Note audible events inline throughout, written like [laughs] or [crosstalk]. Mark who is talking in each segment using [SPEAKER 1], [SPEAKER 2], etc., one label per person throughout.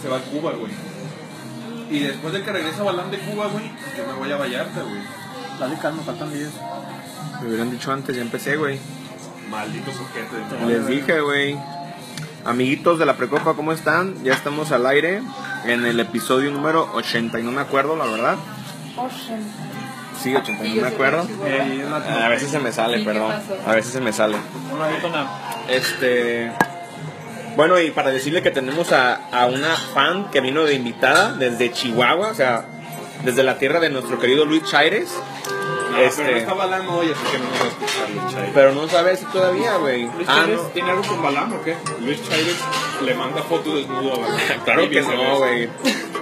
[SPEAKER 1] se va a Cuba, güey. Y después de que regresa Balán de Cuba, güey, yo me voy a Vallarta, güey.
[SPEAKER 2] Dale calma, faltan 10.
[SPEAKER 3] Me hubieran dicho antes, ya empecé, güey.
[SPEAKER 1] Maldito sujeto.
[SPEAKER 3] Les dije, güey. Amiguitos de la Precopa, ¿cómo están? Ya estamos al aire en el episodio número 80 y no me acuerdo, la verdad. Sí, 80 y no me acuerdo. Eh, A veces se me sale, perdón. A veces se me sale.
[SPEAKER 1] Ah,
[SPEAKER 3] Este. Bueno, y para decirle que tenemos a, a una fan que vino de invitada desde Chihuahua, o sea, desde la tierra de nuestro querido Luis Chaires.
[SPEAKER 1] Ah, Pero no
[SPEAKER 3] Este,
[SPEAKER 1] está Balán hoy, así que no me va a escuchar Luis Chaires.
[SPEAKER 3] pero no sabes todavía, güey.
[SPEAKER 1] ¿Luis
[SPEAKER 3] Ah,
[SPEAKER 1] Chaires
[SPEAKER 3] no.
[SPEAKER 1] tiene algo con Balán o qué? Luis Chaires le manda fotos desnudo a Balán.
[SPEAKER 3] [laughs] Claro
[SPEAKER 1] Y
[SPEAKER 3] que
[SPEAKER 1] viceversa.
[SPEAKER 3] no, güey.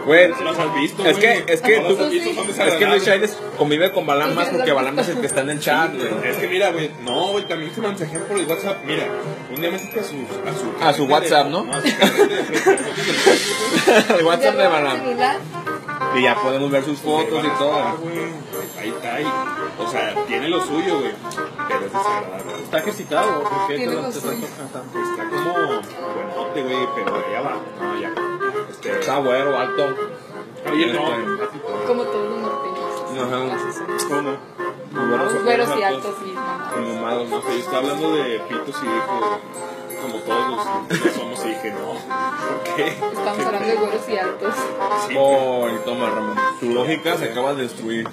[SPEAKER 3] Güey,
[SPEAKER 1] ¿Las has visto,
[SPEAKER 3] es que,
[SPEAKER 1] güey?
[SPEAKER 3] es que
[SPEAKER 1] ¿No
[SPEAKER 3] tú,
[SPEAKER 1] las has visto? Son
[SPEAKER 3] es que Luis
[SPEAKER 1] desagradables.
[SPEAKER 3] Chaires convive con Balán más porque Balán es el que está en el chat, [laughs] güey.
[SPEAKER 1] Es que mira, güey, no, güey, también se mensajean por el WhatsApp. Mira, un día métete a su... A su,
[SPEAKER 3] A su WhatsApp, ¿no?
[SPEAKER 1] a su carrete de Facebook. [laughs]
[SPEAKER 3] El WhatsApp de Balán.
[SPEAKER 4] celular.
[SPEAKER 3] Y ya podemos ver sus fotos
[SPEAKER 1] Ahí
[SPEAKER 3] y
[SPEAKER 1] van a estar,
[SPEAKER 3] todo.
[SPEAKER 1] güey. Ahí está, ahí. O sea, tiene lo suyo, güey. Pero es desagradable.
[SPEAKER 2] Está ejercitado, porque te
[SPEAKER 4] Tiene
[SPEAKER 2] lo te
[SPEAKER 4] razón.
[SPEAKER 2] lo tocan tanto.
[SPEAKER 1] Está como buenote, güey, pero allá va. No, ya. Este,
[SPEAKER 3] Está güero, alto.
[SPEAKER 1] oye, no.
[SPEAKER 4] Como todos los norteños.
[SPEAKER 3] Ajá.
[SPEAKER 4] Así son.
[SPEAKER 1] ¿Cómo?
[SPEAKER 4] Güeros y altos y mamá.
[SPEAKER 1] Con mamados, no, pero yo estaba hablando de pitos y hijos. Como todos los no somos, y dije, no. ¿Por qué?
[SPEAKER 4] Estamos hablando de güeros y altos.
[SPEAKER 1] Sí,
[SPEAKER 3] Uy, Oh, toma, Ramón. Tu lógica se acaba de destruir.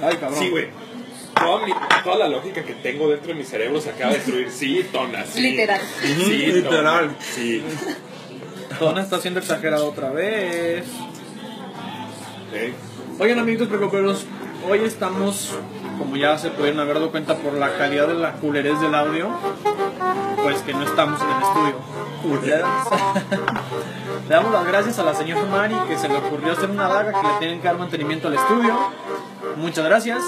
[SPEAKER 2] Ay, cabrón.
[SPEAKER 1] Sí, güey. Toda, mi- toda la lógica que tengo dentro de mi cerebro se acaba de destruir. Sí, tona, sí.
[SPEAKER 4] Literal.
[SPEAKER 1] Sí,
[SPEAKER 3] Ujú,
[SPEAKER 1] tona.
[SPEAKER 3] literal.
[SPEAKER 1] Sí.
[SPEAKER 2] Donna está siendo exagerado otra vez.
[SPEAKER 1] Eh,
[SPEAKER 2] Oigan, amigos precoperos, hoy estamos, como ya se pueden haber dado cuenta por la calidad de la culerez del audio, pues que no estamos en el estudio. [laughs] Le damos las gracias a la señora Mari que se le ocurrió hacer una daga que le tienen que dar mantenimiento al estudio. Muchas gracias,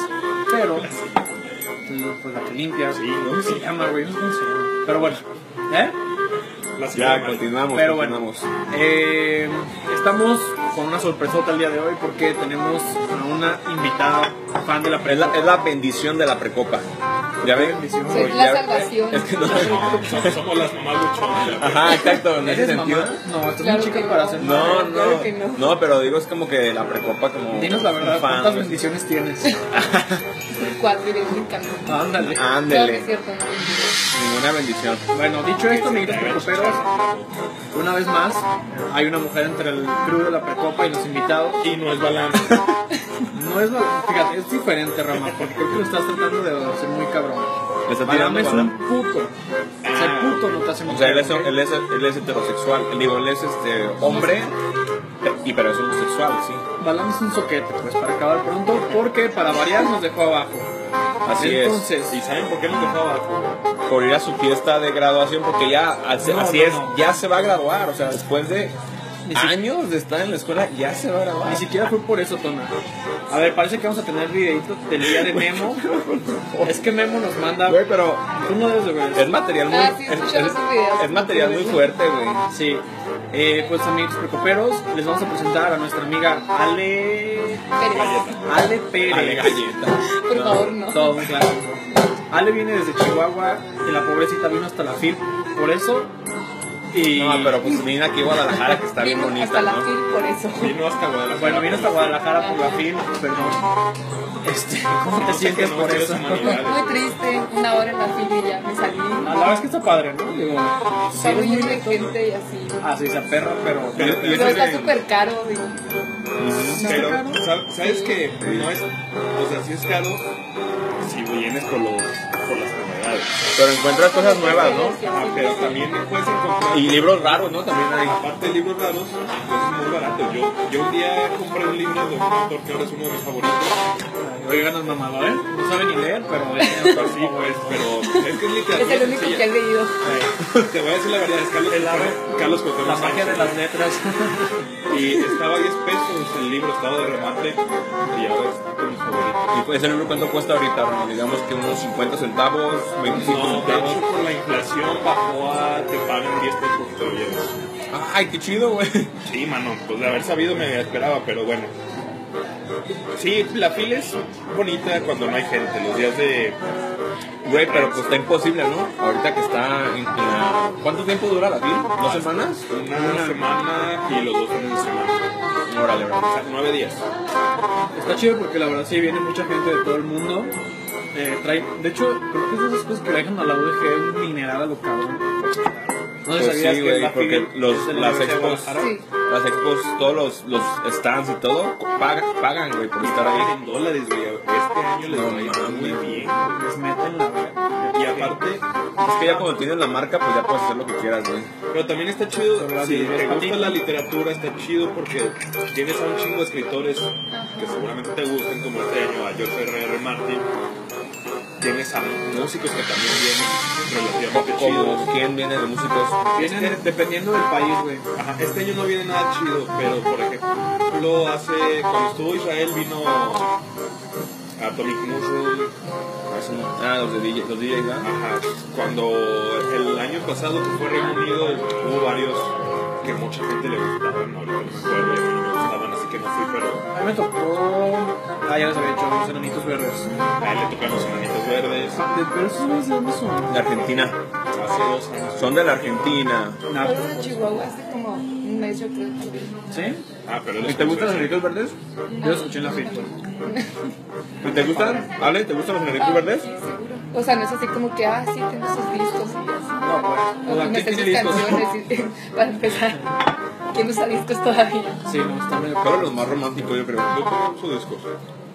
[SPEAKER 2] pero pues la que limpia,
[SPEAKER 1] Sí, ¿no?
[SPEAKER 2] ¿cómo se llama, güey? ¿Cómo se llama? Pero bueno, ¿eh?
[SPEAKER 1] la señora
[SPEAKER 3] Ya,
[SPEAKER 1] Mari.
[SPEAKER 3] continuamos,
[SPEAKER 2] Pero bueno,
[SPEAKER 3] continuamos.
[SPEAKER 2] eh, estamos con una sorpresota el día de hoy porque tenemos a una invitada fan de la
[SPEAKER 3] Es la,
[SPEAKER 2] prensa.
[SPEAKER 3] es la bendición de la precopa. Ya ven.
[SPEAKER 2] Bendición,
[SPEAKER 4] Soy
[SPEAKER 3] Ya-
[SPEAKER 4] la salvación.
[SPEAKER 3] Es que no.
[SPEAKER 1] Somos, somos las mamás luchonas.
[SPEAKER 3] Ajá, exacto, en ese
[SPEAKER 2] ¿Eres mamá?
[SPEAKER 3] sentido.
[SPEAKER 2] No, estás
[SPEAKER 4] Claro
[SPEAKER 2] muy chica
[SPEAKER 4] que
[SPEAKER 2] para
[SPEAKER 4] no.
[SPEAKER 2] ser mamá.
[SPEAKER 3] No,
[SPEAKER 4] Claro
[SPEAKER 3] no,
[SPEAKER 4] que no.
[SPEAKER 3] no, pero digo es como que la precopa como
[SPEAKER 2] Dinos la verdad,
[SPEAKER 3] un fan,
[SPEAKER 2] ¿cuántas
[SPEAKER 3] güey.
[SPEAKER 2] bendiciones tienes?
[SPEAKER 3] [laughs]
[SPEAKER 4] Cuatro y bien brincando.
[SPEAKER 3] Ah.
[SPEAKER 4] Claro
[SPEAKER 2] Ándale.
[SPEAKER 4] que es
[SPEAKER 3] Ándele,
[SPEAKER 4] cierto. ¿no?
[SPEAKER 3] ninguna bendición.
[SPEAKER 2] Bueno, dicho esto, amiguitos precoperos, una vez más, hay una mujer entre el crew de la precopa y los invitados.
[SPEAKER 1] Y no es balance.
[SPEAKER 2] No es lo, fíjate, es diferente, Rama, porque creo que lo estás tratando de hacer muy cabrón.
[SPEAKER 3] Le está
[SPEAKER 2] Balán
[SPEAKER 3] tirando
[SPEAKER 2] es
[SPEAKER 3] balán.
[SPEAKER 2] un puto. Ser puto no te hace
[SPEAKER 3] O sea, él es,
[SPEAKER 2] mujer, ¿ok?
[SPEAKER 3] él es- él es heterosexual. Él, digo, él es este hombre, y pero es homosexual, sí.
[SPEAKER 2] Balán es un soquete, pues para acabar pronto, porque para variar nos dejó abajo.
[SPEAKER 3] Así
[SPEAKER 2] Entonces,
[SPEAKER 1] ¿Y saben por qué nos dejó abajo?
[SPEAKER 3] es. Por ir a su fiesta de graduación, porque ya, así,
[SPEAKER 2] No,
[SPEAKER 3] así
[SPEAKER 2] no,
[SPEAKER 3] es,
[SPEAKER 2] no.
[SPEAKER 3] ya se va a graduar. O sea, después de
[SPEAKER 2] Ni si-
[SPEAKER 3] años de estar en la escuela, ya se va a graduar.
[SPEAKER 2] ni siquiera fue por eso, Tona. A ver, parece que vamos a tener videito del día de Memo. es que Memo nos manda.
[SPEAKER 3] Güey, pero
[SPEAKER 2] Tú no debes de ver
[SPEAKER 3] es
[SPEAKER 2] eso.
[SPEAKER 3] material muy,
[SPEAKER 4] Ah, sí,
[SPEAKER 3] es,
[SPEAKER 4] escucharon
[SPEAKER 3] es-
[SPEAKER 4] sus videos.
[SPEAKER 3] es material muy fuerte, güey.
[SPEAKER 2] Sí. Eh, pues amigos precoperos, les vamos a presentar a nuestra amiga Ale.
[SPEAKER 4] Pérez.
[SPEAKER 2] Ale Pérez.
[SPEAKER 3] Ale galleta.
[SPEAKER 4] Por favor, no.
[SPEAKER 2] Todo un clásico. Ale viene desde Chihuahua, que la pobrecita vino hasta la FIR, por eso. Y
[SPEAKER 3] No, pero pues vino aquí a Guadalajara, que está bien
[SPEAKER 4] Vino
[SPEAKER 3] bonita,
[SPEAKER 4] hasta la
[SPEAKER 3] ¿no?
[SPEAKER 4] fil por eso.
[SPEAKER 1] Vino hasta Guadalajara.
[SPEAKER 2] bueno, vino hasta Guadalajara por la FIR, perdón. Este, ¿cómo te
[SPEAKER 1] No sé
[SPEAKER 2] sientes
[SPEAKER 1] qué
[SPEAKER 2] por
[SPEAKER 1] noche
[SPEAKER 2] eso?
[SPEAKER 1] es humanidad.
[SPEAKER 4] Muy triste. Una hora en la fila y ya me salí.
[SPEAKER 2] No, la verdad es que está padre, ¿no? Digo, sí,
[SPEAKER 4] Está
[SPEAKER 2] es
[SPEAKER 4] muy
[SPEAKER 2] muy
[SPEAKER 4] lleno de
[SPEAKER 2] bonito.
[SPEAKER 4] gente y así.
[SPEAKER 2] Ah, sí, se aperra, pero.
[SPEAKER 3] Pero- y
[SPEAKER 4] Pero
[SPEAKER 3] eso
[SPEAKER 4] está
[SPEAKER 3] de-
[SPEAKER 4] súper caro. digo. No.
[SPEAKER 1] Pero, ¿sab- ¿sabes qué? No es. O sea, sí es caro si vienes por, los, por las novedades.
[SPEAKER 3] Pero encuentras cosas nuevas, ¿no?
[SPEAKER 1] Ah, pero también puedes encontrar.
[SPEAKER 3] Y libros raros, ¿no? También hay.
[SPEAKER 1] Aparte de libros raros, pues, es muy barato. Yo, yo un día compré un libro de un autor que ahora es uno de mis favoritos.
[SPEAKER 2] Oigan, es mamador, ¿eh? No sabe ni leer, pero. [laughs] ya tiene
[SPEAKER 1] Pues sí,
[SPEAKER 2] otro
[SPEAKER 1] pues,
[SPEAKER 2] favor.
[SPEAKER 1] pero es que es
[SPEAKER 4] Es
[SPEAKER 1] literatura
[SPEAKER 4] el único que
[SPEAKER 1] sencilla.
[SPEAKER 4] he leído.
[SPEAKER 1] Eh, Te voy a decir la verdad, es Carlos, Carlos Cotello
[SPEAKER 2] La
[SPEAKER 1] Sánchez.
[SPEAKER 2] magia de las [laughs] letras.
[SPEAKER 1] Y estaba a 10 pesos el libro, estaba de remate y
[SPEAKER 3] pues,
[SPEAKER 1] ahora es de mis favoritos.
[SPEAKER 3] Y pues, ese libro cuánto cuesta ahorita, Ramón? digamos que unos 50 centavos, 25
[SPEAKER 1] No, de
[SPEAKER 3] centavos.
[SPEAKER 1] hecho por la inflación bajó a te pagan 10 pesos por tu billete.
[SPEAKER 3] Ay, qué chido, güey.
[SPEAKER 1] Sí, mano, pues de haber sabido me esperaba, pero bueno. Sí, la fila es bonita cuando no hay gente, los días de... Güey, pero pues está imposible, ¿no? Ahorita que está en... en la- ¿Cuánto tiempo dura la fila? ¿Dos semanas?
[SPEAKER 3] Una.
[SPEAKER 1] Una semana y los dos en una semana.
[SPEAKER 3] Órale,
[SPEAKER 1] O
[SPEAKER 3] órale.
[SPEAKER 1] sea, nueve días.
[SPEAKER 2] Está chido porque la verdad sí viene mucha gente de todo el mundo. Eh, trae, de hecho, creo que es de esas cosas que le dejan a la UDG un mineral a lo cabrón. No sé
[SPEAKER 1] Pues
[SPEAKER 2] sabías
[SPEAKER 1] sí,
[SPEAKER 2] que
[SPEAKER 1] güey,
[SPEAKER 2] la
[SPEAKER 1] porque
[SPEAKER 2] FIBI
[SPEAKER 1] los-
[SPEAKER 2] de la
[SPEAKER 1] las
[SPEAKER 2] Universidad de
[SPEAKER 1] expos-
[SPEAKER 2] Guadalajara-
[SPEAKER 4] Sí.
[SPEAKER 1] Las expos, todos los, los stands y todo, pagan, pagan, güey, por estar ahí. En dólares, güey. Este año les
[SPEAKER 3] No,
[SPEAKER 1] va a ir
[SPEAKER 3] mames.
[SPEAKER 1] muy bien.
[SPEAKER 2] Les meten la verga.
[SPEAKER 1] Y aparte,
[SPEAKER 3] Es que ya cuando tienes la marca, pues ya puedes hacer lo que quieras, güey.
[SPEAKER 1] Pero también está chido,
[SPEAKER 2] Sobre la
[SPEAKER 1] si te
[SPEAKER 2] librería.
[SPEAKER 1] gusta la literatura, está chido porque tienes a un chingo de escritores
[SPEAKER 3] Ah,
[SPEAKER 1] que seguramente te gusten, como este año a George R.R. Martin. Tienes a músicos que también vienen relativamente chidos.
[SPEAKER 3] Como quién viene de músicos.
[SPEAKER 2] Vienen dependiendo del país, güey.
[SPEAKER 1] Ajá, este año no viene nada chido, pero por ejemplo, hace, cuando estuvo Israel vino Atomic Mushroom.
[SPEAKER 3] Ah, eso no. Ah, los de DJ, los DJs, ¿verdad?
[SPEAKER 1] Ajá, cuando el año pasado que fue Reino Unido hubo varios que mucha gente le gustaban, no, no me acuerdo, a mí no me gustaban, así que no fui, pero
[SPEAKER 2] A mí me tocó. Ah, ya les había hecho los enanitos verdes.
[SPEAKER 1] a él le tocaron los enanitos verdes
[SPEAKER 2] De- Pero esos güeyes de dónde son?
[SPEAKER 3] De Argentina.
[SPEAKER 1] hace dos años.
[SPEAKER 3] Son de la Argentina.
[SPEAKER 4] Fueron
[SPEAKER 2] Narcos.
[SPEAKER 4] a Chihuahua hace como un mes, yo creo. que-
[SPEAKER 2] ¿Sí?
[SPEAKER 1] Ah, pero él
[SPEAKER 3] ¿Y
[SPEAKER 1] es
[SPEAKER 3] te gustan los
[SPEAKER 1] francés.
[SPEAKER 3] enanitos verdes?
[SPEAKER 2] Yo los escuché en la fiesta.
[SPEAKER 3] ¿Y te gustan? Ale, ¿te gustan los
[SPEAKER 4] Ah,
[SPEAKER 3] enanitos verdes?
[SPEAKER 4] sí, seguro. O sea, no es así como que, ah, sí, tengo sus discos y así.
[SPEAKER 2] No, pues. O sea,
[SPEAKER 4] me
[SPEAKER 2] ¿quién
[SPEAKER 4] sé
[SPEAKER 2] tiene
[SPEAKER 4] sus
[SPEAKER 2] discos?
[SPEAKER 4] canciones y- [laughs] para empezar. ¿Quién usa discos todavía?
[SPEAKER 2] Sí, no, está medio
[SPEAKER 3] Pero los más románticos, yo creo.
[SPEAKER 1] Yo tengo su disco.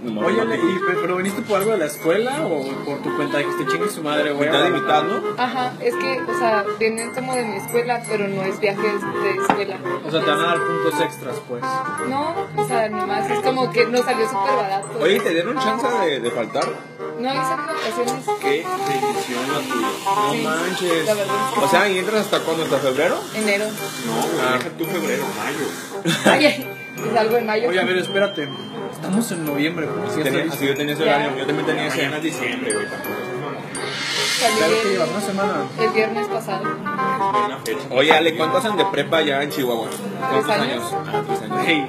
[SPEAKER 3] Los más
[SPEAKER 2] Oye,
[SPEAKER 3] románticos.
[SPEAKER 2] ¿y, pero viniste por algo de la escuela o por tu cuenta dijiste chingue su madre, güey?
[SPEAKER 3] Mitad y mitad, ¿no?
[SPEAKER 4] Ajá, es que, o sea, vienen como de mi escuela, pero no es viaje de escuela.
[SPEAKER 2] O sea, te van a dar puntos extras, pues.
[SPEAKER 4] No, o sea, nomás es como que nos salió súper barato.
[SPEAKER 3] Oye, ¿y ¿te dieron chance de, de faltar?
[SPEAKER 4] No hice vacaciones.
[SPEAKER 1] Qué bendición la tuya.
[SPEAKER 3] No
[SPEAKER 4] Sí,
[SPEAKER 3] manches.
[SPEAKER 4] la verdad es que
[SPEAKER 3] O sea, ¿y entras hasta cuándo? ¿Hasta febrero?
[SPEAKER 4] Enero.
[SPEAKER 1] No, güey, deja tú febrero, mayo.
[SPEAKER 4] Ay, pues algo en mayo.
[SPEAKER 2] Oye, a ver, espérate. Estamos en noviembre, pues, güey. Sí,
[SPEAKER 3] Tenía-
[SPEAKER 2] hasta-
[SPEAKER 3] así yo tenía ese horario. Yo también tenía
[SPEAKER 1] Mañana
[SPEAKER 3] ese.
[SPEAKER 1] es diciembre, güey, tampoco es una
[SPEAKER 4] Salí
[SPEAKER 2] Claro que llevas
[SPEAKER 4] el,
[SPEAKER 2] una semana.
[SPEAKER 4] el viernes pasado.
[SPEAKER 1] buena fecha.
[SPEAKER 3] Oye, Ale, ¿cuántos hacen de prepa allá en Chihuahua? ¿Cuántos años?
[SPEAKER 4] años.
[SPEAKER 3] Ah, tres años.
[SPEAKER 2] Hey,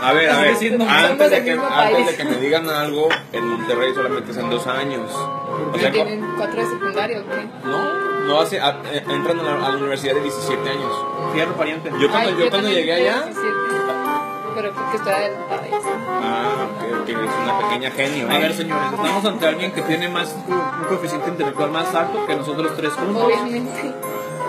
[SPEAKER 3] A ver, a
[SPEAKER 2] Sigue
[SPEAKER 3] ver,
[SPEAKER 2] siendo-
[SPEAKER 4] somos
[SPEAKER 3] antes de,
[SPEAKER 4] del
[SPEAKER 3] que,
[SPEAKER 4] mismo
[SPEAKER 3] antes de
[SPEAKER 4] país.
[SPEAKER 3] que me digan algo, en Monterrey solamente son dos años. O sea,
[SPEAKER 4] ¿No tienen cuatro de secundaria o qué?
[SPEAKER 3] no, no hace, a- eh, entran a la, a la universidad de 17 años.
[SPEAKER 2] fierro pariente.
[SPEAKER 3] Yo cuando,
[SPEAKER 4] Ay,
[SPEAKER 3] yo cuando
[SPEAKER 4] también
[SPEAKER 3] llegué
[SPEAKER 4] tengo
[SPEAKER 3] allá,
[SPEAKER 4] 17, Pero porque estoy adelantada. y así.
[SPEAKER 3] ah, que, que es una pequeña genio.
[SPEAKER 2] A
[SPEAKER 3] ¿eh?
[SPEAKER 2] ver, señores, estamos ante alguien que tiene más un coeficiente intelectual más alto que nosotros tres juntos.
[SPEAKER 4] Obviamente. [laughs]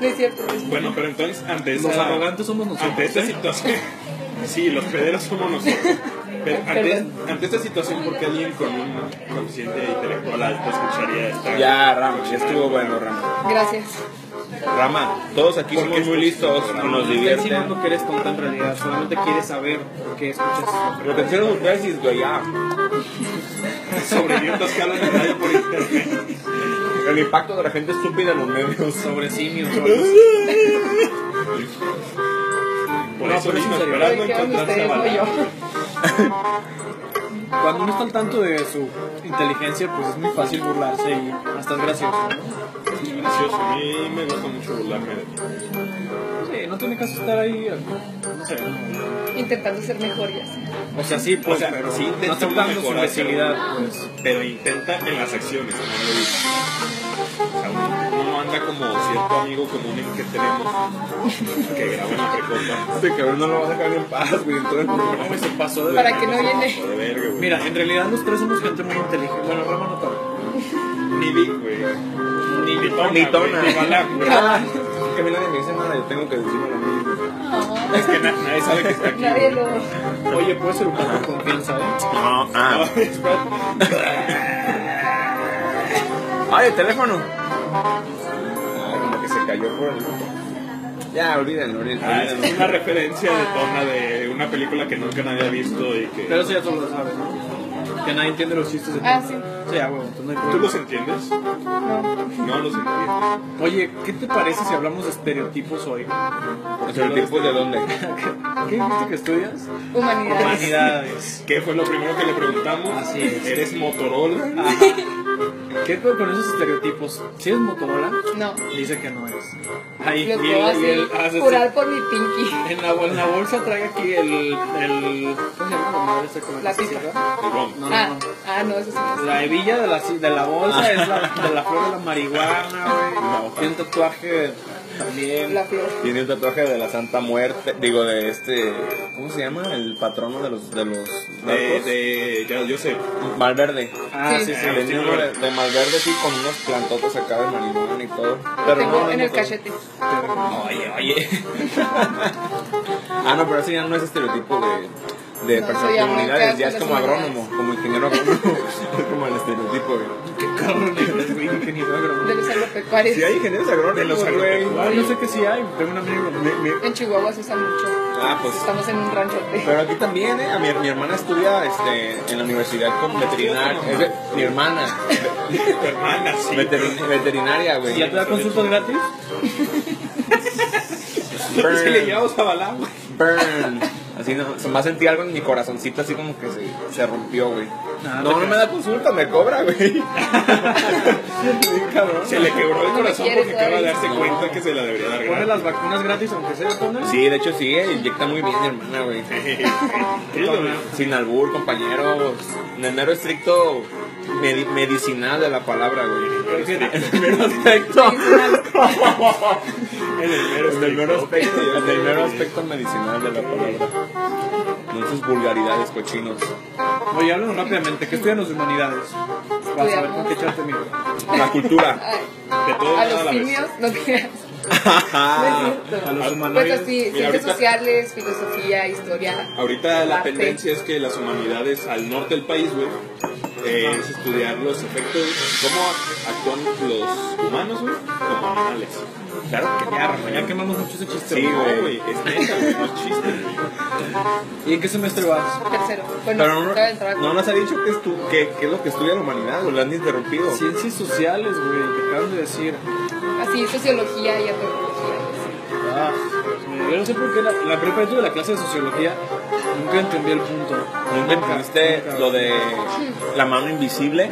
[SPEAKER 4] No es cierto. no es cierto.
[SPEAKER 1] Bueno, pero entonces, ante
[SPEAKER 2] Los
[SPEAKER 1] esa-
[SPEAKER 2] arrogantes somos nosotros.
[SPEAKER 1] Ante esta
[SPEAKER 2] ¿eh?
[SPEAKER 1] situación, [laughs] sí, los pederos somos nosotros.
[SPEAKER 4] [laughs]
[SPEAKER 1] Pero ante, ante esta situación, ¿por qué alguien con un consciente intelectual alto escucharía esta?
[SPEAKER 3] Ya, Rama, ya estuvo bueno, Rama.
[SPEAKER 4] Gracias.
[SPEAKER 3] Rama, todos aquí
[SPEAKER 1] ¿Por qué
[SPEAKER 3] somos muy listos,
[SPEAKER 1] escuchas?
[SPEAKER 3] nos
[SPEAKER 2] No está
[SPEAKER 3] divierten.
[SPEAKER 2] insinuando que eres tonta en realidad, solamente quieres saber por qué escuchas.
[SPEAKER 3] Retención de crisis, güey, ya. [laughs]
[SPEAKER 1] Sobreviviendo a escala de radio por internet.
[SPEAKER 3] El impacto de la gente estúpida en los medios.
[SPEAKER 2] Sobre simios. [laughs]
[SPEAKER 1] Por
[SPEAKER 2] No,
[SPEAKER 1] eso
[SPEAKER 2] pero es
[SPEAKER 1] mismo,
[SPEAKER 2] en serio.
[SPEAKER 1] esperando
[SPEAKER 4] ¿Qué eran
[SPEAKER 1] encontrarse a
[SPEAKER 4] ustedes? No yo.
[SPEAKER 1] Balán.
[SPEAKER 2] Cuando uno está al tanto de su inteligencia, pues es muy fácil burlarse y hasta es gracioso, ¿no?
[SPEAKER 1] Es gracioso, a mí me gusta mucho burlarme de ti.
[SPEAKER 2] Sí, no tiene caso estar ahí, no sé.
[SPEAKER 4] [laughs] Intentando ser mejor y así.
[SPEAKER 2] O sea, sí, pues,
[SPEAKER 1] O sea,
[SPEAKER 2] pero
[SPEAKER 1] sí intenta
[SPEAKER 2] no aceptando
[SPEAKER 1] uno
[SPEAKER 2] su
[SPEAKER 1] mejorar,
[SPEAKER 2] imbecilidad, pues.
[SPEAKER 1] Pero intenta en las acciones, no en lo dice. O sea, uno, uno anda como cierto amigo común en que tenemos que graba en la precopa.
[SPEAKER 3] Este cabrón no lo va a dejar en paz, güey. Entonces,
[SPEAKER 2] No, güey, se pasó de
[SPEAKER 4] Para que no llene.
[SPEAKER 1] De verga, güey.
[SPEAKER 2] Mira, en realidad los tres somos gente muy inteligente. Bueno, Rama no tanto.
[SPEAKER 1] ni vi, güey. Ni, ni tona.
[SPEAKER 3] Ni
[SPEAKER 1] güey,
[SPEAKER 3] tona.
[SPEAKER 1] ni Balán, güey.
[SPEAKER 2] [laughs]
[SPEAKER 3] Es que a mí nadie me dice nada, yo tengo que decirme lo mismo.
[SPEAKER 4] No,
[SPEAKER 1] Es que na- nadie sabe que está aquí.
[SPEAKER 4] nadie lo.
[SPEAKER 2] Oye, puedes educar con confianza, ¿eh?
[SPEAKER 3] No, ah. Ay, ah, el teléfono. Ay, como que se cayó por el. Ya, olvídenlo, olvídenlo.
[SPEAKER 1] Ah, esa es
[SPEAKER 3] olvídenlo.
[SPEAKER 1] una referencia de tona de una película que nunca nadie ha visto y que.
[SPEAKER 2] Pero eso ya tú lo sabes, ¿no? Que nadie entiende los chistes de
[SPEAKER 4] Ah,
[SPEAKER 2] tu-
[SPEAKER 4] sí.
[SPEAKER 2] Sí, ah, güey, entonces no hay
[SPEAKER 1] ¿Tú
[SPEAKER 2] problema.
[SPEAKER 1] los entiendes?
[SPEAKER 4] No.
[SPEAKER 1] No los entiendes.
[SPEAKER 2] Oye, ¿qué te parece si hablamos de estereotipos hoy?
[SPEAKER 3] ¿Estereotipos de dónde?
[SPEAKER 2] ¿Qué dijiste que estudias?
[SPEAKER 4] Humanidades.
[SPEAKER 2] Humanidades.
[SPEAKER 4] [laughs]
[SPEAKER 1] ¿Qué fue lo primero que le preguntamos?
[SPEAKER 2] Así es.
[SPEAKER 1] ¿Eres Motorola?
[SPEAKER 2] Ah, ¿Qué pedo con esos estereotipos? Si es Motorola,
[SPEAKER 4] No.
[SPEAKER 2] dice que no es. Ahí,
[SPEAKER 4] Lo
[SPEAKER 2] y
[SPEAKER 4] puedo
[SPEAKER 2] él, y él
[SPEAKER 4] así
[SPEAKER 2] hace
[SPEAKER 4] jurar por mi pinky.
[SPEAKER 2] En la, en la bolsa trae aquí el. el ¿Cómo se llama? La madre esa con
[SPEAKER 4] La
[SPEAKER 2] que se
[SPEAKER 4] pipa.
[SPEAKER 2] cierra.
[SPEAKER 1] Perdón.
[SPEAKER 2] No, no,
[SPEAKER 4] Ah,
[SPEAKER 2] no.
[SPEAKER 4] ah, no, eso sí. no es.
[SPEAKER 2] La hebilla de la, de la bolsa es la, de la flor de la marihuana, güey.
[SPEAKER 3] La hoja.
[SPEAKER 2] Tiene un tatuaje también.
[SPEAKER 4] La flor.
[SPEAKER 3] Tiene un tatuaje de la Santa Muerte, digo, de este, ¿cómo se llama? El patrono de los, de los
[SPEAKER 1] De,
[SPEAKER 3] narcos.
[SPEAKER 1] de, ya, yo sé.
[SPEAKER 3] Malverde.
[SPEAKER 2] Ah,
[SPEAKER 4] Sí.
[SPEAKER 2] sí, sí.
[SPEAKER 1] Ah,
[SPEAKER 3] Tenía uno de, de Malverde, sí, con unos plantotas acá de marihuana y todo. Pero
[SPEAKER 4] tengo
[SPEAKER 3] no,
[SPEAKER 4] en
[SPEAKER 3] no,
[SPEAKER 4] el
[SPEAKER 3] no.
[SPEAKER 4] cachete.
[SPEAKER 3] Oye, oye. [laughs] ah, no, pero ese ya no es estereotipo de, de
[SPEAKER 4] No,
[SPEAKER 3] personas
[SPEAKER 4] se
[SPEAKER 3] de
[SPEAKER 4] llama
[SPEAKER 3] humanidades,
[SPEAKER 4] feas
[SPEAKER 3] ya
[SPEAKER 4] con
[SPEAKER 3] es
[SPEAKER 4] las
[SPEAKER 3] como agrónomo,
[SPEAKER 4] humanidades.
[SPEAKER 3] como ingeniero agrónomo. [laughs] es como el estereotipo, güey.
[SPEAKER 2] Qué cabrón eres, güey, ingeniero agrónomo.
[SPEAKER 4] De los agropecuarios.
[SPEAKER 3] Si hay ingenieros
[SPEAKER 1] De los
[SPEAKER 3] agrónomos, güey.
[SPEAKER 2] Ah, no sé qué sí hay, tengo un amigo.
[SPEAKER 3] Me- me-
[SPEAKER 4] En Chihuahua se usa mucho.
[SPEAKER 3] Ah, pues.
[SPEAKER 4] Estamos en un ranchote.
[SPEAKER 3] Pero aquí también, ¿eh? A mi, mi hermana estudia este, en la universidad con veterinaria. Es de- mi hermana,
[SPEAKER 1] Tu hermana, sí.
[SPEAKER 3] veterin- veterinaria, güey.
[SPEAKER 1] [laughs]
[SPEAKER 2] ¿Y ya te da consultas gratis? [laughs]
[SPEAKER 1] Si le
[SPEAKER 3] Burn,
[SPEAKER 1] llevamos a Balá, güey.
[SPEAKER 3] burn. Así no, se me ha sentido algo en mi corazoncito, así como que se, se rompió, güey.
[SPEAKER 2] Ah,
[SPEAKER 3] No,
[SPEAKER 2] te
[SPEAKER 3] no me da consulta, me
[SPEAKER 1] [laughs]
[SPEAKER 3] cobra, güey. Sí, cabrón.
[SPEAKER 1] Se le quebró el
[SPEAKER 4] No me
[SPEAKER 1] corazón
[SPEAKER 4] quieres,
[SPEAKER 1] porque acaba de
[SPEAKER 4] David.
[SPEAKER 1] darse cuenta que se la debería dar
[SPEAKER 2] Pone
[SPEAKER 1] gratis.
[SPEAKER 2] las vacunas gratis, aunque sea tómala.
[SPEAKER 3] Sí, de hecho sí, eh, inyecta muy bien mi hermana, güey.
[SPEAKER 1] [laughs] Sí, güey.
[SPEAKER 3] Sin albur, compañeros. En el mero estricto medi- medicinal de la palabra, güey.
[SPEAKER 2] Pero fíjate,
[SPEAKER 3] En el mero [laughs] aspecto.
[SPEAKER 1] En el mero
[SPEAKER 3] En el mero
[SPEAKER 1] estricto.
[SPEAKER 3] aspecto, en el mero aspecto medicinal de la palabra. No sus vulgaridades cochinos.
[SPEAKER 2] Oye, háblanos rápidamente. ¿Qué estudian los humanidades? Para saber con qué echarte miedo.
[SPEAKER 3] La cultura.
[SPEAKER 4] Ay,
[SPEAKER 1] De todo,
[SPEAKER 4] a
[SPEAKER 1] nada a
[SPEAKER 4] los
[SPEAKER 1] la vez.
[SPEAKER 4] simios, no creas. No es cierto.
[SPEAKER 2] A los
[SPEAKER 4] Pues
[SPEAKER 2] humanoides.
[SPEAKER 4] así, ciencias
[SPEAKER 1] ahorita-
[SPEAKER 4] sociales, filosofía, historia.
[SPEAKER 1] Ahorita la
[SPEAKER 4] Arte.
[SPEAKER 1] tendencia es que las humanidades al norte del país, güey, eh, es estudiar los efectos, cómo actúan los humanos, güey, como animales.
[SPEAKER 3] Claro que
[SPEAKER 2] Ya, Rafa, ya quemamos mucho ese chiste.
[SPEAKER 1] Sí,
[SPEAKER 2] güey.
[SPEAKER 1] güey, es neta, güey, no es chiste. güey.
[SPEAKER 2] ¿Y en qué semestre vas?
[SPEAKER 4] Tercero. Bueno,
[SPEAKER 3] Pero no,
[SPEAKER 4] acaba de entrar.
[SPEAKER 3] no nos ha dicho que, estu- que, que es lo que estudia la humanidad, o la han interrumpido.
[SPEAKER 2] Ciencias sociales, güey, que acaban de decir.
[SPEAKER 4] Así, sociología y antropología.
[SPEAKER 2] Ah, yo no sé por qué la, la prepa yo tuve la clase de sociología. Nunca entendí el punto.
[SPEAKER 3] ¿Nunca entendiste
[SPEAKER 2] nunca.
[SPEAKER 3] lo de la mano invisible?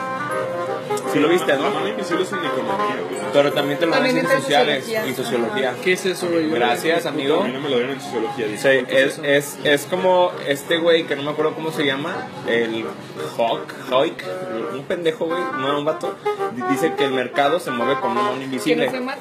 [SPEAKER 3] Sí lo viste,
[SPEAKER 1] La
[SPEAKER 3] ¿no?
[SPEAKER 1] mano invisible es en economía, güey.
[SPEAKER 3] Pero también te lo dan en
[SPEAKER 4] También entra
[SPEAKER 3] ciencias
[SPEAKER 4] en
[SPEAKER 3] sociales y
[SPEAKER 4] sociología.
[SPEAKER 3] sociología.
[SPEAKER 2] ¿Qué es eso, güey?
[SPEAKER 3] Gracias,
[SPEAKER 1] A
[SPEAKER 3] amigo.
[SPEAKER 1] mí no me lo dieron en sociología,
[SPEAKER 3] Sí,
[SPEAKER 1] dice.
[SPEAKER 3] es, es, es como este güey que no me acuerdo cómo se llama, el Hawk, Hawk, un pendejo güey, no un vato, di- dice que el mercado se mueve con una mano
[SPEAKER 4] ¿Quién no
[SPEAKER 3] invisible.
[SPEAKER 4] fue Marx?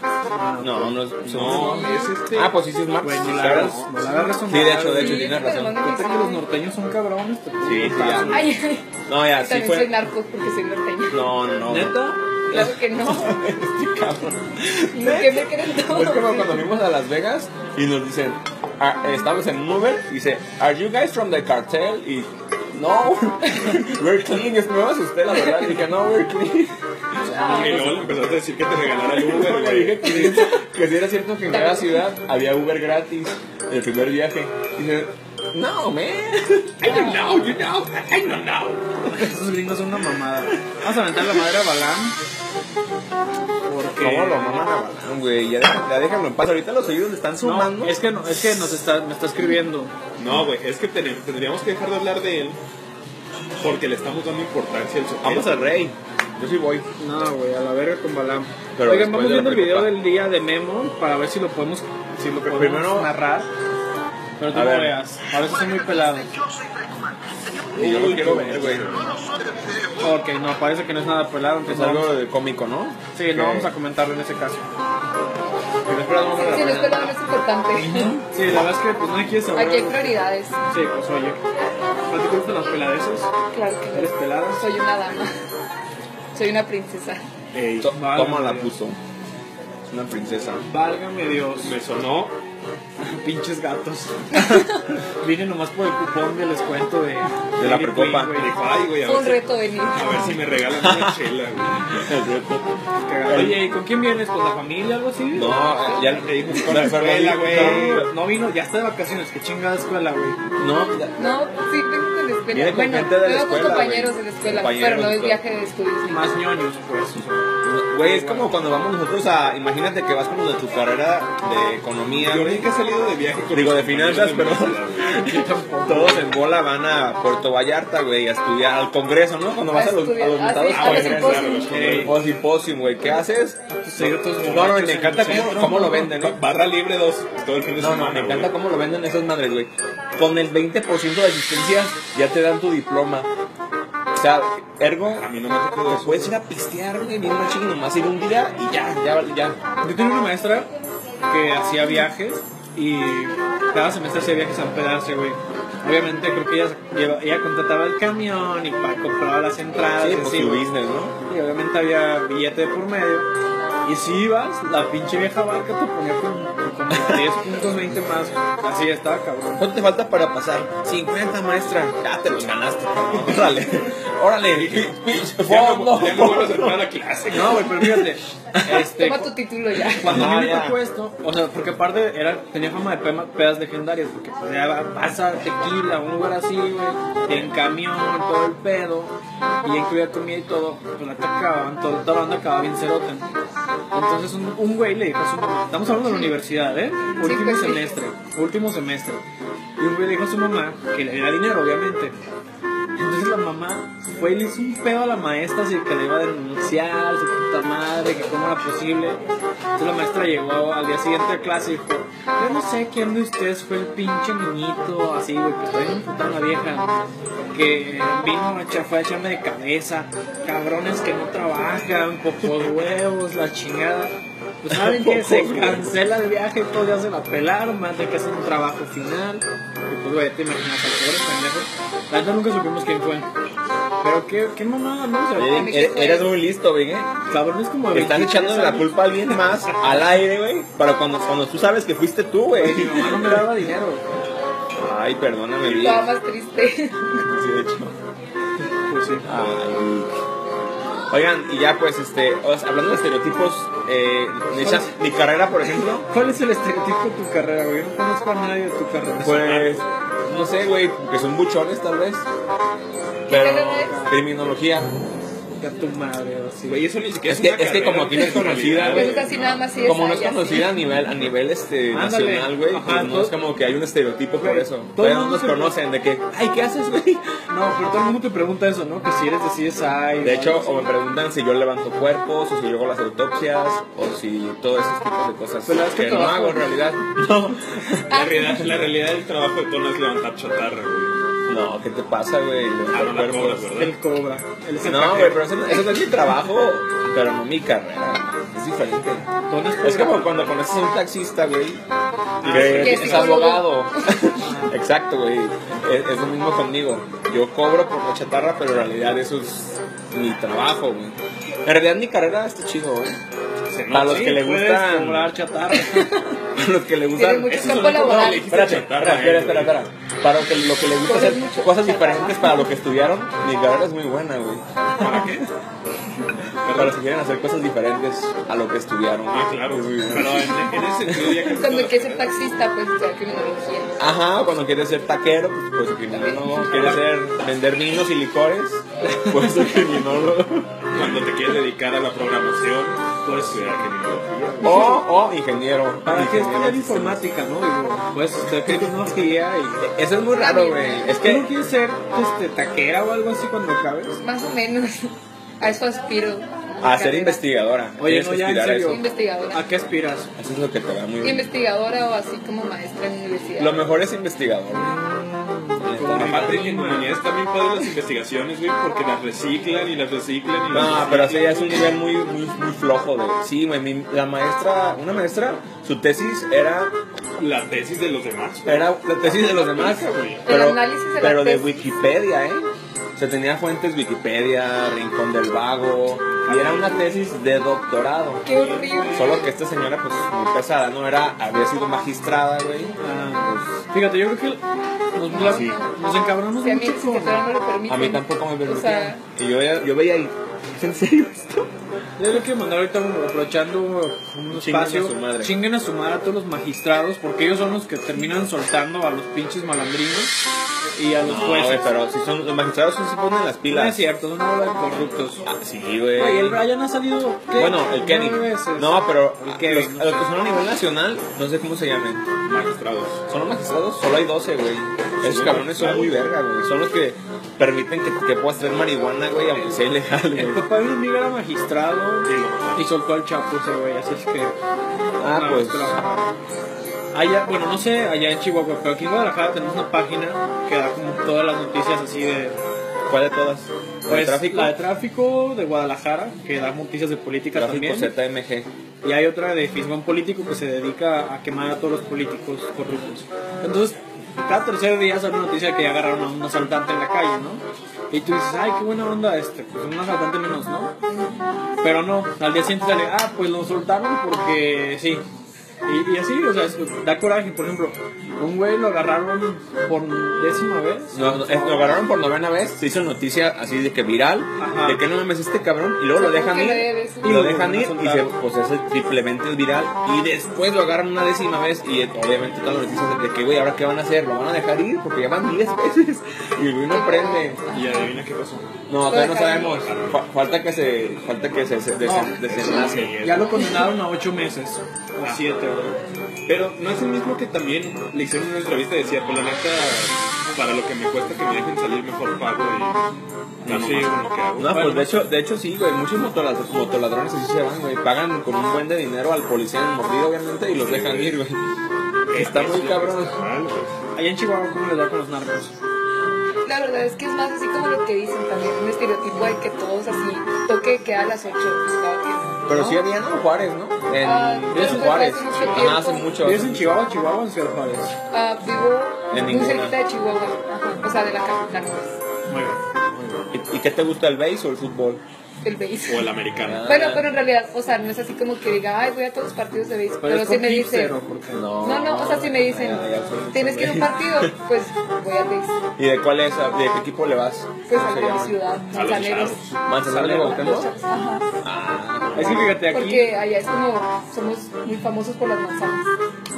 [SPEAKER 3] No, no es,
[SPEAKER 1] No, es este.
[SPEAKER 3] Ah, pues sí, sí es Marx.
[SPEAKER 2] Güey, no la
[SPEAKER 3] claro.
[SPEAKER 2] agarras, no la agarras
[SPEAKER 3] Sí,
[SPEAKER 2] son
[SPEAKER 3] de hecho, de
[SPEAKER 2] malas.
[SPEAKER 3] hecho,
[SPEAKER 4] Sí,
[SPEAKER 3] tienes
[SPEAKER 4] pero
[SPEAKER 3] razón.
[SPEAKER 4] no me-
[SPEAKER 2] Fíjate que los norteños son cabrones. te-
[SPEAKER 3] Sí, sí, ya.
[SPEAKER 4] Ay,
[SPEAKER 3] No, ya, sí
[SPEAKER 4] también soy
[SPEAKER 3] fue.
[SPEAKER 4] narco porque soy norteño.
[SPEAKER 3] No, no, no.
[SPEAKER 2] ¿Neta?
[SPEAKER 4] Claro que no.
[SPEAKER 3] Este cabrón.
[SPEAKER 4] ¿Por qué me creen todo?
[SPEAKER 3] Es como cuando fuimos a Las Vegas y nos dicen, ah, estamos en un Uber, y dice, ¿Are you guys from the cartel? Y no, [laughs] we're clean, es nuevo usted, la verdad. Y dije, no, we're clean.
[SPEAKER 1] Y luego le empezaste a decir que te regalara el [laughs] Uber,
[SPEAKER 3] Le dije
[SPEAKER 1] güey.
[SPEAKER 3] que, sí- que si era cierto que en cada ciudad había Uber gratis el primer viaje. Y dice, no, man.
[SPEAKER 1] I don't know, you know, I don't know.
[SPEAKER 2] Esos gringos son una mamada. Vamos a aventar la madre a Balán. Porque...
[SPEAKER 3] ¿Cómo lo maman a Balán, güey? Ya, deja- ya déjalo en paz. Ahorita los oídos le están sumando.
[SPEAKER 2] No, es que, no, es que nos está, me está escribiendo.
[SPEAKER 1] No, güey, es que ten- tendríamos que dejar de hablar de él porque le estamos dando importancia al sopero.
[SPEAKER 3] Vamos al rey. Yo sí voy.
[SPEAKER 2] No, güey, a la verga con Balam.
[SPEAKER 3] Pero después
[SPEAKER 2] Oigan, vamos
[SPEAKER 3] de la
[SPEAKER 2] viendo el video
[SPEAKER 3] preocupa.
[SPEAKER 2] del día de Memo para ver si lo podemos, si lo
[SPEAKER 3] Pero
[SPEAKER 2] podemos
[SPEAKER 3] primero-
[SPEAKER 2] narrar. Pero tú
[SPEAKER 3] A
[SPEAKER 2] no
[SPEAKER 3] ver.
[SPEAKER 2] veas, a veces son muy pelados.
[SPEAKER 3] Y yo
[SPEAKER 1] Uy,
[SPEAKER 3] lo quiero
[SPEAKER 1] güey.
[SPEAKER 3] ver, güey.
[SPEAKER 2] Ok, no, parece que no es nada pelado.
[SPEAKER 3] Es
[SPEAKER 2] Entonces
[SPEAKER 3] algo de cómico, ¿no?
[SPEAKER 2] Sí, no vamos a comentarlo en ese caso.
[SPEAKER 3] Que no esperamos a la
[SPEAKER 4] Si no
[SPEAKER 3] mañana.
[SPEAKER 4] es pelado, no es importante.
[SPEAKER 2] Sí, la verdad es que pues no hay que saber.
[SPEAKER 4] Aquí hay prioridades.
[SPEAKER 2] Sí, pues oye. ¿No te gustan las peladeces?
[SPEAKER 4] Claro que
[SPEAKER 2] ¿Eres
[SPEAKER 4] no.
[SPEAKER 2] pelada?
[SPEAKER 4] Soy una dama. Soy una princesa.
[SPEAKER 1] Ey,
[SPEAKER 3] To-
[SPEAKER 2] Vale,
[SPEAKER 3] Toma la
[SPEAKER 2] vale.
[SPEAKER 3] puso. Es una princesa.
[SPEAKER 2] Válgame Dios.
[SPEAKER 1] me sonó
[SPEAKER 2] [laughs] Pinches gatos. [laughs] Vine nomás por el cupón del descuento de.
[SPEAKER 3] De la
[SPEAKER 2] Dairy
[SPEAKER 3] precopa.
[SPEAKER 2] Queen,
[SPEAKER 1] Me
[SPEAKER 2] güey.
[SPEAKER 1] dijo, ay, güey, a
[SPEAKER 4] Fue
[SPEAKER 1] ver,
[SPEAKER 4] un
[SPEAKER 1] si,
[SPEAKER 4] reto venir.
[SPEAKER 1] a ver si me regalan una chela, güey.
[SPEAKER 2] Cagado. Oye, ¿y con quién vienes? ¿Con la familia algo así?
[SPEAKER 3] No, eh, ya te dijo con la
[SPEAKER 1] escuela,
[SPEAKER 2] Cabrón, No vino, ya está de vacaciones, qué chingada escuela, güey.
[SPEAKER 3] No, ya-
[SPEAKER 4] No, sí, vengo con la escuela.
[SPEAKER 3] Viene con
[SPEAKER 4] bueno,
[SPEAKER 3] gente de la
[SPEAKER 4] vengo
[SPEAKER 3] escuela,
[SPEAKER 4] con compañeros
[SPEAKER 3] güey.
[SPEAKER 4] de la escuela,
[SPEAKER 3] Compañeros
[SPEAKER 4] pero no
[SPEAKER 3] y
[SPEAKER 4] es
[SPEAKER 3] todo.
[SPEAKER 4] viaje de estudios.
[SPEAKER 2] Más ñoños, pues.
[SPEAKER 3] Güey, es como cuando vamos nosotros a. Imagínate que vas con los de tu carrera de economía.
[SPEAKER 1] Yo nunca he salido de viaje con
[SPEAKER 3] Digo,
[SPEAKER 1] mis
[SPEAKER 3] de finanzas, pero.
[SPEAKER 1] compañeros de universidad,
[SPEAKER 3] [laughs]
[SPEAKER 1] güey.
[SPEAKER 3] Todos en bola van a Puerto Vallarta, güey, a estudiar al Congreso, ¿no? Cuando vas a, los, a los
[SPEAKER 4] estudiar.
[SPEAKER 3] estados
[SPEAKER 4] Ah, sí, a los
[SPEAKER 1] Congresos,
[SPEAKER 4] simposios.
[SPEAKER 3] Ey, Oxypocin, güey, ¿qué haces? No, no, me encanta cómo, cómo lo venden, ¿no?
[SPEAKER 1] Barra libre dos todo el fin de
[SPEAKER 3] No,
[SPEAKER 1] semana.
[SPEAKER 3] no, me
[SPEAKER 1] güey.
[SPEAKER 3] encanta cómo lo venden esas madres, güey. Con el 20% de asistencia ya te dan tu diploma. O sea, ergo,
[SPEAKER 1] A mí no me ha tocado
[SPEAKER 3] pues
[SPEAKER 1] eso.
[SPEAKER 3] puedes ir a pistear, güey, bien machín, nomás ir un día y ya, ya, ya.
[SPEAKER 2] Yo tenía una maestra que hacía viajes y cada semestre hacía viajes a un pedazo, güey. Obviamente creo que ella, lleva- ella contrataba el camión y pa- compraba las entradas.
[SPEAKER 3] Sí,
[SPEAKER 2] y
[SPEAKER 3] pues
[SPEAKER 2] así,
[SPEAKER 3] tu
[SPEAKER 2] güey.
[SPEAKER 3] business, ¿no?
[SPEAKER 2] Y obviamente había billete de por medio. Y si ibas, la pinche vieja barca te ponía como, como 10 puntos 20 más. Así estaba, cabrón.
[SPEAKER 3] ¿Cuánto te falta para pasar? 50, maestra. Ya te los ganaste. [laughs] Órale, [laughs] órale.
[SPEAKER 1] Ya me,
[SPEAKER 3] Fondo.
[SPEAKER 1] ya me vuelvo a sentar a la clase.
[SPEAKER 2] No, güey, pero fíjate.
[SPEAKER 4] [laughs]
[SPEAKER 2] Este,
[SPEAKER 4] Toma tu título ya.
[SPEAKER 2] [laughs] Cuando a mí me
[SPEAKER 3] Ah, ya.
[SPEAKER 2] tocó esto, o sea, porque aparte era, tenía fama de pema- pedas legendarias, porque pues, ya pasa tequila, a un lugar así, güey, en camión, todo el pedo, y ya incluía comida y todo, pues la acababan, todo, toda la banda acababa bien cerota. Entonces un, un güey le dijo a su mamá, estamos hablando de la universidad, ¿eh? Último
[SPEAKER 4] pues, sí.
[SPEAKER 2] semestre, último semestre. Y un güey le dijo a su mamá, que le diera dinero, obviamente. Entonces la mamá fue y le hizo un pedo a la maestra así que le iba a denunciar, su puta madre, que cómo era posible. Entonces la maestra llegó al día siguiente a clase y dijo, yo no sé quién de ustedes fue el pinche niñito, así, güey, que estoy en puta la vieja, que vino, echa- fue a echarme de cabeza, cabrones que no trabajan, pocos huevos, la chingada. Pues saben que se cancela el viaje, todos ya se la pelaron, más de que hacer un trabajo final. Y pues, güey, te imaginas al pobre pendejo. La neta nunca supimos quién fue. Pero qué, qué mamada, ¿no? O sea,
[SPEAKER 3] Ey, er- Eres muy listo, güey, ¿eh?
[SPEAKER 2] cabrones como de
[SPEAKER 3] Le están
[SPEAKER 2] 23
[SPEAKER 3] echándole la
[SPEAKER 2] años.
[SPEAKER 3] culpa a alguien más al aire, güey. Para cuando, cuando tú sabes que fuiste tú, güey.
[SPEAKER 2] Mi mamá no me daba dinero.
[SPEAKER 3] Ay, perdóname, Lili.
[SPEAKER 4] Estaba
[SPEAKER 3] [laughs]
[SPEAKER 4] más triste.
[SPEAKER 3] Sí, de hecho.
[SPEAKER 2] Pues sí.
[SPEAKER 3] Ay. Oigan, y ya pues, este, o sea, hablando de estereotipos, eh, de esa- mi carrera, por ejemplo,
[SPEAKER 2] ¿Cuál es el estereotipo de tu carrera, güey? Yo no conozco a nadie de tu carrera.
[SPEAKER 3] pues, no sé, güey, que son buchones tal vez. Pero,
[SPEAKER 4] carrera es?
[SPEAKER 3] criminología.
[SPEAKER 2] a tu madre, o así.
[SPEAKER 1] Güey, eso ni siquiera
[SPEAKER 3] Es
[SPEAKER 1] es,
[SPEAKER 3] que-
[SPEAKER 1] una
[SPEAKER 3] es que
[SPEAKER 1] carrera,
[SPEAKER 3] como aquí no es conocida,
[SPEAKER 4] Pues
[SPEAKER 3] güey.
[SPEAKER 4] es así nada más sí,
[SPEAKER 3] Como no es
[SPEAKER 4] esa, ya
[SPEAKER 3] conocida a nivel, a nivel este,
[SPEAKER 2] Ándale.
[SPEAKER 3] nacional, güey,
[SPEAKER 2] Ajá,
[SPEAKER 3] pues, no
[SPEAKER 2] todo-
[SPEAKER 3] es como que hay un estereotipo por
[SPEAKER 2] Güey,
[SPEAKER 3] eso.
[SPEAKER 2] todo
[SPEAKER 3] Todavía
[SPEAKER 2] el
[SPEAKER 3] no
[SPEAKER 2] mundo
[SPEAKER 3] nos
[SPEAKER 2] se-
[SPEAKER 3] conocen de que, ay, ¿qué haces, güey?
[SPEAKER 2] No, pero todo el mundo te pregunta eso, ¿no? Que si eres de CSI.
[SPEAKER 3] De
[SPEAKER 2] o
[SPEAKER 3] hecho,
[SPEAKER 2] algo así.
[SPEAKER 3] o me preguntan si yo levanto cuerpos, o si yo hago las autopsias, o si todo ese tipo de cosas
[SPEAKER 2] Pero es que
[SPEAKER 3] que, no
[SPEAKER 2] trabajo.
[SPEAKER 3] hago en realidad. No,
[SPEAKER 1] La realidad, la realidad del trabajo de tono es levantar chatarra, güey.
[SPEAKER 3] no, ¿qué te pasa, güey?
[SPEAKER 1] Ah,
[SPEAKER 3] Levantar
[SPEAKER 1] no la
[SPEAKER 3] cuerpos.
[SPEAKER 1] cobras, ¿verdad?
[SPEAKER 2] El cobra. El
[SPEAKER 3] No,
[SPEAKER 2] zapatero.
[SPEAKER 3] güey, pero eso, eso no es mi trabajo, pero no mi carrera. Es diferente.
[SPEAKER 2] Todo es
[SPEAKER 3] Es
[SPEAKER 2] cobra.
[SPEAKER 3] como cuando conoces a un taxista, güey,
[SPEAKER 1] sí.
[SPEAKER 3] que
[SPEAKER 4] Que
[SPEAKER 3] es
[SPEAKER 4] psicólogo.
[SPEAKER 3] abogado. [laughs] Exacto, güey. Es, es lo mismo conmigo. Yo cobro por la chatarra, pero en realidad eso es mi trabajo, güey. En realidad mi carrera está chido, güey.
[SPEAKER 1] Se
[SPEAKER 3] Para los
[SPEAKER 1] nota.
[SPEAKER 3] que le
[SPEAKER 2] puedes
[SPEAKER 3] gustan-
[SPEAKER 2] cobrar chatarra.
[SPEAKER 3] [laughs] Para los que le
[SPEAKER 4] Tiene
[SPEAKER 3] gustan.
[SPEAKER 4] mucho
[SPEAKER 1] Eso es
[SPEAKER 4] campo
[SPEAKER 1] lo que
[SPEAKER 4] laboral.
[SPEAKER 1] le dijiste
[SPEAKER 3] Espérate,
[SPEAKER 1] chatarra,
[SPEAKER 3] espera, espera,
[SPEAKER 1] eh,
[SPEAKER 3] espera, espera. Para que lo que les gusta hacer cosas diferentes para lo que estudiaron, mi carrera es muy buena, güey.
[SPEAKER 1] ¿Para qué?
[SPEAKER 3] Para los que quieren hacer cosas diferentes a lo que estudiaron.
[SPEAKER 1] Ah, claro,
[SPEAKER 3] Es muy
[SPEAKER 1] güey.
[SPEAKER 3] bueno.
[SPEAKER 1] Pero en, en ese sentido ya que...
[SPEAKER 4] Cuando quieres ser taxista, pues estudiar criminología.
[SPEAKER 3] Ajá, cuando quieres ser taquero, pues, pues criminólogo. Quieres ser vender vinos y licores, pues [laughs] ser criminólogo.
[SPEAKER 1] Cuando te quieres dedicar a la programación, puedes estudiar criminología.
[SPEAKER 3] O, o ingeniero.
[SPEAKER 2] ¿Para Ah, qué
[SPEAKER 3] Ingeniero.
[SPEAKER 2] estudiar informática, no? Digo, pues usted criminología y...
[SPEAKER 3] Eso es muy raro, güey. Es
[SPEAKER 2] ¿Tú no
[SPEAKER 3] que
[SPEAKER 2] quieres ser este, taquera o algo así cuando acabes?
[SPEAKER 4] Más o menos. A eso aspiro.
[SPEAKER 3] a ser
[SPEAKER 4] investigador
[SPEAKER 3] investigadora.
[SPEAKER 2] Oye,
[SPEAKER 3] tienes
[SPEAKER 2] no,
[SPEAKER 3] que
[SPEAKER 2] ya en
[SPEAKER 3] aspirar a
[SPEAKER 2] serio.
[SPEAKER 3] eso.
[SPEAKER 4] Investigadora.
[SPEAKER 2] ¿A qué aspiras?
[SPEAKER 3] Eso es lo que te va muy bien.
[SPEAKER 4] Investigadora o así como maestra en universidad.
[SPEAKER 3] Lo mejor es Este, investigador.
[SPEAKER 2] Ah,
[SPEAKER 3] güey.
[SPEAKER 1] Aparte en humanidades también padre las investigaciones, güey, porque las reciclan y las reciclan y las
[SPEAKER 3] No, pero sí,
[SPEAKER 1] reciclan.
[SPEAKER 3] ya es un nivel muy, muy, muy flojo de... Sí, güey, mi- la maestra, una maestra, su tesis era,
[SPEAKER 1] La tesis de los demás.
[SPEAKER 3] era la tesis de los demás,
[SPEAKER 4] El
[SPEAKER 3] pero,
[SPEAKER 4] análisis de la
[SPEAKER 3] pero de
[SPEAKER 4] tesis.
[SPEAKER 3] Wikipedia, ¿eh? O sea, tenía fuentes Wikipedia, Rincón del Vago, y era una tesis de doctorado.
[SPEAKER 4] Qué horrible.
[SPEAKER 3] Solo que esta señora, pues, muy pesada, ¿no? Era, había sido magistrada, güey.
[SPEAKER 2] Ah, fíjate, yo creo que nos, la-
[SPEAKER 1] Sí.
[SPEAKER 2] nos encabronamos
[SPEAKER 4] Si a mí
[SPEAKER 2] mucho
[SPEAKER 4] es
[SPEAKER 2] con...
[SPEAKER 4] que todavía no lo permiten.
[SPEAKER 3] A mí tampoco me
[SPEAKER 4] O
[SPEAKER 3] permitía.
[SPEAKER 4] sea,
[SPEAKER 3] Y yo, veía- yo veía
[SPEAKER 2] [laughs]
[SPEAKER 3] ahí, ¿es en serio esto?
[SPEAKER 2] Yo creo que mandar ahorita aprovechando
[SPEAKER 3] Chinguen a
[SPEAKER 2] un espacio,
[SPEAKER 3] su madre.
[SPEAKER 2] chinguen a su madre a todos los magistrados, porque ellos son los que terminan soltando a los pinches malandrinos. y a los
[SPEAKER 3] No,
[SPEAKER 2] jueces.
[SPEAKER 3] güey, pero si son, los magistrados sí se ponen las
[SPEAKER 2] Pues, No es
[SPEAKER 3] pilas.
[SPEAKER 2] cierto, son una bola de corruptos.
[SPEAKER 3] Ah, sí,
[SPEAKER 2] Güey,
[SPEAKER 3] güey.
[SPEAKER 2] el Ryan ha salido. ¿qué?
[SPEAKER 3] Bueno, el Kenny.
[SPEAKER 2] Nueve veces.
[SPEAKER 3] No, pero
[SPEAKER 2] El
[SPEAKER 3] a-
[SPEAKER 2] Kevin,
[SPEAKER 3] los,
[SPEAKER 2] no
[SPEAKER 3] a los
[SPEAKER 2] sé.
[SPEAKER 3] que son a nivel nacional, no sé cómo se llamen.
[SPEAKER 1] magistrados.
[SPEAKER 3] Son los magistrados, solo hay 12, güey. Esos
[SPEAKER 1] Sí,
[SPEAKER 3] cabrones son
[SPEAKER 1] claro.
[SPEAKER 3] muy verga, güey. Son los que permiten que, que puedas tener marihuana, güey, aunque sea ilegal,
[SPEAKER 2] [laughs] El
[SPEAKER 3] güey.
[SPEAKER 2] papá de un amigo era magistrado y soltó al chapo ese güey, así es que.
[SPEAKER 3] Ah,
[SPEAKER 2] No,
[SPEAKER 3] pues.
[SPEAKER 2] es que la- Allá, bueno, no sé, allá en Chihuahua, pero aquí en Guadalajara tenemos una página que da como todas las noticias así de.
[SPEAKER 3] ¿Cuál de todas?
[SPEAKER 2] pues,
[SPEAKER 3] ¿El tráfico?
[SPEAKER 2] La de tráfico de Guadalajara, que da noticias de política
[SPEAKER 3] Tráfico
[SPEAKER 2] también.
[SPEAKER 3] ZMG.
[SPEAKER 2] Y hay otra de Fisgón Político que se dedica a quemar a todos los políticos corruptos. Entonces, cada tercer día sale una noticia que ya agarraron a un asaltante en la calle, ¿no? Y tú dices, ay, qué buena onda este, pues un asaltante menos, ¿no? Pero no, al día siguiente sale, ah, pues lo soltaron porque sí. Y, y así, o sea, es- da coraje. Por ejemplo, un güey lo agarraron por décima vez.
[SPEAKER 3] No, no, eh, lo agarraron por novena vez, se hizo noticia así de que viral,
[SPEAKER 2] Ajá.
[SPEAKER 3] de que no mames este cabrón, y luego lo dejan
[SPEAKER 4] Que
[SPEAKER 3] ir,
[SPEAKER 4] lo debes.
[SPEAKER 3] y lo dejan ir, y se,
[SPEAKER 2] Resultado.
[SPEAKER 3] pues ese triplemente es viral, y después lo agarran una décima vez, y eh, obviamente todas las noticias de- de que, güey, ¿ahora qué van a hacer? ¿Lo van a dejar ir? Porque ya van 10 veces, [laughs] y el güey no prende.
[SPEAKER 1] Y adivina qué pasó.
[SPEAKER 3] No, todavía no
[SPEAKER 4] dejaron
[SPEAKER 3] sabemos, Fa- falta que se, falta que se, se desen- desenlace.
[SPEAKER 2] Ya lo condenaron a ocho meses o
[SPEAKER 1] Ah.
[SPEAKER 2] siete, güey.
[SPEAKER 1] Pero no es el mismo que también le hicieron una entrevista y decía, pues la neta, para lo que me cuesta que me dejen salir mejor pago y no sé como que hago.
[SPEAKER 3] No, pues de hecho, de hecho sí, güey, muchos motoladrones, motoladrones así se van, güey, pagan con un buen de dinero al policía en mordido, obviamente, y los dejan ir, güey. Está muy cabrón.
[SPEAKER 2] Allá en Chihuahua, ¿cómo les da con los narcos?
[SPEAKER 4] La verdad es que es más así como lo que dicen también, un estereotipo de que todos así, toque que queda a las 8 cada tiempo.
[SPEAKER 3] Pero sí había, ¿no? Juárez, ¿no? En,
[SPEAKER 4] Ah,
[SPEAKER 3] es
[SPEAKER 4] pero
[SPEAKER 3] en Juárez.
[SPEAKER 4] hace mucho tiempo.
[SPEAKER 3] Ajá, hace mucho.
[SPEAKER 2] ¿Vives en Chihuahua, Chihuahua o en Ciudad Juárez?
[SPEAKER 4] Ah,
[SPEAKER 3] En
[SPEAKER 4] vivo muy
[SPEAKER 3] ninguna.
[SPEAKER 4] cerquita de Chihuahua, ajá, o sea, de la capital, pues,
[SPEAKER 1] Muy bien.
[SPEAKER 3] ¿Y, y qué te gusta, el base o el fútbol?
[SPEAKER 4] del béisbol.
[SPEAKER 1] O el americano.
[SPEAKER 3] Ah.
[SPEAKER 4] Bueno, pero en realidad, o sea, no es así como que diga, ay, voy a todos los partidos de béisbol, pero, si me dicen,
[SPEAKER 3] No.
[SPEAKER 4] no, no, o sea, si me dicen,
[SPEAKER 3] Ya, ya, ya, ya.
[SPEAKER 4] tienes que ir a un partido, pues voy al béisbol,
[SPEAKER 3] ¿Y de cuál es? ¿De qué equipo le vas?
[SPEAKER 4] pues
[SPEAKER 3] ¿Cómo
[SPEAKER 4] al
[SPEAKER 3] se
[SPEAKER 4] de mi
[SPEAKER 3] llama?
[SPEAKER 4] ciudad,
[SPEAKER 1] ah, A los
[SPEAKER 4] Manzaneros.
[SPEAKER 1] chavos.
[SPEAKER 3] ¿Manzanero de Cuauhtémoc?
[SPEAKER 4] Ajá.
[SPEAKER 3] Ah,
[SPEAKER 2] Es que fíjate aquí.
[SPEAKER 4] Porque allá es como, somos muy famosos por las manzanas.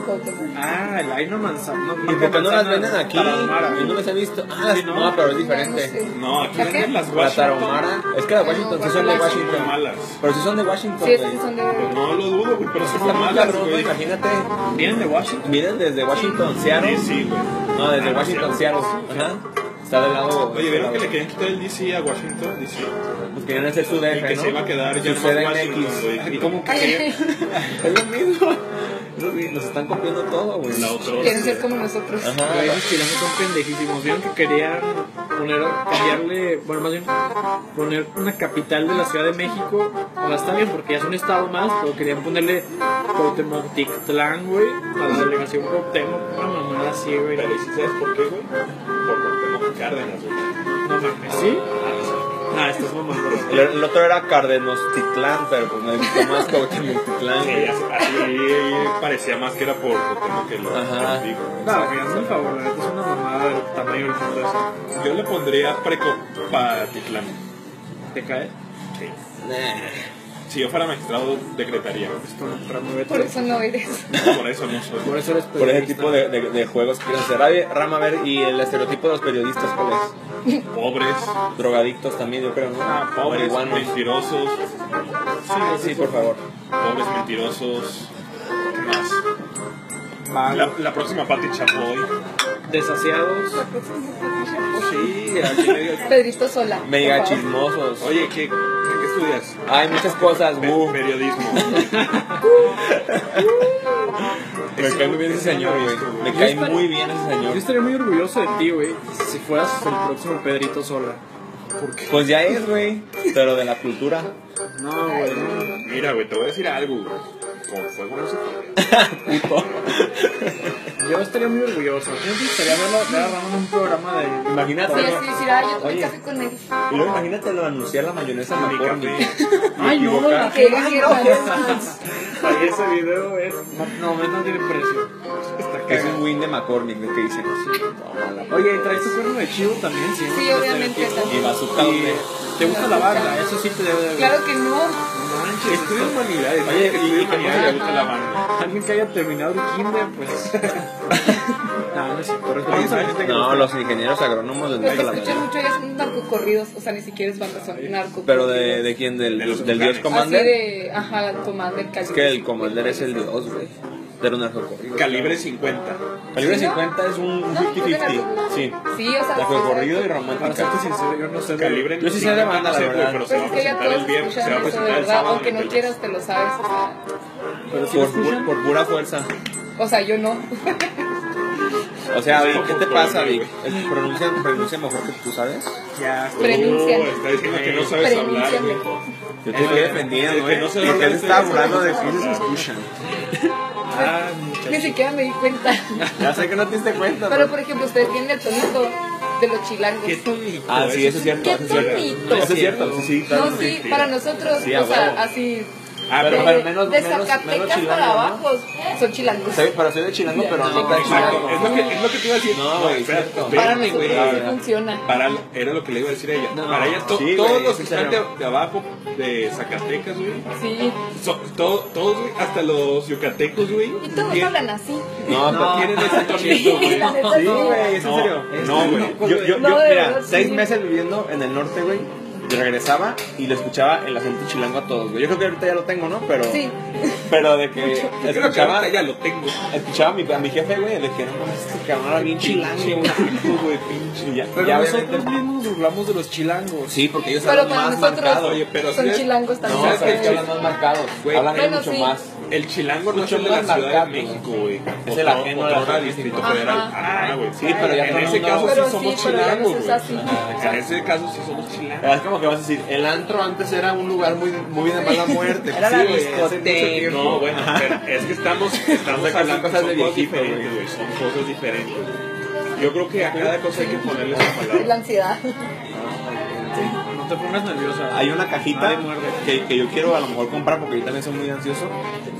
[SPEAKER 4] Cuauhtémoc.
[SPEAKER 2] Ah, el Aino Manzano.
[SPEAKER 3] ¿Y por qué no las venden aquí? ¿Y no
[SPEAKER 2] Tarahumara.
[SPEAKER 3] las he visto? Ah,
[SPEAKER 2] Sí, ¿no?
[SPEAKER 3] no, pero es
[SPEAKER 4] No
[SPEAKER 3] diferente.
[SPEAKER 4] sé.
[SPEAKER 1] No, aquí
[SPEAKER 4] ¿La qué?
[SPEAKER 1] venden las
[SPEAKER 3] La
[SPEAKER 1] Washington.
[SPEAKER 3] tarahumara. Es que las Washington sí son de
[SPEAKER 4] guacalazo.
[SPEAKER 1] Son
[SPEAKER 3] Washington.
[SPEAKER 1] malas. Pues,
[SPEAKER 3] Pero sí son de Washington,
[SPEAKER 4] Sí, esas sí
[SPEAKER 3] güey.
[SPEAKER 4] son de.
[SPEAKER 1] No lo dudo, güey, pero son
[SPEAKER 3] Está muy
[SPEAKER 1] malas,
[SPEAKER 3] cabrón, güey,
[SPEAKER 1] güey.
[SPEAKER 3] imagínate.
[SPEAKER 2] Vienen de Washington.
[SPEAKER 3] Miren desde Washington, Seattle.
[SPEAKER 1] Sí, sí, güey.
[SPEAKER 3] No, desde
[SPEAKER 1] Ah,
[SPEAKER 3] Washington,
[SPEAKER 1] sí.
[SPEAKER 3] Seattle. Ajá. Está del lado.
[SPEAKER 1] Oye, ¿vieron que le
[SPEAKER 3] que
[SPEAKER 1] querían quitar el DC a Washington? DC.
[SPEAKER 3] Pues querían hacer su
[SPEAKER 1] Y
[SPEAKER 3] DF,
[SPEAKER 1] que
[SPEAKER 3] ¿no?
[SPEAKER 1] se iba a quedar ya
[SPEAKER 3] Su
[SPEAKER 1] nomás
[SPEAKER 3] CDMX.
[SPEAKER 1] Washington, güey.
[SPEAKER 2] ¿Cómo que?
[SPEAKER 4] Ay,
[SPEAKER 3] [laughs] Es lo mismo. Eso sí, Nos están copiando todo, güey.
[SPEAKER 1] La otra. este,
[SPEAKER 4] Quieren ser como nosotros.
[SPEAKER 3] Ajá.
[SPEAKER 2] Güey, Esos chilenos son pendejísimos. Vieron que querían poner, cambiarle, bueno, más bien, poner una capital de la Ciudad de México. O sea, está bien porque ya es un estado más, pero querían ponerle Cuauhtémoc Tictlán, güey, a la delegación Cuauhtémoc. Una mamada así, güey.
[SPEAKER 1] Pero ¿y si sabes por qué, güey? Por Cuauhtémoc Cárdenas, güey.
[SPEAKER 2] No mames, ¿sí? Ah, estás mamando. güey.
[SPEAKER 3] El, el otro era Cardenostitlán, pero pues me gustó más Cautemotitlán.
[SPEAKER 1] Sí, ya sé, así parecía más que era por Cuauhtémoc que lo
[SPEAKER 3] Ajá.
[SPEAKER 1] que digo.
[SPEAKER 2] No, güey, hazme el favor, la neta es una mamada del tamaño del mundo eso.
[SPEAKER 1] Yo le pondría Precopatitlán.
[SPEAKER 2] ¿Te cae?
[SPEAKER 1] Sí.
[SPEAKER 3] Nah.
[SPEAKER 1] Si yo fuera magistrado, decretaría.
[SPEAKER 2] Esto no entra, muévete.
[SPEAKER 4] Por eso no eres.
[SPEAKER 1] Por eso no soy.
[SPEAKER 2] Por eso eres
[SPEAKER 3] Por ese
[SPEAKER 2] periodista.
[SPEAKER 3] tipo de, de, de juegos que quieren hacer. Ay, Rama, a ver, y el estereotipo de los periodistas, ¿cuál es?
[SPEAKER 1] Pobres,
[SPEAKER 3] Drogadictos también, yo creo, ¿no?
[SPEAKER 1] Ah, pobres,
[SPEAKER 3] Marihuanos.
[SPEAKER 1] mentirosos.
[SPEAKER 3] Sí, sí, por favor.
[SPEAKER 1] Pobres, mentirosos. ¿Qué más?
[SPEAKER 2] Vago.
[SPEAKER 1] La, la próxima Pati Chapoy.
[SPEAKER 2] Desasiados.
[SPEAKER 3] Sí, aquí-
[SPEAKER 4] Pedrito Sola.
[SPEAKER 3] Mega
[SPEAKER 4] por favor.
[SPEAKER 3] chismosos.
[SPEAKER 1] Oye, ¿qué, qué estudias?
[SPEAKER 3] Hay muchas cosas, uh,
[SPEAKER 1] periodismo.
[SPEAKER 3] Me cae muy bien ese señor, güey. Me cae muy bien ese
[SPEAKER 2] Yo
[SPEAKER 3] señor.
[SPEAKER 2] estaría muy orgulloso de ti, güey, si fueras el próximo Pedrito Sola.
[SPEAKER 3] Pues ya es, güey. Pero de la cultura.
[SPEAKER 2] No, güey, no.
[SPEAKER 1] Mira, güey, te voy a decir algo, güey. Como fuego no se puede.
[SPEAKER 3] Puto.
[SPEAKER 2] Yo estaría muy orgulloso. A ti no te gustaría verla ver a Ramón en un programa de...
[SPEAKER 3] Imagínate.
[SPEAKER 4] Sí, así decir, ay, yo tomé
[SPEAKER 3] Oye.
[SPEAKER 4] café con él.
[SPEAKER 3] Y luego imagínate lo anunciar la mayonesa
[SPEAKER 1] Mi
[SPEAKER 3] McCormick.
[SPEAKER 1] café.
[SPEAKER 2] ¡Ay, no! la
[SPEAKER 4] Que
[SPEAKER 2] gente-
[SPEAKER 4] dijeron,
[SPEAKER 2] Ay, ese video es... No, no, no tiene precio. Está
[SPEAKER 3] Es un
[SPEAKER 2] cagado.
[SPEAKER 3] win de McCormick, ¿no? que dicen. Tómala.
[SPEAKER 2] Oye, ¿y traes tu cuerno de chivo también? Sí,
[SPEAKER 4] Sí, obviamente.
[SPEAKER 3] Y
[SPEAKER 4] también.
[SPEAKER 3] bazooka donde.
[SPEAKER 2] Y- ¿Te gusta la banda? Eso sí te debe de...
[SPEAKER 4] Claro que no.
[SPEAKER 2] No manches,
[SPEAKER 3] Estudio
[SPEAKER 2] esto-
[SPEAKER 3] humanidades.
[SPEAKER 2] Oye, y-
[SPEAKER 1] Mañana le gusta la banda.
[SPEAKER 2] [laughs] Alguien que haya terminado el kinder, pues. no, no profesores y todo
[SPEAKER 1] Hay
[SPEAKER 2] Vamos a ver. este
[SPEAKER 1] gente que
[SPEAKER 3] No,
[SPEAKER 1] está-
[SPEAKER 3] los ingenieros agrónomos les
[SPEAKER 4] Lo que
[SPEAKER 1] Este,
[SPEAKER 3] gusta la
[SPEAKER 4] escucho
[SPEAKER 3] madre.
[SPEAKER 4] mucho ya son narcocorridos, o sea, ni siquiera es banda, son narcocorridos.
[SPEAKER 3] Pero de, de quién? Del,
[SPEAKER 1] De los
[SPEAKER 3] del dios
[SPEAKER 1] sultanes.
[SPEAKER 4] Así
[SPEAKER 3] Commander.
[SPEAKER 4] de, ajá, Commander Cali.
[SPEAKER 3] Es que el Commander es el dios, güey. De los narcocorridos.
[SPEAKER 1] Calibre 50.
[SPEAKER 3] Calibre
[SPEAKER 4] ¿Sí, no?
[SPEAKER 3] 50 es un
[SPEAKER 4] No, no,
[SPEAKER 3] 50-50.
[SPEAKER 4] no.
[SPEAKER 3] Sí.
[SPEAKER 4] Sí, o sea,
[SPEAKER 3] Narcocorrido y
[SPEAKER 2] Para
[SPEAKER 3] romántica.
[SPEAKER 2] serte sincero, yo no sé. de-
[SPEAKER 1] Calibre
[SPEAKER 3] Yo sí sé de banda, la
[SPEAKER 1] sé, güey,
[SPEAKER 3] verdad.
[SPEAKER 1] Pero se
[SPEAKER 4] Pues
[SPEAKER 1] va a
[SPEAKER 4] es que ya
[SPEAKER 1] presentar el
[SPEAKER 4] todos
[SPEAKER 1] viernes. Se va a
[SPEAKER 4] escuchan eso, de
[SPEAKER 1] presentar el
[SPEAKER 4] verdad,
[SPEAKER 1] sábado.
[SPEAKER 4] aunque
[SPEAKER 1] en
[SPEAKER 4] no
[SPEAKER 1] el
[SPEAKER 4] quieras, te lo sabes. o sea.
[SPEAKER 2] Pero si lo
[SPEAKER 3] Por, pu-
[SPEAKER 2] escuchan.
[SPEAKER 3] por pura fuerza.
[SPEAKER 4] O sea, yo no. [laughs]
[SPEAKER 3] O sea,
[SPEAKER 1] Sí,
[SPEAKER 3] Vic, ¿qué
[SPEAKER 1] por-
[SPEAKER 3] te
[SPEAKER 1] por
[SPEAKER 3] pasa,
[SPEAKER 1] el
[SPEAKER 3] Vic?
[SPEAKER 1] nombre,
[SPEAKER 3] Es- Pronuncia, pronuncia mejor que tú, ¿sabes?
[SPEAKER 2] Ya, está.
[SPEAKER 4] Pronuncia.
[SPEAKER 1] Uh, está diciendo que no sabes hablar.
[SPEAKER 4] Prenúnciame.
[SPEAKER 1] güey.
[SPEAKER 3] Yo te estoy defendiendo,
[SPEAKER 1] el que
[SPEAKER 3] güey.
[SPEAKER 1] no se
[SPEAKER 3] Porque
[SPEAKER 1] habla
[SPEAKER 3] él
[SPEAKER 1] de
[SPEAKER 3] estaba
[SPEAKER 1] eso,
[SPEAKER 3] burlando
[SPEAKER 1] no
[SPEAKER 3] de
[SPEAKER 1] se
[SPEAKER 3] quienes
[SPEAKER 1] habla.
[SPEAKER 3] escuchan.
[SPEAKER 2] Ah,
[SPEAKER 4] Ni
[SPEAKER 2] muchachos.
[SPEAKER 4] siquiera me di cuenta.
[SPEAKER 3] Ya sé que no te diste cuenta,
[SPEAKER 4] Pero, por ejemplo, ustedes tienen el tonito de los chilangos.
[SPEAKER 2] Qué tonito.
[SPEAKER 3] Ah, sí, eso es cierto.
[SPEAKER 4] Qué
[SPEAKER 3] eso es cierto.
[SPEAKER 4] tonito.
[SPEAKER 3] Eso es cierto, sí, sí, claro.
[SPEAKER 4] No, sí, para nosotros,
[SPEAKER 3] Sí, a
[SPEAKER 4] o sea,
[SPEAKER 3] huevo.
[SPEAKER 4] así.
[SPEAKER 1] Ah,
[SPEAKER 3] Pero-
[SPEAKER 4] de,
[SPEAKER 3] pero menos-
[SPEAKER 4] de
[SPEAKER 3] menos-
[SPEAKER 4] Zacatecas
[SPEAKER 3] menos
[SPEAKER 4] para
[SPEAKER 3] chilango, ¿no?
[SPEAKER 4] abajo son chilangos.
[SPEAKER 3] Soy- Pero soy de chilango, pero no tan
[SPEAKER 1] Exacto,
[SPEAKER 3] chilango.
[SPEAKER 1] es lo que, es lo que te iba a decir.
[SPEAKER 3] No, güey,
[SPEAKER 1] espera,
[SPEAKER 3] cierto.
[SPEAKER 1] espera.
[SPEAKER 4] Para nosotros
[SPEAKER 1] A
[SPEAKER 4] así
[SPEAKER 1] ver,
[SPEAKER 4] funciona.
[SPEAKER 1] Para, era lo que le iba a decir a ella.
[SPEAKER 2] No,
[SPEAKER 1] para ella, to-
[SPEAKER 3] sí,
[SPEAKER 1] todos
[SPEAKER 3] güey,
[SPEAKER 1] los
[SPEAKER 3] sí,
[SPEAKER 1] que están de,
[SPEAKER 3] claro.
[SPEAKER 1] de abajo, de Zacatecas, güey,
[SPEAKER 4] Sí.
[SPEAKER 1] so- to- todos, güey, hasta los yucatecos, güey,
[SPEAKER 4] Y todos
[SPEAKER 1] tien-
[SPEAKER 4] hablan así.
[SPEAKER 3] No,
[SPEAKER 2] No.
[SPEAKER 1] tienen ese tonito,
[SPEAKER 4] Sí,
[SPEAKER 1] güey.
[SPEAKER 4] [laughs] la neta,
[SPEAKER 3] Sí, güey, es en
[SPEAKER 1] No,
[SPEAKER 3] serio.
[SPEAKER 1] no, güey.
[SPEAKER 3] Yo, yo, yo,
[SPEAKER 4] No, de
[SPEAKER 3] mira,
[SPEAKER 4] verdad,
[SPEAKER 3] seis
[SPEAKER 4] sí.
[SPEAKER 3] meses viviendo en el norte, güey. Yo regresaba y lo escuchaba el acento chilango a todos, güey. Yo creo que ahorita ya lo tengo, ¿no? Pero,
[SPEAKER 4] Sí.
[SPEAKER 3] pero de que
[SPEAKER 1] Yo creo que
[SPEAKER 3] escuchaba,
[SPEAKER 1] ahorita ya lo tengo.
[SPEAKER 3] escuchaba a mi, a mi jefe, güey, de que no mames, este cabrón era bien chilango,
[SPEAKER 1] Pinche
[SPEAKER 3] güey.
[SPEAKER 1] naco, güey, pinche.
[SPEAKER 3] Y ya,
[SPEAKER 2] Pero
[SPEAKER 3] ya
[SPEAKER 2] nosotros
[SPEAKER 3] obviamente- pues,
[SPEAKER 2] mismos nos burlamos de los chilangos.
[SPEAKER 3] Sí, porque ellos
[SPEAKER 4] Pero
[SPEAKER 3] hablan
[SPEAKER 4] para
[SPEAKER 3] más
[SPEAKER 4] nosotros
[SPEAKER 3] marcado.
[SPEAKER 1] oye, pero
[SPEAKER 4] son
[SPEAKER 1] sí es-
[SPEAKER 4] chilangos también.
[SPEAKER 3] No,
[SPEAKER 1] ¿sabes
[SPEAKER 3] pero
[SPEAKER 1] qué?
[SPEAKER 3] es que hablan más marcados,
[SPEAKER 1] Güey.
[SPEAKER 3] hablan
[SPEAKER 4] Bueno,
[SPEAKER 3] mucho
[SPEAKER 4] sí.
[SPEAKER 3] más.
[SPEAKER 1] El chilango no es
[SPEAKER 3] Mucho
[SPEAKER 1] el de la
[SPEAKER 3] más
[SPEAKER 1] Ciudad de
[SPEAKER 3] marcado.
[SPEAKER 1] México, güey.
[SPEAKER 3] Es el ajeno a la
[SPEAKER 1] otro del
[SPEAKER 3] política.
[SPEAKER 1] Distrito
[SPEAKER 4] Ajá.
[SPEAKER 1] Federal. Ah, güey.
[SPEAKER 3] Sí, pero ya
[SPEAKER 1] en
[SPEAKER 3] todo el
[SPEAKER 1] ese
[SPEAKER 3] mundo-
[SPEAKER 1] caso
[SPEAKER 4] Pero
[SPEAKER 1] sí somos
[SPEAKER 4] sí, pero ya no
[SPEAKER 1] chilangos,
[SPEAKER 4] se
[SPEAKER 1] güey.
[SPEAKER 4] usa así.
[SPEAKER 1] En ese caso sí somos chilangos.
[SPEAKER 3] Es como que vas a decir, "Eh, el antro antes era un lugar muy, muy de mala muerte.
[SPEAKER 2] Era la
[SPEAKER 3] Sí, güey, hace mucho
[SPEAKER 2] discoteca.
[SPEAKER 3] tiempo.
[SPEAKER 1] No, bueno, pero es que [laughs] estamos,
[SPEAKER 3] O
[SPEAKER 1] estamos
[SPEAKER 3] sea, que son
[SPEAKER 1] hablando
[SPEAKER 3] cosas
[SPEAKER 1] son
[SPEAKER 3] de
[SPEAKER 1] cosas
[SPEAKER 3] viejito,
[SPEAKER 1] diferentes, güey. Son cosas diferentes. güey. Yo creo que a cada cosa hay que ponerle su
[SPEAKER 4] Es [laughs] la
[SPEAKER 1] palabra.
[SPEAKER 4] ansiedad.
[SPEAKER 2] No te pongas nerviosa.
[SPEAKER 3] Hay una
[SPEAKER 2] Nadie
[SPEAKER 3] cajita
[SPEAKER 2] muerde.
[SPEAKER 3] que, que yo quiero a lo mejor comprar porque yo también soy muy ansioso.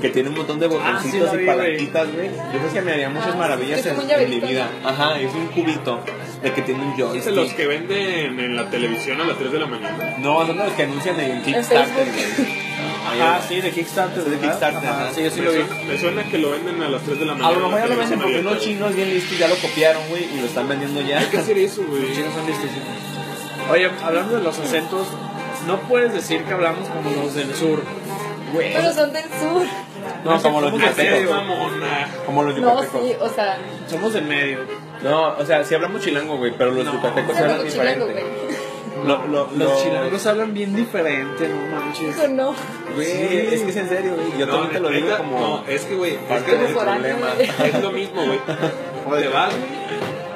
[SPEAKER 3] Que tiene un montón de botoncitos
[SPEAKER 2] Ah, sí la
[SPEAKER 3] y
[SPEAKER 2] vi,
[SPEAKER 3] palanquitas, güey. Yo creo que me haría muchas
[SPEAKER 4] Ah,
[SPEAKER 3] maravillas
[SPEAKER 4] es
[SPEAKER 3] en,
[SPEAKER 4] como un
[SPEAKER 3] en mi
[SPEAKER 4] llaverito,
[SPEAKER 3] vida. Ajá, es un cubito de que tiene un
[SPEAKER 1] Es de los
[SPEAKER 3] joystick.
[SPEAKER 1] que venden en la televisión a las 3 de la mañana.
[SPEAKER 3] No, son de los que anuncian en
[SPEAKER 4] En
[SPEAKER 3] Kickstarter,
[SPEAKER 4] Facebook.
[SPEAKER 3] güey.
[SPEAKER 2] Ah, sí, de Kickstarter.
[SPEAKER 3] Es de
[SPEAKER 2] ¿verdad?
[SPEAKER 3] Kickstarter,
[SPEAKER 2] Ajá,
[SPEAKER 3] ajá.
[SPEAKER 2] Sí, yo sí
[SPEAKER 1] me,
[SPEAKER 2] lo vi.
[SPEAKER 1] suena, me suena que lo venden a las 3 de la mañana.
[SPEAKER 3] A lo mejor ya
[SPEAKER 1] en la
[SPEAKER 3] lo venden porque
[SPEAKER 1] televisión
[SPEAKER 3] unos
[SPEAKER 1] abierta,
[SPEAKER 3] chinos bien listos ya lo copiaron, güey, y lo están vendiendo ya.
[SPEAKER 1] güey. Hay que hacer eso, güey.
[SPEAKER 2] Los chinos son distintos. Oye, hablando de los acentos, no puedes decir que hablamos como los del sur. Güey.
[SPEAKER 4] Pero son del sur.
[SPEAKER 3] [laughs] No, como los
[SPEAKER 2] ¿Cómo que
[SPEAKER 1] Hacer
[SPEAKER 2] serio?
[SPEAKER 3] yucatecos.
[SPEAKER 1] mamona.
[SPEAKER 3] Como los
[SPEAKER 4] No,
[SPEAKER 3] yucatecos.
[SPEAKER 4] sí, o sea,
[SPEAKER 2] Somos del medio.
[SPEAKER 3] No, o sea, si hablamos chilango, güey, pero los yucatecos
[SPEAKER 4] son
[SPEAKER 3] hablan
[SPEAKER 4] algo chilango,
[SPEAKER 3] diferente.
[SPEAKER 4] güey.
[SPEAKER 3] Lo- lo-
[SPEAKER 2] Los
[SPEAKER 3] lo-
[SPEAKER 2] chilangos hablan bien diferente, no manches.
[SPEAKER 4] Digo, no.
[SPEAKER 3] Güey,
[SPEAKER 2] Sí.
[SPEAKER 3] es que es en serio, güey. Yo también te lo digo
[SPEAKER 1] neta,
[SPEAKER 3] como.
[SPEAKER 1] No, es que, güey, es,
[SPEAKER 3] parte
[SPEAKER 1] que
[SPEAKER 3] del
[SPEAKER 4] por ahí,
[SPEAKER 3] problema.
[SPEAKER 4] güey.
[SPEAKER 1] es lo mismo, güey. Te vas güey,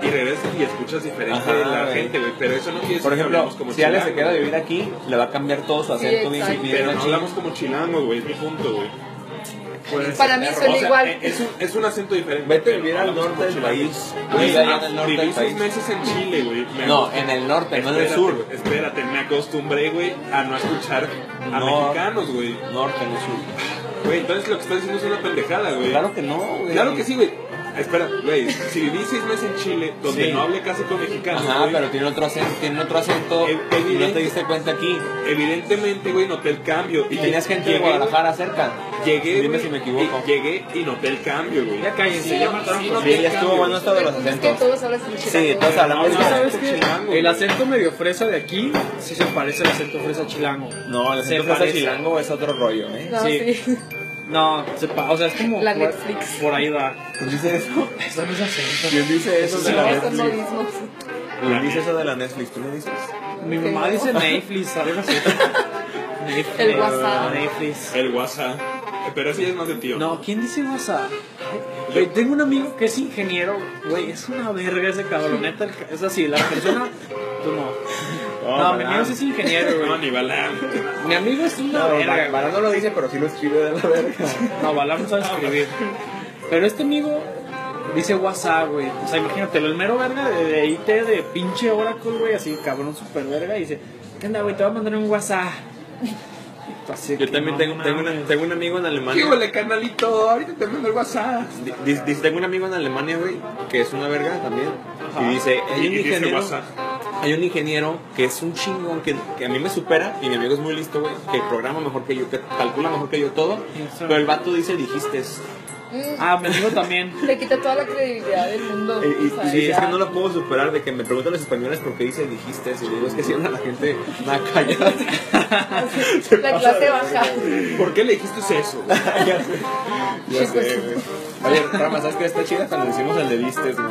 [SPEAKER 1] y regresas y escuchas diferente
[SPEAKER 3] Ajá,
[SPEAKER 1] de la
[SPEAKER 3] güey.
[SPEAKER 1] gente, güey. Pero eso no quiere decir
[SPEAKER 3] Por
[SPEAKER 1] que
[SPEAKER 3] ejemplo,
[SPEAKER 1] hablamos como
[SPEAKER 3] si Ale se
[SPEAKER 1] chilango,
[SPEAKER 3] queda a
[SPEAKER 1] güey.
[SPEAKER 3] vivir aquí, le va a cambiar todo su
[SPEAKER 4] Sí,
[SPEAKER 3] acento bien,
[SPEAKER 4] exacto.
[SPEAKER 3] bien
[SPEAKER 1] Pero no
[SPEAKER 3] machín.
[SPEAKER 1] hablamos como chilango, güey, es mi punto, güey.
[SPEAKER 4] Para mí
[SPEAKER 1] O
[SPEAKER 4] suena
[SPEAKER 1] sea,
[SPEAKER 4] igual.
[SPEAKER 1] eh, Es un, es un acento diferente.
[SPEAKER 3] Vete a
[SPEAKER 1] pero
[SPEAKER 3] vivir
[SPEAKER 1] no
[SPEAKER 3] al
[SPEAKER 1] hablamos
[SPEAKER 3] norte
[SPEAKER 1] como
[SPEAKER 3] del
[SPEAKER 1] chilango.
[SPEAKER 3] país.
[SPEAKER 1] Güey,
[SPEAKER 3] Vive allá en el norte
[SPEAKER 1] viví
[SPEAKER 3] del
[SPEAKER 1] seis
[SPEAKER 3] país.
[SPEAKER 1] meses en Chile, güey. Este, Me
[SPEAKER 3] No,
[SPEAKER 1] acostumbré-
[SPEAKER 3] en el norte, no en el
[SPEAKER 1] Espérate,
[SPEAKER 3] Ah, sur.
[SPEAKER 1] güey, Espérate, me acostumbré, güey, a no escuchar a
[SPEAKER 3] No.
[SPEAKER 1] mexicanos, güey.
[SPEAKER 3] Norte, no sur.
[SPEAKER 1] Güey, entonces lo que estás diciendo es una pendejada, güey.
[SPEAKER 3] Claro que no, güey.
[SPEAKER 1] Claro que sí, güey. Espera, güey, si viví seis meses en Chile, donde
[SPEAKER 3] Sí.
[SPEAKER 1] no hablé casi con mexicanos,
[SPEAKER 3] Ajá,
[SPEAKER 1] güey,
[SPEAKER 3] pero tiene otro acento, tiene otro acento
[SPEAKER 1] Ev-
[SPEAKER 3] y no te
[SPEAKER 1] evidente.
[SPEAKER 3] diste cuenta aquí.
[SPEAKER 1] evidentemente, güey, noté el cambio.
[SPEAKER 3] Y tenías gente de
[SPEAKER 1] llegué, güey,
[SPEAKER 3] Guadalajara cerca.
[SPEAKER 1] Llegué,
[SPEAKER 3] Dime
[SPEAKER 1] güey,
[SPEAKER 3] si me equivoco.
[SPEAKER 1] y- llegué y noté el cambio, güey.
[SPEAKER 2] Ya cállense,
[SPEAKER 4] Sí,
[SPEAKER 2] ya mataron
[SPEAKER 1] sí,
[SPEAKER 2] por
[SPEAKER 1] no
[SPEAKER 2] mí.
[SPEAKER 3] Sí, ya estuvo bueno esto de
[SPEAKER 4] El
[SPEAKER 3] los
[SPEAKER 4] punto es que
[SPEAKER 3] acentos.
[SPEAKER 4] todos hablan como chilango.
[SPEAKER 3] Sí, todos hablamos
[SPEAKER 2] Ah, Es que,
[SPEAKER 3] de
[SPEAKER 2] ¿sabes qué?
[SPEAKER 1] Chilango,
[SPEAKER 2] El
[SPEAKER 1] güey.
[SPEAKER 2] acento medio fresa de aquí sí se parece al acento fresa chilango.
[SPEAKER 3] No, el
[SPEAKER 2] Se
[SPEAKER 3] acento fresa
[SPEAKER 2] parece.
[SPEAKER 3] chilango es otro rollo, ¿eh?
[SPEAKER 4] No,
[SPEAKER 2] Sí.
[SPEAKER 4] sí.
[SPEAKER 2] No, se pa- o sea, es como.
[SPEAKER 4] La
[SPEAKER 2] por,
[SPEAKER 4] Netflix.
[SPEAKER 2] por ahí va.
[SPEAKER 3] ¿Quién dice eso?
[SPEAKER 2] Eso no es acento.
[SPEAKER 3] ¿Quién dice eso de
[SPEAKER 4] No,
[SPEAKER 3] la
[SPEAKER 4] son
[SPEAKER 3] Netflix?
[SPEAKER 4] modismos.
[SPEAKER 3] ¿Quién dice eso de la Netflix? ¿Tú le dices?
[SPEAKER 2] Mi mamá
[SPEAKER 4] No.
[SPEAKER 2] dice
[SPEAKER 4] [laughs]
[SPEAKER 2] Netflix, algo así. Netflix.
[SPEAKER 4] El WhatsApp.
[SPEAKER 2] Netflix.
[SPEAKER 1] El WhatsApp. Pero así es más de tío.
[SPEAKER 2] No, ¿quién dice WhatsApp? Güey, tengo un amigo que es ingeniero, güey, es una verga ese cabrón, neta, el ca- es así, la persona, tú no. No, mi amigo sí es ingeniero,
[SPEAKER 1] Oh, [laughs] No,
[SPEAKER 2] güey.
[SPEAKER 1] ni Balán.
[SPEAKER 2] Mi amigo es una
[SPEAKER 3] No,
[SPEAKER 2] verga.
[SPEAKER 3] Bar- Barán no lo dice, pero sí lo escribe de la verga.
[SPEAKER 2] No, Balam no sabe escribir. Pero este amigo dice WhatsApp, güey. O sea, imagínate, el mero verga de, de IT de pinche Oracle, güey, así cabrón super verga. Y dice, ¿qué onda, güey? Te voy a mandar un WhatsApp. Y tú así
[SPEAKER 3] Yo
[SPEAKER 2] que,
[SPEAKER 3] también
[SPEAKER 2] no
[SPEAKER 3] tengo, tengo,
[SPEAKER 2] mames.
[SPEAKER 3] una- tengo un amigo en
[SPEAKER 1] ¿Qué
[SPEAKER 3] Alemania.
[SPEAKER 1] huele, canalito? Ahorita te mando el WhatsApp.
[SPEAKER 3] Di- di- dice, tengo un amigo en Alemania, güey, que es una verga también.
[SPEAKER 2] Ajá.
[SPEAKER 3] Y dice, hay
[SPEAKER 1] Y-
[SPEAKER 3] un
[SPEAKER 1] y dice
[SPEAKER 3] ingeniero.
[SPEAKER 1] WhatsApp.
[SPEAKER 3] Hay un ingeniero que es un chingón, que, que a mí me supera, y mi amigo es muy listo, güey, que programa mejor que yo, que calcula mejor que yo todo,
[SPEAKER 2] Sí, sí.
[SPEAKER 5] Eh,
[SPEAKER 3] pero el vato dice dijiste.
[SPEAKER 2] Ah, mi amigo también.
[SPEAKER 4] Mm. Le quita toda la credibilidad del mundo.
[SPEAKER 5] Y, y-
[SPEAKER 4] o sea,
[SPEAKER 5] y es
[SPEAKER 4] ya.
[SPEAKER 5] que no lo puedo superar de que me preguntan los españoles por qué dice dijiste y le digo es que siempre a la gente la
[SPEAKER 3] [laughs]
[SPEAKER 5] callada.
[SPEAKER 4] La clase baja.
[SPEAKER 1] ¿Por qué le dijiste eso?
[SPEAKER 3] Ah,
[SPEAKER 5] Ya sé, güey. Oye, Rama, ¿sabes qué está chida cuando decimos el de vistes, güey?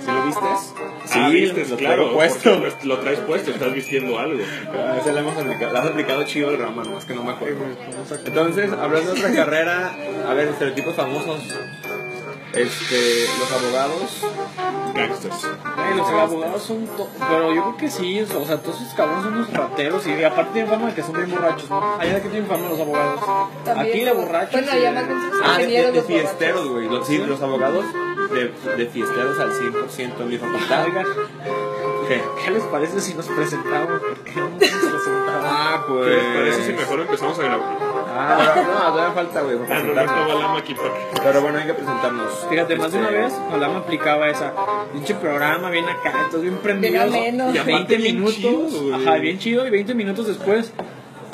[SPEAKER 5] ¿Sí lo Ah, vistes?
[SPEAKER 1] Sí, vistes,
[SPEAKER 5] lo
[SPEAKER 1] claro,
[SPEAKER 5] traigo puesto.
[SPEAKER 1] porque Lo traes puesto, estás vistiendo algo.
[SPEAKER 5] Ah, Esa la hemos aplicado, la has aplicado chido el Rama, nomás que no me acuerdo. Entonces, hablando de otra carrera, a ver, estereotipos famosos. Este, los abogados.
[SPEAKER 1] Gangsters.
[SPEAKER 2] Güey, los abogados son. to- Pero yo creo que sí, o sea, todos esos cabrones son unos rateros y aparte tienen fama de que son bien borrachos, ¿no? Allá de que tienen fama los abogados.
[SPEAKER 4] También.
[SPEAKER 2] Aquí de borrachos.
[SPEAKER 4] Bueno,
[SPEAKER 2] y
[SPEAKER 4] ya
[SPEAKER 2] de-
[SPEAKER 4] más bien sus
[SPEAKER 5] Ah, de, de-
[SPEAKER 4] ingenieros,
[SPEAKER 5] de
[SPEAKER 4] los borrachos.
[SPEAKER 5] fiesteros, güey. Los, sí, los abogados de, de fiesteros al 100% en mi facultad.
[SPEAKER 2] Oigan,
[SPEAKER 5] ¿Qué?
[SPEAKER 2] ¿qué les parece si nos presentamos? ¿Por qué no nos presentamos?
[SPEAKER 5] Ah,
[SPEAKER 1] ¿Qué
[SPEAKER 5] pues.
[SPEAKER 1] les parece si mejor empezamos a grabar?
[SPEAKER 5] Ah, no, no, todavía falta, güey. para
[SPEAKER 1] Ah, no, no
[SPEAKER 5] presentarnos.
[SPEAKER 1] estaba la máquina.
[SPEAKER 5] Pero bueno, hay que presentarnos.
[SPEAKER 2] Fíjate, más de una
[SPEAKER 5] Este,
[SPEAKER 2] vez Alama aplicaba esa. Pinche programa, bien acá, estás bien
[SPEAKER 4] Bien
[SPEAKER 2] prendido.
[SPEAKER 4] ameno. Y
[SPEAKER 1] aparte
[SPEAKER 2] 20
[SPEAKER 1] bien
[SPEAKER 2] minutos.
[SPEAKER 1] chido, güey.
[SPEAKER 2] ajá, bien chido. Y 20 minutos después.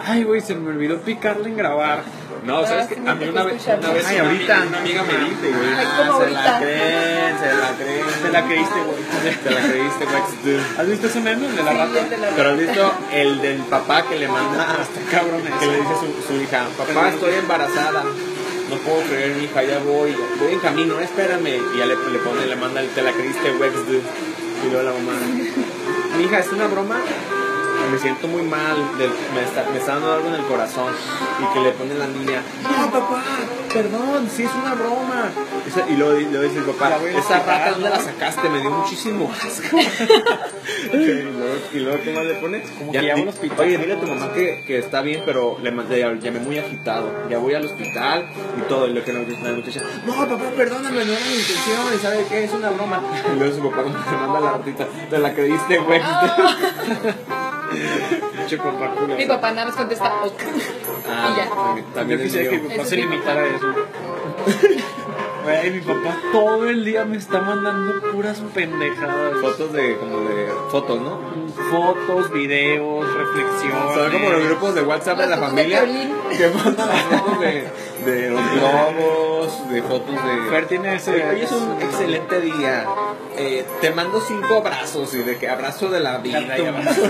[SPEAKER 2] Ay, güey, se me olvidó picarle en grabar.
[SPEAKER 4] Ah,
[SPEAKER 1] No, ¿sabes qué?
[SPEAKER 3] ah,
[SPEAKER 1] A mí una vez, una vez
[SPEAKER 3] Ay,
[SPEAKER 1] una
[SPEAKER 3] ahorita.
[SPEAKER 1] amiga- una amiga me dijo, güey.
[SPEAKER 4] Ay, como
[SPEAKER 3] Se la
[SPEAKER 4] ahorita.
[SPEAKER 3] creen, se la creen.
[SPEAKER 2] Te la creíste, güey.
[SPEAKER 3] Te la creíste, Max.
[SPEAKER 2] ¿Has visto ese meme? El de la
[SPEAKER 4] Sí,
[SPEAKER 2] rata.
[SPEAKER 4] el de la
[SPEAKER 3] Pero has
[SPEAKER 4] rata.
[SPEAKER 3] visto el del papá que le manda este hasta
[SPEAKER 2] Cabrón,
[SPEAKER 3] que le
[SPEAKER 2] ese.
[SPEAKER 3] dice su, su hija, papá estoy embarazada, no puedo creer mi hija, ya voy, voy en camino, eh, espérame. Y ya le, le pone, le manda el te la creíste Wex dude". y luego la mamá. Mi hija, es una broma, me siento muy mal, del- me, está, me está dando algo en el corazón. Y que le pone la niña, no papá, perdón, sí es una broma. Esa- y luego, di- luego dice el papá,
[SPEAKER 2] La voy a
[SPEAKER 3] esa
[SPEAKER 2] sacar,
[SPEAKER 3] rata dónde
[SPEAKER 2] ¿no?"
[SPEAKER 3] la sacaste, me dio muchísimo asco.
[SPEAKER 5] Y luego, y luego, ¿qué más le pones?
[SPEAKER 2] Como
[SPEAKER 3] Ya
[SPEAKER 2] que ya
[SPEAKER 3] di-
[SPEAKER 2] un hospital.
[SPEAKER 3] Oye, dile a tu mamá que, que está bien, pero le, mandé- le llamé muy agitado. Ya voy al hospital y todo. Y lo que la la muchacha, no, papá, perdóname, no era mi intención. ¿Y sabe qué? Es una broma. Y luego su papá le manda la ratita. Te la creíste, güey.
[SPEAKER 2] Pinche papá culo.
[SPEAKER 4] Ah, Mi papá nada más contesta, ok. y Ah, ya.
[SPEAKER 3] también, también
[SPEAKER 2] Yo
[SPEAKER 3] es
[SPEAKER 2] quisiera que
[SPEAKER 3] mío.
[SPEAKER 2] mi papá
[SPEAKER 4] Eso
[SPEAKER 2] se
[SPEAKER 4] sí.
[SPEAKER 2] limitara a eso. [laughs] Güey, mi papá todo el día me está mandando puras pendejadas.
[SPEAKER 3] Fotos de, como de fotos, ¿no?
[SPEAKER 2] fotos, videos, reflexiones.
[SPEAKER 3] Son como los grupos de WhatsApp de la
[SPEAKER 4] Las fotos de
[SPEAKER 3] familia
[SPEAKER 4] Piolín. Ah.
[SPEAKER 3] que mandan las fotos de, de los globos, de fotos de.
[SPEAKER 2] Fer tiene ese.
[SPEAKER 3] Hoy hoy es un excelente día. Eh, te mando cinco abrazos y de que abrazo de la vida y
[SPEAKER 2] [laughs]
[SPEAKER 3] abrazo.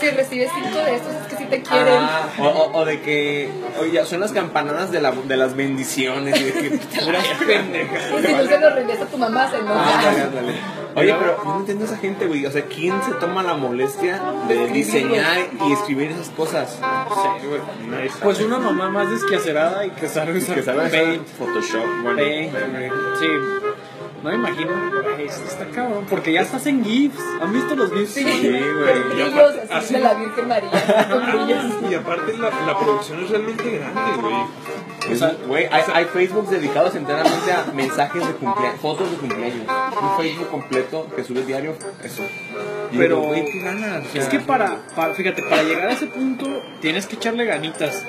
[SPEAKER 4] Si recibes cinco de estos, es que sí te quieren.
[SPEAKER 3] Ah, o, o- o de que oye, ya son las campanadas de, la- de las bendiciones y de
[SPEAKER 4] [laughs]
[SPEAKER 3] que puras pendejas.
[SPEAKER 4] y si no se lo regresas a tu mamá, se
[SPEAKER 3] Ándale,
[SPEAKER 4] enoja.
[SPEAKER 3] ándale. Oye, pero yo no entiendo a esa gente, güey. O sea, ¿quién se toma la molestia de diseñar y escribir esas cosas?
[SPEAKER 2] Pues una mamá más desquiacerada y que sabe usar
[SPEAKER 3] Que saben hacer
[SPEAKER 2] Paint.
[SPEAKER 3] Photoshop, bueno.
[SPEAKER 2] Paint, Sí. No me imagino. güey, sí está cabrón. Porque ya estás en GIFs. ¿Han visto los GIFs?
[SPEAKER 4] Sí,
[SPEAKER 3] güey.
[SPEAKER 4] Con
[SPEAKER 1] Y
[SPEAKER 4] brillos
[SPEAKER 1] aparte,
[SPEAKER 4] así
[SPEAKER 1] así-
[SPEAKER 4] de la Virgen María.
[SPEAKER 1] [laughs]
[SPEAKER 4] Con brillos.
[SPEAKER 1] Y aparte la, la producción es realmente grande, güey.
[SPEAKER 3] Es- Güey, hay, hay Facebooks dedicados enteramente a mensajes de cumpleaños, fotos de cumpleaños. Un Facebook completo que subes diario, eso. Y
[SPEAKER 2] Pero-
[SPEAKER 3] digo, güey, ¿qué ganas? O sea,
[SPEAKER 2] Es que para, para- fíjate, para llegar a ese punto tienes que echarle ganitas.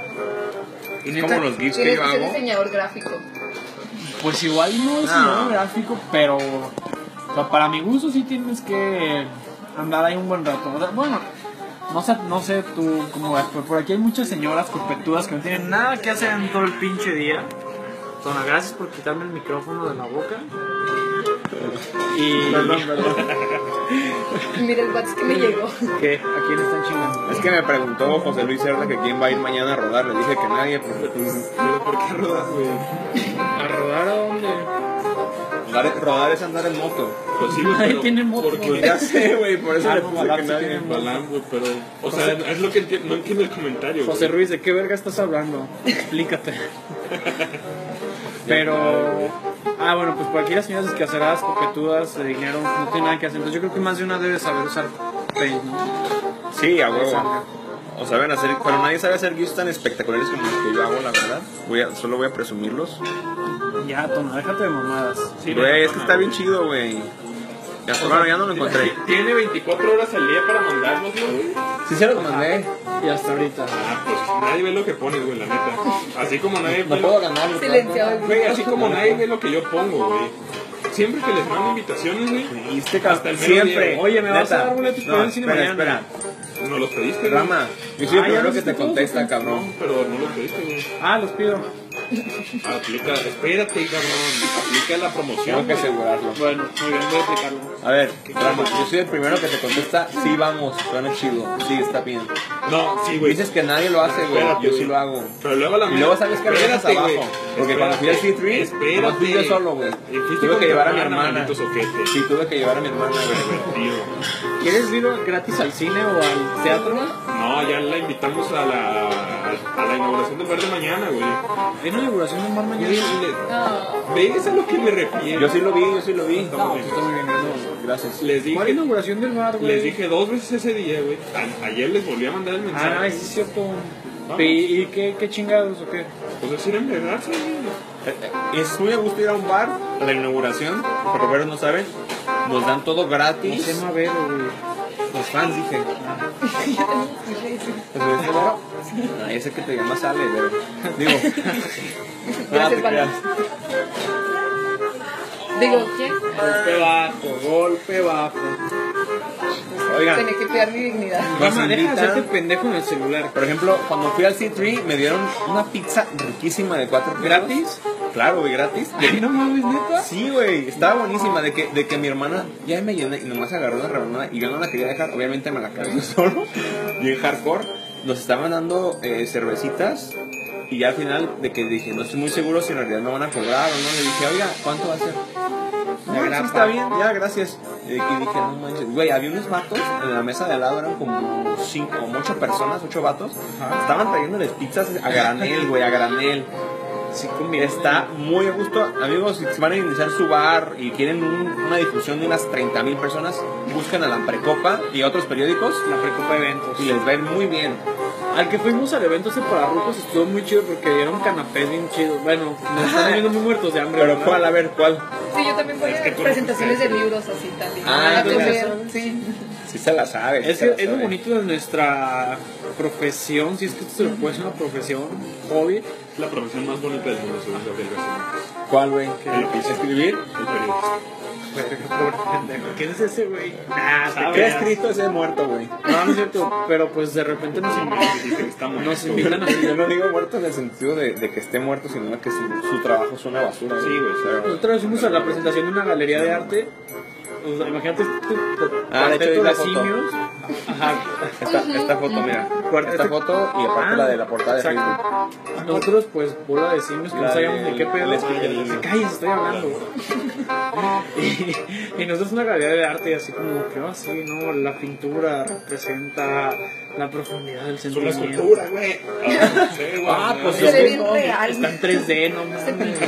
[SPEAKER 3] es como los gifs que
[SPEAKER 4] Tienes
[SPEAKER 3] yo
[SPEAKER 4] que ser
[SPEAKER 3] hago.
[SPEAKER 4] diseñador gráfico.
[SPEAKER 2] Pues igual no es
[SPEAKER 3] No.
[SPEAKER 2] un gráfico, pero o sea, para mi gusto sí tienes que andar ahí un buen rato. O sea, bueno, no sé, no sé tú cómo ves, pero por aquí hay muchas señoras corpetudas que no tienen nada que hacer en todo el pinche día. Tona, gracias por quitarme el micrófono de la boca. Y
[SPEAKER 4] Y mira el WhatsApp que me llegó. [laughs]
[SPEAKER 2] ¿Qué? ¿A quién están chingando?
[SPEAKER 3] Es que me preguntó José Luis Cerda que quién va a ir mañana a rodar. Le dije que nadie, porque pues,
[SPEAKER 1] Pero ¿por qué rodas, güey?
[SPEAKER 2] ¿A rodar a dónde?
[SPEAKER 3] andar- rodar es andar en [laughs] moto.
[SPEAKER 1] Pues sí,
[SPEAKER 2] Nadie
[SPEAKER 1] pero-
[SPEAKER 2] tiene moto, güey.
[SPEAKER 1] Porque
[SPEAKER 3] Ya sé, güey, por eso
[SPEAKER 2] Ah,
[SPEAKER 3] le
[SPEAKER 2] no,
[SPEAKER 3] puse
[SPEAKER 2] ojalá
[SPEAKER 3] que
[SPEAKER 2] sí
[SPEAKER 3] nadie.
[SPEAKER 2] tienen-
[SPEAKER 1] Balán, güey, pero. O sea, es lo que entiendo. No entiendo el comentario.
[SPEAKER 2] José
[SPEAKER 1] güey.
[SPEAKER 2] Ruiz, ¿de qué verga estás hablando? Explícate. Pero. Ah, bueno, pues por aquí las señoras escaceradas, copetudas, de dinero, no tienen nada que hacer. Entonces yo creo que más de una debe saber usar Paint, ¿no?
[SPEAKER 3] Sí, a huevo. O saben hacer, pero nadie sabe hacer gifs tan espectaculares como los que yo hago, la verdad. Voy a- solo voy a presumirlos.
[SPEAKER 2] Ya, toma, déjate de mamadas.
[SPEAKER 1] Sí, no,
[SPEAKER 3] Güey, es
[SPEAKER 1] no,
[SPEAKER 3] que
[SPEAKER 1] no,
[SPEAKER 3] está
[SPEAKER 1] no.
[SPEAKER 3] bien chido, güey. Ya, pues, bueno, ya no lo encontré.
[SPEAKER 1] Tiene 24 horas al día para mandárnoslo, güey.
[SPEAKER 3] Sí, ¿eh? se lo mandé.
[SPEAKER 2] Y hasta ahorita.
[SPEAKER 1] Ah, pues nadie ve lo que pones, güey, la neta. Así como nadie ve.
[SPEAKER 3] No
[SPEAKER 1] lo-
[SPEAKER 3] puedo ganarlo.
[SPEAKER 4] Silenciado.
[SPEAKER 1] Güey, así como nadie ve lo que yo pongo, güey. Siempre que les mando invitaciones, güey,
[SPEAKER 3] Viste
[SPEAKER 1] Hasta el mero
[SPEAKER 3] siempre.
[SPEAKER 1] día.
[SPEAKER 2] Oye, ¿me vas a
[SPEAKER 3] Neta.
[SPEAKER 2] dar boletos para
[SPEAKER 3] No,
[SPEAKER 2] el cine
[SPEAKER 3] espera,
[SPEAKER 2] mañana?
[SPEAKER 3] Espera,
[SPEAKER 1] no los pediste, güey.
[SPEAKER 3] Rama, yo soy el
[SPEAKER 2] Ah, ya
[SPEAKER 3] primero
[SPEAKER 2] los
[SPEAKER 3] que te
[SPEAKER 2] escuchó,
[SPEAKER 3] contesta,
[SPEAKER 2] sí.
[SPEAKER 3] cabrón.
[SPEAKER 1] Pero no los pediste, güey.
[SPEAKER 2] Ah, los pido.
[SPEAKER 1] Aplica, espérate, cabrón. Aplica la promoción.
[SPEAKER 3] Tengo que
[SPEAKER 1] güey.
[SPEAKER 3] asegurarlo.
[SPEAKER 2] Bueno, muy bien, voy a explicarlo.
[SPEAKER 3] A ver, Rama, yo soy el primero que te contesta, sí vamos, suena chido, sí está bien.
[SPEAKER 1] No, sí, güey.
[SPEAKER 3] Dices que nadie lo hace, güey,
[SPEAKER 1] Espérate,
[SPEAKER 3] yo Pues, sí
[SPEAKER 1] güey.
[SPEAKER 3] lo hago.
[SPEAKER 1] Pero luego la
[SPEAKER 3] Y luego sabes que
[SPEAKER 1] Espérate,
[SPEAKER 3] regresas abajo.
[SPEAKER 1] güey.
[SPEAKER 3] Porque cuando fui al
[SPEAKER 1] Espérate,
[SPEAKER 3] C3, no fui yo
[SPEAKER 1] espérate.
[SPEAKER 3] solo, güey.
[SPEAKER 1] Y fuiste
[SPEAKER 3] Tuve
[SPEAKER 1] con
[SPEAKER 3] que
[SPEAKER 1] tu
[SPEAKER 3] llevar a mi hermana.
[SPEAKER 1] maldito soquete.
[SPEAKER 3] Sí, tuve que llevar a mi hermana, güey.
[SPEAKER 1] Pervertido.
[SPEAKER 2] ¿Quieres ir gratis al cine o al teatro?
[SPEAKER 1] No, ya la invitamos a la, a la inauguración del bar de mañana, güey.
[SPEAKER 2] Hay una inauguración del mar mañana.
[SPEAKER 4] No.
[SPEAKER 1] ¿Ves a lo que me refiero?
[SPEAKER 3] Yo sí lo vi, yo sí lo vi.
[SPEAKER 2] No, pues está muy bien, no.
[SPEAKER 3] Gracias.
[SPEAKER 1] Les
[SPEAKER 2] ¿Cuál
[SPEAKER 1] dije,
[SPEAKER 2] inauguración del mar, güey?
[SPEAKER 1] les dije dos veces ese día, güey. A- ayer les volví a mandar el mensaje.
[SPEAKER 2] Ah, sí, es cierto. ¿Y, y qué, qué chingados o qué?
[SPEAKER 1] Pues es ir a embriagarse, güey.
[SPEAKER 3] Eh, Es muy a gusto ir a un bar, a la inauguración, los roberos no saben. Nos dan todo
[SPEAKER 2] No
[SPEAKER 3] gratis.
[SPEAKER 2] sé, Mavero, güey.
[SPEAKER 3] Los fans, dije. Pues, [laughs] Nadie ah, sé que te llama Sale, pero... [laughs] Digo, nada te
[SPEAKER 4] Gracias, Vale.
[SPEAKER 3] creas.
[SPEAKER 4] Digo, ¿quién?
[SPEAKER 2] Golpe bajo, golpe bajo.
[SPEAKER 3] Oigan,
[SPEAKER 4] Tenía que cuidar mi dignidad.
[SPEAKER 3] Nos
[SPEAKER 2] Rama, deja de
[SPEAKER 3] invitan-
[SPEAKER 2] hacerte pendejo en el celular.
[SPEAKER 3] por ejemplo, cuando fui al C3 me dieron una pizza riquísima de cuatro kilos.
[SPEAKER 2] ¿Gratis?
[SPEAKER 3] Claro, güey, gratis.
[SPEAKER 2] Ay, no mames, neta.
[SPEAKER 3] Sí, güey, estaba buenísima de que, de que mi hermana ya me llené y nomás agarró una rebanada y yo no la quería dejar, obviamente me la cargué [laughs] solo, bien hardcore. Nos estaban dando eh, cervecitas y ya al final de que dije, no estoy muy seguro si en realidad me van a cobrar o no, le dije, oiga, ¿cuánto va a ser?
[SPEAKER 2] La
[SPEAKER 3] No, sí
[SPEAKER 2] grapa.
[SPEAKER 3] está bien, ya, gracias. Y aquí dije, no manches, güey, había unos vatos en la mesa de al lado, eran como cinco, como ocho personas, ocho vatos, estaban trayéndoles pizzas a granel, güey, a granel.
[SPEAKER 2] Sí,
[SPEAKER 3] Mira, está muy a gusto. Amigos, si van a iniciar su bar y quieren un- una difusión de unas 30 mil personas, buscan a la Precopa y a otros periódicos
[SPEAKER 2] La precopa eventos.
[SPEAKER 3] y les va a ir muy bien.
[SPEAKER 2] Al que fuimos al evento ese para rucos estuvo muy chido porque dieron canapés bien chidos. Bueno, nos están viendo muy muertos de hambre.
[SPEAKER 3] Pero
[SPEAKER 2] ¿verdad?
[SPEAKER 3] cuál, a ver, cuál.
[SPEAKER 4] Sí, yo también voy
[SPEAKER 1] Es
[SPEAKER 4] a
[SPEAKER 1] que tú-
[SPEAKER 4] presentaciones de libros así también.
[SPEAKER 3] Ah,
[SPEAKER 4] a
[SPEAKER 3] tú ya
[SPEAKER 4] comer,
[SPEAKER 2] sabes.
[SPEAKER 4] sí.
[SPEAKER 3] Si se la sabe. sí
[SPEAKER 2] Es,
[SPEAKER 3] se la
[SPEAKER 2] que es lo
[SPEAKER 3] sabe.
[SPEAKER 2] bonito de nuestra profesión, si es que esto se lo puede ser una profesión, hobby.
[SPEAKER 1] Es la profesión más bonita del mundo, según Gabriel García.
[SPEAKER 3] ¿Cuál, güey? ¿Escribir?
[SPEAKER 1] El periodista.
[SPEAKER 2] ¿Quién es ese güey? Ah,
[SPEAKER 3] ¿Qué ha
[SPEAKER 2] sabes.
[SPEAKER 3] escrito ese muerto, güey?
[SPEAKER 2] No, no es cierto, pero pues de repente nos invitan,
[SPEAKER 1] Dijiste que está muerto.
[SPEAKER 2] nos invitan así.
[SPEAKER 3] Yo no digo muerto en el sentido de, de que esté muerto, sino que su, su trabajo es una basura.
[SPEAKER 1] Sí, güey,
[SPEAKER 3] Pero-
[SPEAKER 2] Nosotros fuimos a la presentación de una galería de arte. O sea, imagínate, tú,
[SPEAKER 3] Ah, de hecho,
[SPEAKER 2] cuarteto
[SPEAKER 3] vi la
[SPEAKER 2] de
[SPEAKER 3] foto.
[SPEAKER 2] simios. Ajá.
[SPEAKER 3] Esta, esta foto, mira.
[SPEAKER 2] Cuarto-
[SPEAKER 3] Esta
[SPEAKER 2] este-
[SPEAKER 3] foto y aparte
[SPEAKER 2] Ah,
[SPEAKER 3] la de la portada de
[SPEAKER 2] exacto.
[SPEAKER 3] Facebook.
[SPEAKER 2] Nosotros, pues, bola de simios que no
[SPEAKER 3] La
[SPEAKER 2] sabíamos de
[SPEAKER 3] del-
[SPEAKER 2] qué pedo.
[SPEAKER 3] el esqui- el-
[SPEAKER 2] Calles, estoy hablando. y, y nosotros una galería de arte, así como que, así, ¿no? La pintura representa la profundidad del
[SPEAKER 1] Es una
[SPEAKER 2] sentimiento.
[SPEAKER 1] escultura, güey. Ah, sí, güey.
[SPEAKER 2] Ah, pues
[SPEAKER 4] Se ve
[SPEAKER 2] sí,
[SPEAKER 4] bien
[SPEAKER 2] no,
[SPEAKER 4] real.
[SPEAKER 2] Está en 3D, no mames.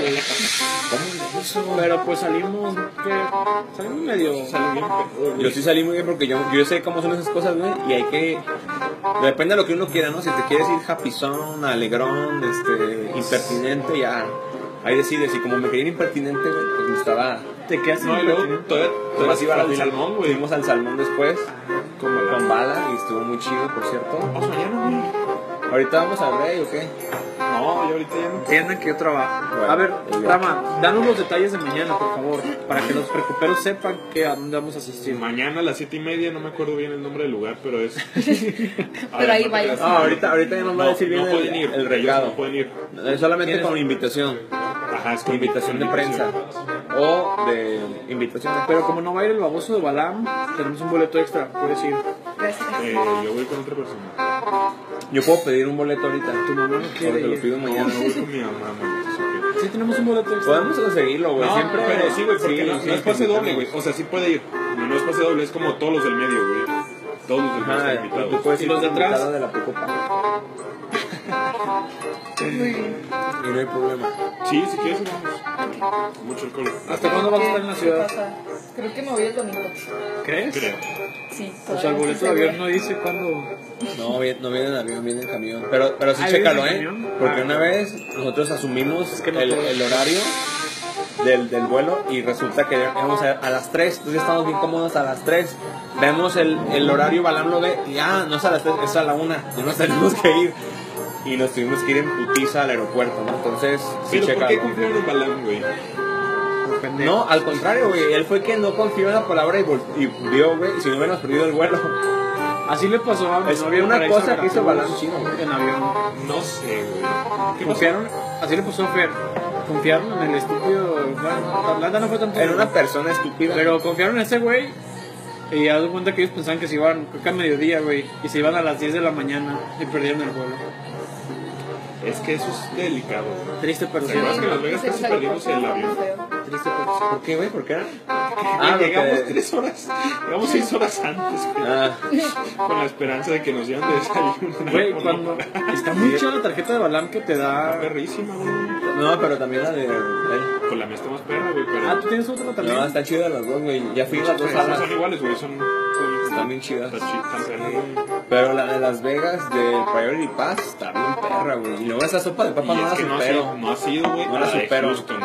[SPEAKER 2] Pero pues salimos, que salimos medio.
[SPEAKER 1] Sale bien peludo, güey.
[SPEAKER 3] Yo sí salí muy bien porque yo, yo sé cómo son esas cosas, güey, y hay que... Depende de lo que uno quiera, ¿no? Si te quieres ir japizón, alegrón, este, impertinente, ya... Ahí decides, y como me quería ir impertinente, güey, pues me estaba...
[SPEAKER 2] Te quedas sin
[SPEAKER 1] No, y luego
[SPEAKER 2] pertinente.
[SPEAKER 1] todavía,
[SPEAKER 3] Entonces,
[SPEAKER 1] todavía
[SPEAKER 3] más
[SPEAKER 1] sí
[SPEAKER 3] iba a
[SPEAKER 1] para
[SPEAKER 3] la
[SPEAKER 1] el
[SPEAKER 3] fila.
[SPEAKER 1] salmón, güey.
[SPEAKER 3] Fuimos al salmón después,
[SPEAKER 1] Como la-
[SPEAKER 3] con bala, y estuvo muy chido, por cierto.
[SPEAKER 1] Vamos mañana, güey.
[SPEAKER 3] ¿Ahorita vamos al rey o qué?
[SPEAKER 1] No, yo ahorita ya no.
[SPEAKER 2] Entiendan que yo trabajo.
[SPEAKER 3] Bueno,
[SPEAKER 2] a ver,
[SPEAKER 3] y ya.
[SPEAKER 2] Rama, danos los detalles de mañana, por favor, para que los precuperos sepan que a dónde vamos a
[SPEAKER 1] Sí,
[SPEAKER 2] asistir.
[SPEAKER 1] mañana a las 7 y media, no me acuerdo bien el nombre del lugar, pero es.
[SPEAKER 4] [laughs] Pero ahí va.
[SPEAKER 3] Ah, ahorita, ahorita ya nos va a decir bien
[SPEAKER 1] no
[SPEAKER 3] el,
[SPEAKER 1] pueden ir,
[SPEAKER 3] el
[SPEAKER 1] ellos
[SPEAKER 3] recado.
[SPEAKER 1] No pueden ir.
[SPEAKER 3] Eh, Solamente
[SPEAKER 2] ¿Tienes-
[SPEAKER 3] con invitación.
[SPEAKER 1] Ajá, es con
[SPEAKER 3] Invitación de prensa. O de invitación de...
[SPEAKER 2] Pero como no va a ir el baboso de Balam, tenemos un boleto extra, por decir.
[SPEAKER 4] Gracias.
[SPEAKER 1] Eh, yo voy con otra persona.
[SPEAKER 3] Yo puedo pedir un boleto ahorita.
[SPEAKER 2] Tu mamá no
[SPEAKER 3] Ahora te
[SPEAKER 2] quiere
[SPEAKER 3] lo
[SPEAKER 2] ir.
[SPEAKER 3] pido
[SPEAKER 1] No,
[SPEAKER 3] mañana.
[SPEAKER 1] no voy con mi mamá, mamá.
[SPEAKER 2] Sí, tenemos un boleto extra.
[SPEAKER 3] Podemos conseguirlo, güey.
[SPEAKER 1] No,
[SPEAKER 3] Pues Siempre.
[SPEAKER 1] pero sí, güey, porque no,
[SPEAKER 3] sí,
[SPEAKER 1] no es pase
[SPEAKER 3] sí,
[SPEAKER 1] doble,
[SPEAKER 3] sí.
[SPEAKER 1] güey. O sea, sí puede ir. No, no es pase doble, es como todos los del medio, güey. Todos los del medio
[SPEAKER 3] Ajá,
[SPEAKER 1] están invitados.
[SPEAKER 3] Ah, tú puedes
[SPEAKER 2] ¿Y
[SPEAKER 3] ir
[SPEAKER 2] los de
[SPEAKER 3] invitado
[SPEAKER 2] atrás?
[SPEAKER 3] de la precopa.
[SPEAKER 4] Muy bien.
[SPEAKER 3] Y no hay problema.
[SPEAKER 1] Sí, si quieres, vamos. Mucho alcohol.
[SPEAKER 3] ¿Ah,
[SPEAKER 2] ¿Hasta cuándo vas a estar en la
[SPEAKER 4] ¿Qué
[SPEAKER 2] ciudad?
[SPEAKER 4] pasa? Creo que me voy el domingo.
[SPEAKER 2] ¿Crees?
[SPEAKER 1] Creo.
[SPEAKER 4] Sí.
[SPEAKER 2] O sea,
[SPEAKER 4] todavía
[SPEAKER 2] el
[SPEAKER 4] no
[SPEAKER 2] boleto
[SPEAKER 4] estoy
[SPEAKER 2] de avión
[SPEAKER 4] segura.
[SPEAKER 2] no dice cuándo.
[SPEAKER 3] No, vi- no viene en avión, viene en camión. Pero, pero sí,
[SPEAKER 2] Ah,
[SPEAKER 3] chécalo,
[SPEAKER 2] ¿viene en
[SPEAKER 3] ¿eh?
[SPEAKER 2] camión?
[SPEAKER 3] Porque
[SPEAKER 2] Ah.
[SPEAKER 3] una vez nosotros asumimos
[SPEAKER 2] que no
[SPEAKER 3] el,
[SPEAKER 2] puedo.
[SPEAKER 3] el horario del, del vuelo y resulta que íbamos a, a las 3. Entonces estamos bien cómodos a las 3. Vemos el, el horario, Balam lo ve y ah, no es a las 3, es a la 1. Ya nos [laughs] tenemos que ir. Y nos tuvimos que ir en putiza al aeropuerto, ¿no? Entonces, sí,
[SPEAKER 1] Pero ¿por qué
[SPEAKER 3] chécalo.
[SPEAKER 1] confiaron en Balán, güey?
[SPEAKER 2] pendejo.
[SPEAKER 3] No, al contrario, güey. Él fue quien no confió en la palabra y, vol- y vio, güey. Si no hubiéramos perdido el vuelo.
[SPEAKER 2] Así le pasó a mi
[SPEAKER 3] Es
[SPEAKER 2] novia en
[SPEAKER 3] una
[SPEAKER 2] Paraíso
[SPEAKER 3] cosa que hizo
[SPEAKER 2] Veracruz,
[SPEAKER 3] Balam chino, güey.
[SPEAKER 2] En avión.
[SPEAKER 1] No sé, güey. ¿Qué pasó?
[SPEAKER 2] Confiaron, así le puso Fer. Confiaron en el estúpido. Bueno, la neta no fue tan
[SPEAKER 3] Era una persona estúpida.
[SPEAKER 2] Pero confiaron en ese güey. Y ya de cuenta que ellos pensaban que se iban, creo que a mediodía, güey. Y se iban a las 10 de la mañana y perdieron el vuelo.
[SPEAKER 1] Es que eso es delicado. güey.
[SPEAKER 2] Triste pero
[SPEAKER 1] ¿Te
[SPEAKER 2] cierto.
[SPEAKER 1] acuerdas que en Las Vegas casi perdimos el avión?
[SPEAKER 2] Triste pero cierto.
[SPEAKER 3] ¿Por qué, güey? ¿Por qué era?
[SPEAKER 2] Ah, lo
[SPEAKER 1] llegamos
[SPEAKER 2] que-
[SPEAKER 1] tres horas, llegamos seis horas antes, güey,
[SPEAKER 3] Ah,
[SPEAKER 1] con la esperanza de que nos dieran de desayuno.
[SPEAKER 2] Güey,
[SPEAKER 1] No,
[SPEAKER 2] cuando.
[SPEAKER 1] no.
[SPEAKER 2] Está muy chida la tarjeta de Balam que te da.
[SPEAKER 1] Perrísima, güey.
[SPEAKER 3] no, pero también la de. eh, él.
[SPEAKER 1] Con la mía está más perra, güey, pero...
[SPEAKER 2] Ah, tú tienes otra también.
[SPEAKER 3] No, está chida las dos, güey. Ya fui las dos a
[SPEAKER 1] Esas
[SPEAKER 3] las.
[SPEAKER 1] son iguales, güey, son...
[SPEAKER 3] Están bien chidas.
[SPEAKER 1] Está chi- tan perra, güey.
[SPEAKER 3] Pero la de Las Vegas de Priority Pass está bien perra, güey. Y luego esa sopa de papa
[SPEAKER 1] Y
[SPEAKER 3] no
[SPEAKER 1] es
[SPEAKER 3] la
[SPEAKER 1] que no ha
[SPEAKER 3] supero.
[SPEAKER 1] sido, no ha sido, güey,
[SPEAKER 3] No
[SPEAKER 1] a
[SPEAKER 3] la
[SPEAKER 1] la de
[SPEAKER 3] supero.
[SPEAKER 1] Houston.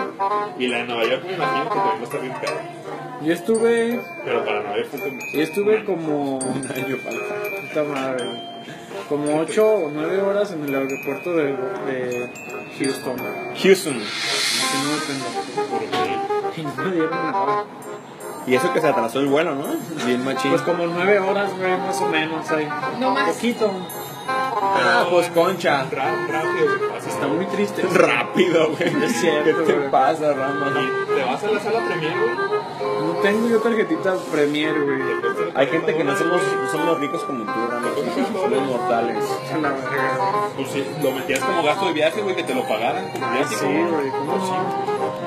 [SPEAKER 1] Y la de Nueva York, me imagino que también va a estar bien perra.
[SPEAKER 2] Yo estuve.
[SPEAKER 1] Pero para Nueva York fue como...
[SPEAKER 2] Yo estuve como.
[SPEAKER 3] Un año falta.
[SPEAKER 2] Puta madre. güey. Como 8 o 9 horas en el aeropuerto de, de Houston. güey.
[SPEAKER 3] Houston.
[SPEAKER 2] Que no depende.
[SPEAKER 1] Porque
[SPEAKER 2] Y no me dieron nada.
[SPEAKER 3] Y eso que se atrasó el vuelo, ¿no? Bien machín.
[SPEAKER 2] Pues como 9 horas, güey, más o menos ahí.
[SPEAKER 4] No más.
[SPEAKER 2] Poquito.
[SPEAKER 3] ah, pues concha.
[SPEAKER 1] ra- rápido se pasa.
[SPEAKER 2] Está muy triste.
[SPEAKER 3] Rápido, güey.
[SPEAKER 2] Es cierto,
[SPEAKER 3] ¿Qué te
[SPEAKER 2] güey.
[SPEAKER 3] pasa, Rama?
[SPEAKER 1] Y te vas a la sala premier, güey.
[SPEAKER 2] No tengo yo tarjetita Premier, güey.
[SPEAKER 1] te cuesta la
[SPEAKER 3] Hay gente que no
[SPEAKER 1] tarjeta,
[SPEAKER 3] somos, no somos ricos como tú, Rama. Somos mortales.
[SPEAKER 2] A la verga.
[SPEAKER 1] Pues sí, lo metías como gasto de viaje, güey, que te lo pagaran como viaje.
[SPEAKER 2] Sí,
[SPEAKER 1] como-
[SPEAKER 2] güey, ¿cómo
[SPEAKER 1] Pues sí.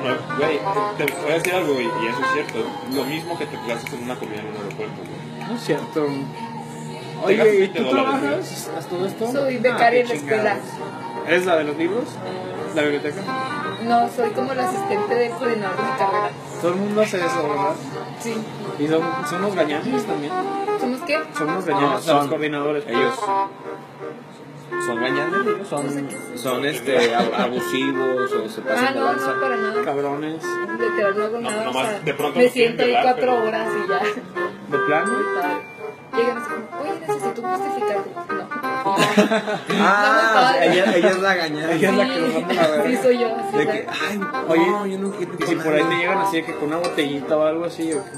[SPEAKER 1] No, Güey, te te voy a decir algo, güey, y eso es cierto. Lo mismo que te gastas en una comida en un aeropuerto, güey.
[SPEAKER 2] No es cierto.
[SPEAKER 1] gastas
[SPEAKER 2] Oye, ¿y
[SPEAKER 1] 20
[SPEAKER 2] ¿tú
[SPEAKER 1] dólares,
[SPEAKER 2] trabajas? ¿Haz todo esto?
[SPEAKER 4] Soy becaria
[SPEAKER 2] Ah, qué
[SPEAKER 4] en la escuela.
[SPEAKER 2] chingados. ¿Es la de los libros? ¿La biblioteca?
[SPEAKER 4] No, soy como la asistente del coordinador de carrera.
[SPEAKER 2] Todo el mundo hace eso, ¿verdad?
[SPEAKER 4] Sí.
[SPEAKER 2] Y son, son los gañanes también.
[SPEAKER 4] ¿Somos qué?
[SPEAKER 2] Son los gañanes,
[SPEAKER 3] son.
[SPEAKER 2] los coordinadores.
[SPEAKER 3] Ellos son gañanes, ¿no? son, son
[SPEAKER 2] ah,
[SPEAKER 3] este, ab- abusivos o se
[SPEAKER 4] Ah,
[SPEAKER 3] pasan de
[SPEAKER 4] no, no,
[SPEAKER 3] lanza.
[SPEAKER 4] para nada.
[SPEAKER 2] Cabrones.
[SPEAKER 4] Literal no hago
[SPEAKER 1] No,
[SPEAKER 4] nada. o
[SPEAKER 1] nomás
[SPEAKER 4] sea,
[SPEAKER 1] de pronto
[SPEAKER 4] me
[SPEAKER 1] nos quieren
[SPEAKER 4] siento ahí
[SPEAKER 1] pelar,
[SPEAKER 4] cuatro
[SPEAKER 1] pero-
[SPEAKER 4] horas y ya. [laughs]
[SPEAKER 2] ¿De plano?
[SPEAKER 4] Llegan así como, oye, necesito justificar. No.
[SPEAKER 3] Ah,
[SPEAKER 4] No, no, no.
[SPEAKER 3] ella, ella es la gañana.
[SPEAKER 2] Ella es la que nos manda la
[SPEAKER 4] Sí,
[SPEAKER 2] verga.
[SPEAKER 4] soy yo. así
[SPEAKER 3] De
[SPEAKER 4] la-
[SPEAKER 3] que, ay,
[SPEAKER 2] Oye,
[SPEAKER 3] no, yo no quiero.
[SPEAKER 2] Y si por ahí te llegan así de que con una botellita o algo así. ¿o qué?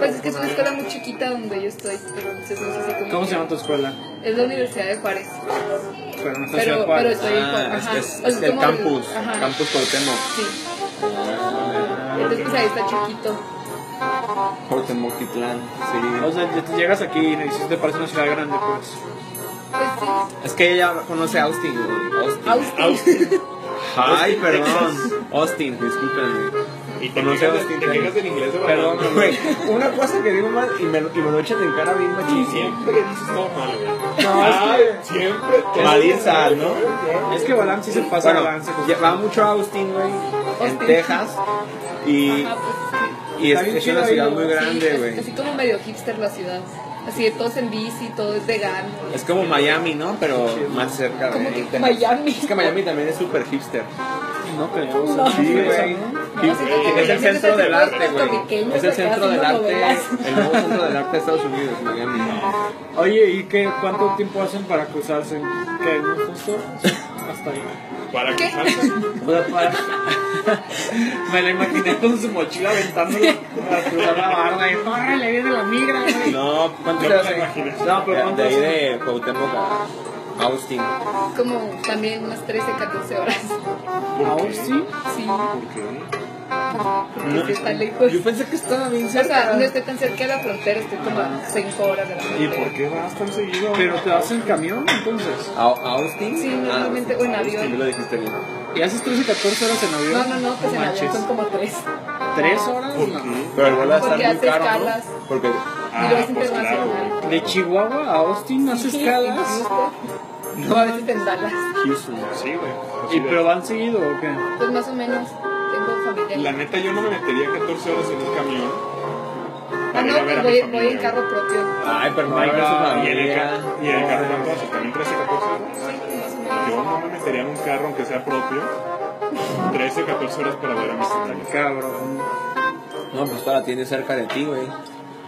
[SPEAKER 4] Pues es que es una escuela muy chiquita donde yo estoy, pero entonces no sé si como.
[SPEAKER 2] ¿Cómo
[SPEAKER 4] que-
[SPEAKER 2] se llama tu escuela?
[SPEAKER 4] Es la Universidad de Juárez.
[SPEAKER 2] Pero no está en Ciudad
[SPEAKER 4] Pero, pero
[SPEAKER 2] Juárez.
[SPEAKER 4] estoy en Juárez.
[SPEAKER 3] Ah,
[SPEAKER 4] Ajá.
[SPEAKER 3] es, es,
[SPEAKER 4] O sea,
[SPEAKER 3] es el
[SPEAKER 4] como el-
[SPEAKER 3] campus,
[SPEAKER 4] ajá.
[SPEAKER 3] campus Cuauhtémoc.
[SPEAKER 4] Sí. Entonces, pues ahí está chiquito.
[SPEAKER 3] Cuauhtémoctitlán,
[SPEAKER 2] O
[SPEAKER 3] sí.
[SPEAKER 2] sea, ya te llegas aquí y dices, te parece una ciudad grande, pues.
[SPEAKER 4] Pues sí.
[SPEAKER 3] Es que ella conoce a Austin, güey. Austin.
[SPEAKER 4] Austin.
[SPEAKER 3] Ay,
[SPEAKER 1] Austin,
[SPEAKER 3] perdón. Austin, discúlpenme.
[SPEAKER 1] Y te
[SPEAKER 3] Conoce
[SPEAKER 1] quejas,
[SPEAKER 3] a
[SPEAKER 1] de-
[SPEAKER 2] este
[SPEAKER 3] Austin
[SPEAKER 1] te
[SPEAKER 3] Kleon.
[SPEAKER 1] quejas del inglés de
[SPEAKER 3] Perdón,
[SPEAKER 2] [laughs]
[SPEAKER 1] Guadalajara,
[SPEAKER 3] güey. Una cosa que digo mal y me, lo- y me lo echan en cara bien
[SPEAKER 1] Y
[SPEAKER 3] machísimo.
[SPEAKER 1] siempre dices todo mal, güey.
[SPEAKER 2] No, es
[SPEAKER 1] Ay, siempre todo
[SPEAKER 3] Mal y sal, ¿no?
[SPEAKER 2] Es que Balam sí se pasa
[SPEAKER 3] Bueno,
[SPEAKER 2] balance. con-
[SPEAKER 3] ya- va mucho a Austin, güey, en
[SPEAKER 4] Austin.
[SPEAKER 3] Texas. Y,
[SPEAKER 4] Ajá, pues sí.
[SPEAKER 3] y es, es
[SPEAKER 2] Está bien
[SPEAKER 3] una
[SPEAKER 2] chido
[SPEAKER 3] ciudad
[SPEAKER 2] ahí,
[SPEAKER 3] muy
[SPEAKER 2] ¿no?
[SPEAKER 3] grande,
[SPEAKER 4] Sí,
[SPEAKER 3] güey.
[SPEAKER 4] así, así como medio hipster la ciudad. Así de todos en bici, todo es vegano.
[SPEAKER 3] Es como Miami, ¿no? Pero más cerca de
[SPEAKER 4] Como que
[SPEAKER 3] Internet.
[SPEAKER 4] Miami.
[SPEAKER 3] Es que Miami también es súper hipster.
[SPEAKER 2] No creo. o sea,
[SPEAKER 4] No.
[SPEAKER 2] sí,
[SPEAKER 3] güey.
[SPEAKER 2] güey.
[SPEAKER 4] No, sí, porque
[SPEAKER 3] Es el
[SPEAKER 4] siempre
[SPEAKER 3] centro
[SPEAKER 4] está
[SPEAKER 3] del
[SPEAKER 4] ese güey
[SPEAKER 3] arte, güey. Es el
[SPEAKER 4] puertorriqueño que queda
[SPEAKER 3] centro del
[SPEAKER 4] haciendo
[SPEAKER 3] arte.
[SPEAKER 4] novelas.
[SPEAKER 3] El nuevo centro del arte de Estados Unidos, Miami.
[SPEAKER 2] Ah, Oye, ¿y qué? ¿Cuánto tiempo hacen para cruzarse? ¿Qué? ¿No justo? Hasta ahí.
[SPEAKER 1] Para
[SPEAKER 4] ¿Qué?
[SPEAKER 1] cruzarse.
[SPEAKER 2] O sea, para- [laughs] Me la imaginé con su mochila aventándola para cruzar la barra y ¡córrele, viene la migra! güey!
[SPEAKER 3] No, ¿cuánto
[SPEAKER 1] No
[SPEAKER 3] te
[SPEAKER 1] te
[SPEAKER 3] hace?
[SPEAKER 1] imaginas.
[SPEAKER 2] No, pero
[SPEAKER 3] De
[SPEAKER 2] ¿cuánto
[SPEAKER 3] de ahí de
[SPEAKER 2] hacen?
[SPEAKER 3] Cuauhtémoc a Austin.
[SPEAKER 4] Como también unas 13, 14 horas.
[SPEAKER 2] ¿A Austin?
[SPEAKER 4] Sí,
[SPEAKER 1] ¿Por qué?
[SPEAKER 4] porque sí está lejos.
[SPEAKER 3] Yo pensé que estaba bien
[SPEAKER 4] O sea,
[SPEAKER 3] cerca.
[SPEAKER 4] no estoy tan cerca de la frontera, estoy como a 5 horas de la
[SPEAKER 1] ¿Y
[SPEAKER 4] frontera.
[SPEAKER 1] por qué vas tan seguido?
[SPEAKER 2] ¿Pero te vas en camión entonces?
[SPEAKER 3] ¿A a Austin?
[SPEAKER 4] Sí,
[SPEAKER 3] Ah,
[SPEAKER 4] normalmente, o en
[SPEAKER 3] Sí,
[SPEAKER 4] avión.
[SPEAKER 3] lo dijiste bien.
[SPEAKER 2] ¿Y haces 13 y 14 horas en avión?
[SPEAKER 4] No, no, no, pues en avión son como 3.
[SPEAKER 2] ¿Tres horas?
[SPEAKER 1] ¿Por
[SPEAKER 2] No.
[SPEAKER 1] qué?
[SPEAKER 3] Pero el vuelo va a estar
[SPEAKER 4] Porque
[SPEAKER 3] muy
[SPEAKER 4] hace
[SPEAKER 3] caro,
[SPEAKER 4] escalas.
[SPEAKER 3] ¿no? Porque Ah,
[SPEAKER 4] Y luego es
[SPEAKER 1] pues claro,
[SPEAKER 4] internacional.
[SPEAKER 1] güey.
[SPEAKER 2] De Chihuahua a Austin haces escalas.
[SPEAKER 4] O a veces en Dallas.
[SPEAKER 3] Houston.
[SPEAKER 1] Sí, güey.
[SPEAKER 2] ¿Y pero van seguido o qué?
[SPEAKER 4] Pues más o menos tengo familia.
[SPEAKER 1] La neta, yo no me metería 14 horas en un camión.
[SPEAKER 4] ah,
[SPEAKER 1] para ir
[SPEAKER 4] no,
[SPEAKER 1] a ver
[SPEAKER 4] pues
[SPEAKER 1] a mi
[SPEAKER 4] voy,
[SPEAKER 1] familia,
[SPEAKER 4] voy
[SPEAKER 1] güey.
[SPEAKER 4] en carro propio.
[SPEAKER 3] Ay, pero no va a
[SPEAKER 2] Ay,
[SPEAKER 3] ver su
[SPEAKER 1] Y en el,
[SPEAKER 3] familia.
[SPEAKER 1] ca- y en el carro, ¿cuánto haces? ¿También 13, 14 horas?
[SPEAKER 4] Sí, más o menos.
[SPEAKER 1] Yo no me metería en un carro, aunque sea propio, 13, 14 horas para ver a mis amigos.
[SPEAKER 2] Cabrón.
[SPEAKER 3] No, pues toda la tiene cerca de ti, güey.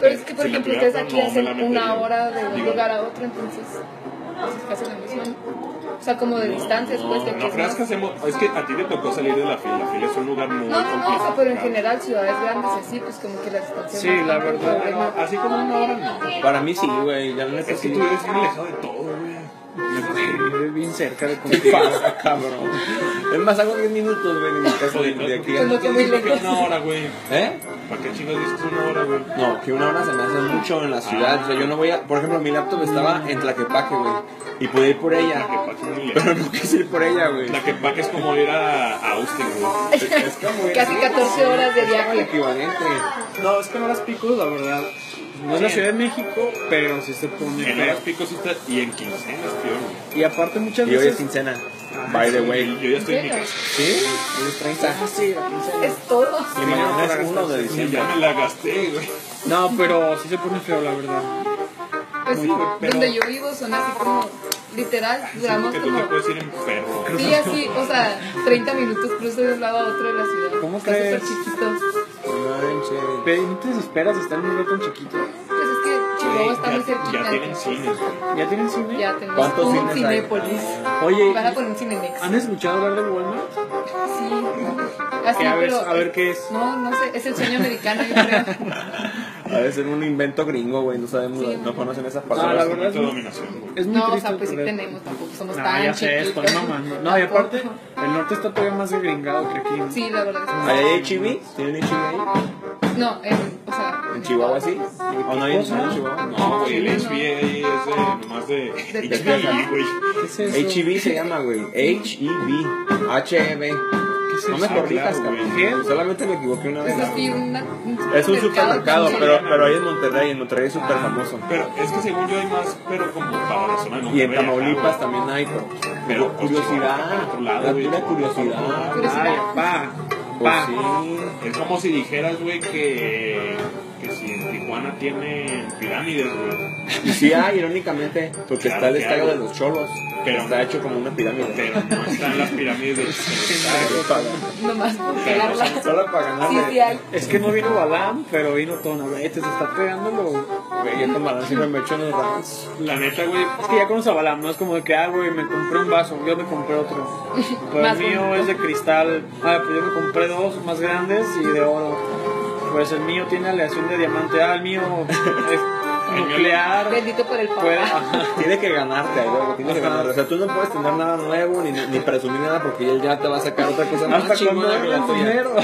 [SPEAKER 4] Pero es que, por
[SPEAKER 1] Si la
[SPEAKER 4] ejemplo,
[SPEAKER 1] tuviera,
[SPEAKER 4] ustedes aquí
[SPEAKER 1] no, me
[SPEAKER 4] hacen
[SPEAKER 1] la
[SPEAKER 4] una
[SPEAKER 1] metería.
[SPEAKER 4] hora de un
[SPEAKER 1] Digo-
[SPEAKER 4] lugar a otro, entonces pues, es casi lo mismo. ¿no? O sea, como de distancias, pues, de que
[SPEAKER 1] No
[SPEAKER 4] es
[SPEAKER 1] creas
[SPEAKER 4] más.
[SPEAKER 1] que hacemos. Es que a ti te tocó salir de la fila. La fila es un lugar muy
[SPEAKER 4] No, no, no, o sea,
[SPEAKER 1] complicado.
[SPEAKER 4] pero en general ciudades grandes y así, pues como que la distancia
[SPEAKER 2] Sí,
[SPEAKER 4] es más
[SPEAKER 2] la
[SPEAKER 4] grande,
[SPEAKER 2] verdad,
[SPEAKER 4] pero no.
[SPEAKER 1] Así como una hora, no.
[SPEAKER 3] Para mí sí, güey. Ya no
[SPEAKER 1] Es que tú eres bien alejado de todo, güey.
[SPEAKER 2] Vive bien cerca de
[SPEAKER 3] ¿Qué
[SPEAKER 2] contigo.
[SPEAKER 3] pasa, [laughs] cabrón? Es más, hago 10 minutos, güey, en mi casa de, de aquí.
[SPEAKER 4] Como
[SPEAKER 3] a-
[SPEAKER 4] que muy
[SPEAKER 1] que
[SPEAKER 4] lejos.
[SPEAKER 1] una hora, güey.
[SPEAKER 3] ¿Eh?
[SPEAKER 1] ¿Para qué chingos dices una hora, güey?
[SPEAKER 3] No, que una hora se me hace mucho en la ciudad. O sea, yo no voy a. Por ejemplo, mi laptop estaba en Tlaquepaque, güey. Y podía ir por ella.
[SPEAKER 1] La que pasa es muy lejos.
[SPEAKER 3] Pero no quise ir por ella, güey.
[SPEAKER 1] La que paga es como ir a, a Austin, güey.
[SPEAKER 3] Es como
[SPEAKER 1] pues,
[SPEAKER 3] ir-
[SPEAKER 4] Casi 14 horas de
[SPEAKER 3] Es como el
[SPEAKER 4] viaje.
[SPEAKER 3] equivalente.
[SPEAKER 2] No, es que en horas picos, la verdad. No es la Ciudad de México, pero sí se pone
[SPEAKER 1] En
[SPEAKER 2] feo.
[SPEAKER 1] horas picos y ta- y en quincenas, peor, güey.
[SPEAKER 2] Y aparte muchas
[SPEAKER 3] Y hoy es
[SPEAKER 2] veces...
[SPEAKER 3] quincena. By the way.
[SPEAKER 1] Yo ya estoy en mi casa.
[SPEAKER 3] ¿Sí? Unos 30.
[SPEAKER 4] Es todo.
[SPEAKER 3] Y mañana es 1 de
[SPEAKER 1] Y
[SPEAKER 3] diciembre.
[SPEAKER 1] ya me la gasté, güey.
[SPEAKER 2] No, pero sí se pone feo, la verdad.
[SPEAKER 4] Pues sí,
[SPEAKER 2] Muy bien, pero-
[SPEAKER 4] donde yo vivo son así como, literal,
[SPEAKER 1] Siento
[SPEAKER 4] duramos
[SPEAKER 1] que tú
[SPEAKER 4] como,
[SPEAKER 1] te puedes ir en perro.
[SPEAKER 4] sí, así, o sea, 30 minutos cruzo de un lado a otro de la ciudad.
[SPEAKER 2] ¿Cómo
[SPEAKER 4] Está súper
[SPEAKER 2] crees?
[SPEAKER 4] chiquito.
[SPEAKER 3] Manches.
[SPEAKER 2] Pero no te desesperas de estar en un lugar tan chiquito.
[SPEAKER 4] Pues es que Chihuahua está muy
[SPEAKER 1] Ya, ya tienen
[SPEAKER 4] cerquita.
[SPEAKER 1] cines, güey.
[SPEAKER 2] ¿Ya tienen cine?
[SPEAKER 4] Ya tenemos
[SPEAKER 3] ¿Cuántos
[SPEAKER 4] un
[SPEAKER 3] cines hay?
[SPEAKER 4] Cinépolis.
[SPEAKER 2] Oye,
[SPEAKER 4] Van a poner un Cinemex.
[SPEAKER 2] ¿han escuchado hablar de Walmart?
[SPEAKER 3] Ah,
[SPEAKER 4] Sí. Así,
[SPEAKER 2] Que a, ver,
[SPEAKER 4] pero-
[SPEAKER 2] a ver qué es.
[SPEAKER 4] No, no sé, es el sueño americano, yo creo.
[SPEAKER 3] [laughs] A veces ser un invento gringo, güey. No sabemos, no conocen esa
[SPEAKER 2] Ah, la
[SPEAKER 3] palabra.
[SPEAKER 2] verdad es
[SPEAKER 1] Momento de
[SPEAKER 2] muy,
[SPEAKER 1] dominación, güey.
[SPEAKER 2] es muy
[SPEAKER 4] No, o
[SPEAKER 2] triste.
[SPEAKER 4] sea, pues sí
[SPEAKER 2] pero-
[SPEAKER 4] tenemos, tampoco somos
[SPEAKER 2] No,
[SPEAKER 4] tan
[SPEAKER 2] ya sé,
[SPEAKER 4] chiquitos.
[SPEAKER 2] estoy mamando. No, y aparte,
[SPEAKER 4] Tampoco.
[SPEAKER 2] el norte está todavía más gringado que aquí.
[SPEAKER 4] Sí, la verdad es que
[SPEAKER 3] ¿Ahí hay chibi? ¿Tienen chibi ahí?
[SPEAKER 4] sí. No, en, o sea...
[SPEAKER 3] ¿En Chihuahua sí? ¿O no hay en
[SPEAKER 2] cosa?
[SPEAKER 3] Chihuahua?
[SPEAKER 1] No, güey, el
[SPEAKER 4] no.
[SPEAKER 1] HBA ahí es de, nomás de... [laughs]
[SPEAKER 4] De
[SPEAKER 1] HBA, güey.
[SPEAKER 2] ¿Qué es eso?
[SPEAKER 3] HEB se llama, güey. HEB. HEB.
[SPEAKER 2] es
[SPEAKER 3] E No me
[SPEAKER 1] eso?
[SPEAKER 3] corrijas,
[SPEAKER 1] Claro, güey.
[SPEAKER 3] cabrón. Solamente me equivoqué una vez.
[SPEAKER 4] Es así una, un
[SPEAKER 3] Es un
[SPEAKER 4] supermercado,
[SPEAKER 3] supermercado,
[SPEAKER 4] sí.
[SPEAKER 3] pero, pero ahí en Monterrey. En Monterrey es súper famoso.
[SPEAKER 1] Pero es que según yo hay más, pero como para la zona de
[SPEAKER 3] Y
[SPEAKER 1] Monterrey.
[SPEAKER 3] en Tamaulipas también hay, pero.
[SPEAKER 1] Pero,
[SPEAKER 3] Pero
[SPEAKER 1] pues, Chihuahua, por
[SPEAKER 3] curiosidad.
[SPEAKER 1] otro lado,
[SPEAKER 3] La
[SPEAKER 1] güey,
[SPEAKER 3] pura
[SPEAKER 1] por-
[SPEAKER 3] curiosidad.
[SPEAKER 2] Ay,
[SPEAKER 4] Curiosidad.
[SPEAKER 2] pa,
[SPEAKER 3] Pues
[SPEAKER 2] pa.
[SPEAKER 3] sí.
[SPEAKER 1] Es como si dijeras, güey, que, que si en Tijuana tienen pirámides, güey.
[SPEAKER 3] Y sí hay, irónicamente, porque
[SPEAKER 1] Claro
[SPEAKER 3] está el
[SPEAKER 1] que
[SPEAKER 3] estadio
[SPEAKER 1] hay.
[SPEAKER 3] de los cholos.
[SPEAKER 1] Pero-
[SPEAKER 3] está hecho como una pirámide.
[SPEAKER 1] Pero no están las pirámides
[SPEAKER 4] [laughs]
[SPEAKER 1] de Chichen
[SPEAKER 3] Solo para-
[SPEAKER 4] Nomás por pegarla.
[SPEAKER 3] Solo para
[SPEAKER 4] Sí,
[SPEAKER 3] ganarle.
[SPEAKER 4] sí hay.
[SPEAKER 2] Es que no vino Balam, pero vino Tonabrete, se está pegando lo...
[SPEAKER 3] Güey, yo con balón siempre me echo unos rounds.
[SPEAKER 1] La neta, güey,
[SPEAKER 2] Es que ya conoces a Balam, no es como de que, ah, güey, me compré un vaso, yo me compré otro. Pero
[SPEAKER 4] Más
[SPEAKER 2] el mío
[SPEAKER 4] bonito.
[SPEAKER 2] es de cristal, ah, pues yo me compré dos más grandes y de oro. Pues el mío tiene aleación de diamante, ah, el mío
[SPEAKER 1] [laughs]
[SPEAKER 2] es nuclear.
[SPEAKER 4] Bendito por el [laughs]
[SPEAKER 2] Puede-
[SPEAKER 3] Ah,
[SPEAKER 4] papá.
[SPEAKER 2] ajá.
[SPEAKER 3] [laughs] Tiene que ganarte, güey. Tiene que
[SPEAKER 2] Ajá.
[SPEAKER 3] ganarte. O sea, tú no puedes tener nada nuevo ni, ni presumir nada porque él ya te va a sacar otra cosa más
[SPEAKER 2] Hasta cuando
[SPEAKER 3] chingona que la
[SPEAKER 2] ganas
[SPEAKER 3] tuya.
[SPEAKER 2] dinero.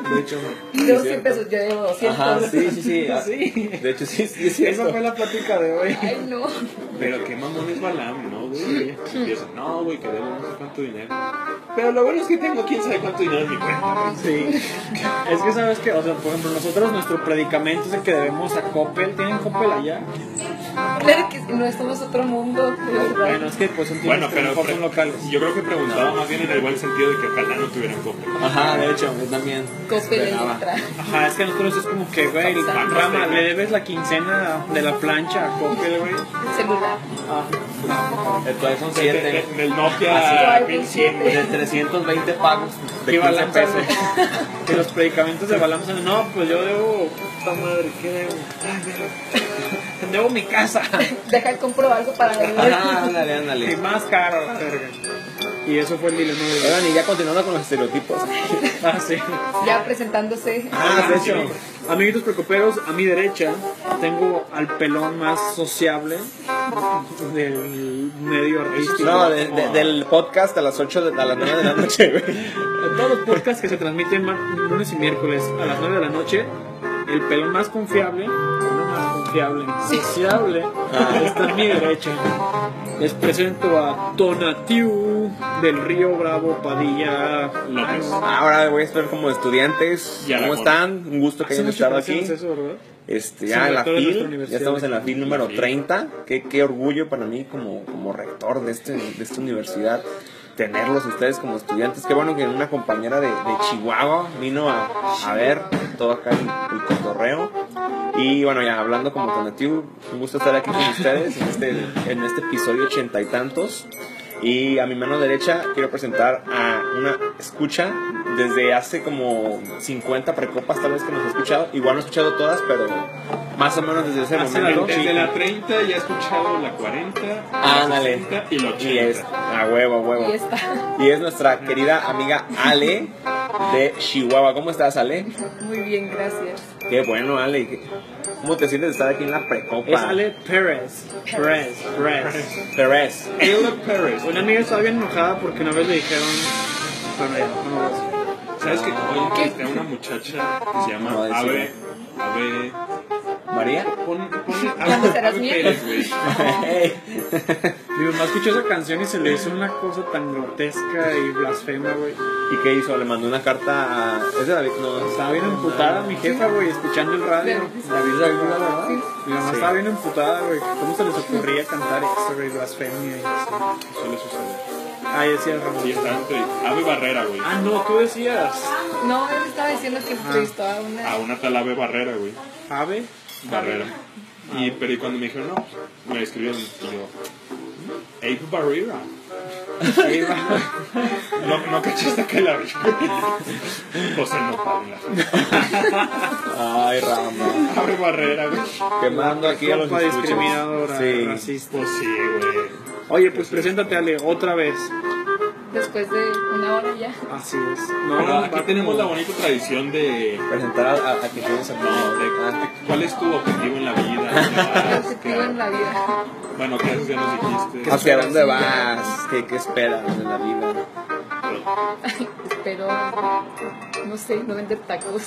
[SPEAKER 3] [laughs] de, de hecho,
[SPEAKER 4] Y luego 100 pesos, yo debo 200.
[SPEAKER 3] Ajá, sí, sí,
[SPEAKER 4] [laughs]
[SPEAKER 3] sí. ah,
[SPEAKER 2] Sí.
[SPEAKER 3] De hecho, sí, sí, es
[SPEAKER 2] Esa
[SPEAKER 3] cierto.
[SPEAKER 2] fue la plática de hoy.
[SPEAKER 4] Ay, no.
[SPEAKER 1] pero qué mamón es Balam, ¿no, güey? Empiezan, no, güey, que debo no sé cuánto dinero.
[SPEAKER 3] Pero lo bueno es que
[SPEAKER 1] Tengo quién sabe cuánto dinero en mi cuenta.
[SPEAKER 2] Sí. [laughs] Es que sabes que, o sea, por ejemplo, nosotros nuestro predicamento es el que debemos a Coppel. ¿Tienen Coppel allá?
[SPEAKER 4] Claro que no somos otro mundo. de verdad.
[SPEAKER 2] Bueno, es que pues son
[SPEAKER 1] Bueno,
[SPEAKER 2] tiendas que a lo
[SPEAKER 1] pero
[SPEAKER 2] mejor son locales.
[SPEAKER 1] yo creo que preguntaba más bien en el buen sentido de que ojalá no tuvieran compra.
[SPEAKER 3] Ajá, de hecho, yo también.
[SPEAKER 4] Coppel
[SPEAKER 3] esperaba.
[SPEAKER 4] entra.
[SPEAKER 2] Ajá, es que a nosotros es como que, güey, rama, le debes la quincena de la plancha a Coppel, güey.
[SPEAKER 4] Celular.
[SPEAKER 2] Ah,
[SPEAKER 3] El tu iPhone
[SPEAKER 1] De- de-
[SPEAKER 3] 7.
[SPEAKER 1] de- Del Nokia
[SPEAKER 4] Así.
[SPEAKER 1] 1100, güey.
[SPEAKER 3] De 320 pagos. De
[SPEAKER 2] y
[SPEAKER 3] 15
[SPEAKER 2] balanza
[SPEAKER 3] pesos.
[SPEAKER 2] de- de los predicamentos de balanza. No, pues yo debo. Puta madre, ¿qué debo? Ay, debo- [laughs] Debo mi casa.
[SPEAKER 4] Deja el compro algo para
[SPEAKER 3] Ajá,
[SPEAKER 4] vender.
[SPEAKER 3] ándale,
[SPEAKER 2] Y
[SPEAKER 3] ándale.
[SPEAKER 2] más caro, la verga. Y eso fue el dilema de la-
[SPEAKER 3] Oigan, y ya continuando con los estereotipos.
[SPEAKER 2] Ah, sí.
[SPEAKER 4] Ya presentándose.
[SPEAKER 3] Ah, de hecho.
[SPEAKER 2] Amiguitos precoperos, a mi derecha tengo al pelón más sociable del medio artístico.
[SPEAKER 3] No, de- de- del podcast a las 8 de a las 9 de la noche, güey.
[SPEAKER 2] De todos los podcasts que se transmiten mar- lunes y miércoles a las 9 de la noche, el pelón más confiable, no más confiable, sociable, está a mi derecha. Les presento a Tonatiu del Río Bravo Padilla
[SPEAKER 1] López.
[SPEAKER 3] Ahora voy a estar como estudiantes.
[SPEAKER 1] Y a la
[SPEAKER 3] ¿Cómo
[SPEAKER 1] cola.
[SPEAKER 3] están? Un gusto que
[SPEAKER 2] Hace
[SPEAKER 3] hayan
[SPEAKER 2] mucho
[SPEAKER 3] estado
[SPEAKER 2] que
[SPEAKER 3] aquí.
[SPEAKER 2] hacemos eso, ¿verdad?
[SPEAKER 3] Este,
[SPEAKER 2] Sí,
[SPEAKER 3] ya en la
[SPEAKER 2] rector de nuestra
[SPEAKER 3] FIL, ya
[SPEAKER 2] universidad.
[SPEAKER 3] estamos en la FIL número
[SPEAKER 1] Sí.
[SPEAKER 3] 30. Qué, qué orgullo para mí como, como rector de, este, de esta universidad tenerlos ustedes como estudiantes. Qué bueno que una compañera de, de Chihuahua vino a, a ver todo acá el, el cotorreo. Y bueno, ya hablando como alternativo, un gusto estar aquí con ustedes en este, en este episodio ochenta y tantos. Y a mi mano derecha quiero presentar a una escucha desde hace como 50 precopas tal vez que nos ha escuchado. Igual no he escuchado todas, pero más o menos desde ese
[SPEAKER 2] Hace
[SPEAKER 3] momento.
[SPEAKER 2] la
[SPEAKER 1] Desde la 30 ya he escuchado la 40,
[SPEAKER 2] Ah,
[SPEAKER 1] la
[SPEAKER 3] Ándale.
[SPEAKER 1] 60 y la 80.
[SPEAKER 3] Y es a huevo, a huevo.
[SPEAKER 4] Y está.
[SPEAKER 3] Y es nuestra querida amiga Ale de Chihuahua. ¿Cómo estás, Ale?
[SPEAKER 4] Muy bien, gracias.
[SPEAKER 3] Qué bueno, Ale. ¿Cómo te sientes de estar aquí en la precopa?
[SPEAKER 2] Es Ale Pérez. Pérez, Pérez.
[SPEAKER 3] Pérez.
[SPEAKER 1] Ayla Perez.
[SPEAKER 2] Una amiga estaba bien enojada porque una vez le dijeron. Bueno, ya, no lo voy a decir.
[SPEAKER 1] ¿Sabes que Oye, está una muchacha que se llama
[SPEAKER 3] No, decía.
[SPEAKER 1] Ave. Ave.
[SPEAKER 3] ¿María?
[SPEAKER 1] Pon, pon,
[SPEAKER 4] ¿Cómo
[SPEAKER 1] Ave,
[SPEAKER 4] serás
[SPEAKER 1] Ave
[SPEAKER 4] mía?
[SPEAKER 1] Pérez, güey.
[SPEAKER 2] Digo, no escuchó esa canción y se le hizo una cosa tan grotesca y blasfema, güey.
[SPEAKER 3] ¿Y qué hizo? Le mandó una carta a. ¿Es de David? No,
[SPEAKER 2] Estaba bien emputada mi jefa, güey, escuchando el radio.
[SPEAKER 4] pues,
[SPEAKER 2] David Dávila, ¿verdad? Mi mamá estaba bien emputada, güey. ¿Cómo se les ocurría cantar eso, güey? Blasfemia y eso.
[SPEAKER 1] Suele suceder.
[SPEAKER 2] Ah, decía el
[SPEAKER 1] Y
[SPEAKER 2] Ramón.
[SPEAKER 1] está entre Ave Barrera, güey.
[SPEAKER 2] Ah, no, tú decías.
[SPEAKER 4] No, él estaba diciendo que entrevistó a
[SPEAKER 1] A
[SPEAKER 4] una.
[SPEAKER 1] una tal Ave Barrera, güey.
[SPEAKER 2] Ave.
[SPEAKER 1] Barrera. Y, pero y cuando me dijeron, no, pues, me escribieron, y yo, Abe Barrera.
[SPEAKER 2] Ahí va.
[SPEAKER 1] No, no cachaste que la vi. Pues, O sea, no, Paula.
[SPEAKER 3] Ay, Rama.
[SPEAKER 1] Abre barrera, güey.
[SPEAKER 3] Quemando aquí a los
[SPEAKER 2] Compa
[SPEAKER 3] escuchas.
[SPEAKER 2] discriminadora,
[SPEAKER 3] Sí.
[SPEAKER 2] racista.
[SPEAKER 1] Pues sí, güey.
[SPEAKER 2] Oye, pues preséntate, Ale, otra vez.
[SPEAKER 4] Después de una hora ya.
[SPEAKER 2] Así es. No,
[SPEAKER 1] Pero
[SPEAKER 2] va
[SPEAKER 1] aquí
[SPEAKER 2] como-
[SPEAKER 1] tenemos la bonita tradición de.
[SPEAKER 3] Presentar a, a, a que tienes a
[SPEAKER 1] No, de cuál es tu objetivo en la [laughs] vida.
[SPEAKER 4] El objetivo en la vida.
[SPEAKER 1] Bueno, ¿qué haces? Ya nos dijiste.
[SPEAKER 3] ¿Hacia dónde vas? ¿Qué, qué esperas de la vida?
[SPEAKER 4] Espero. No sé, no vender tacos.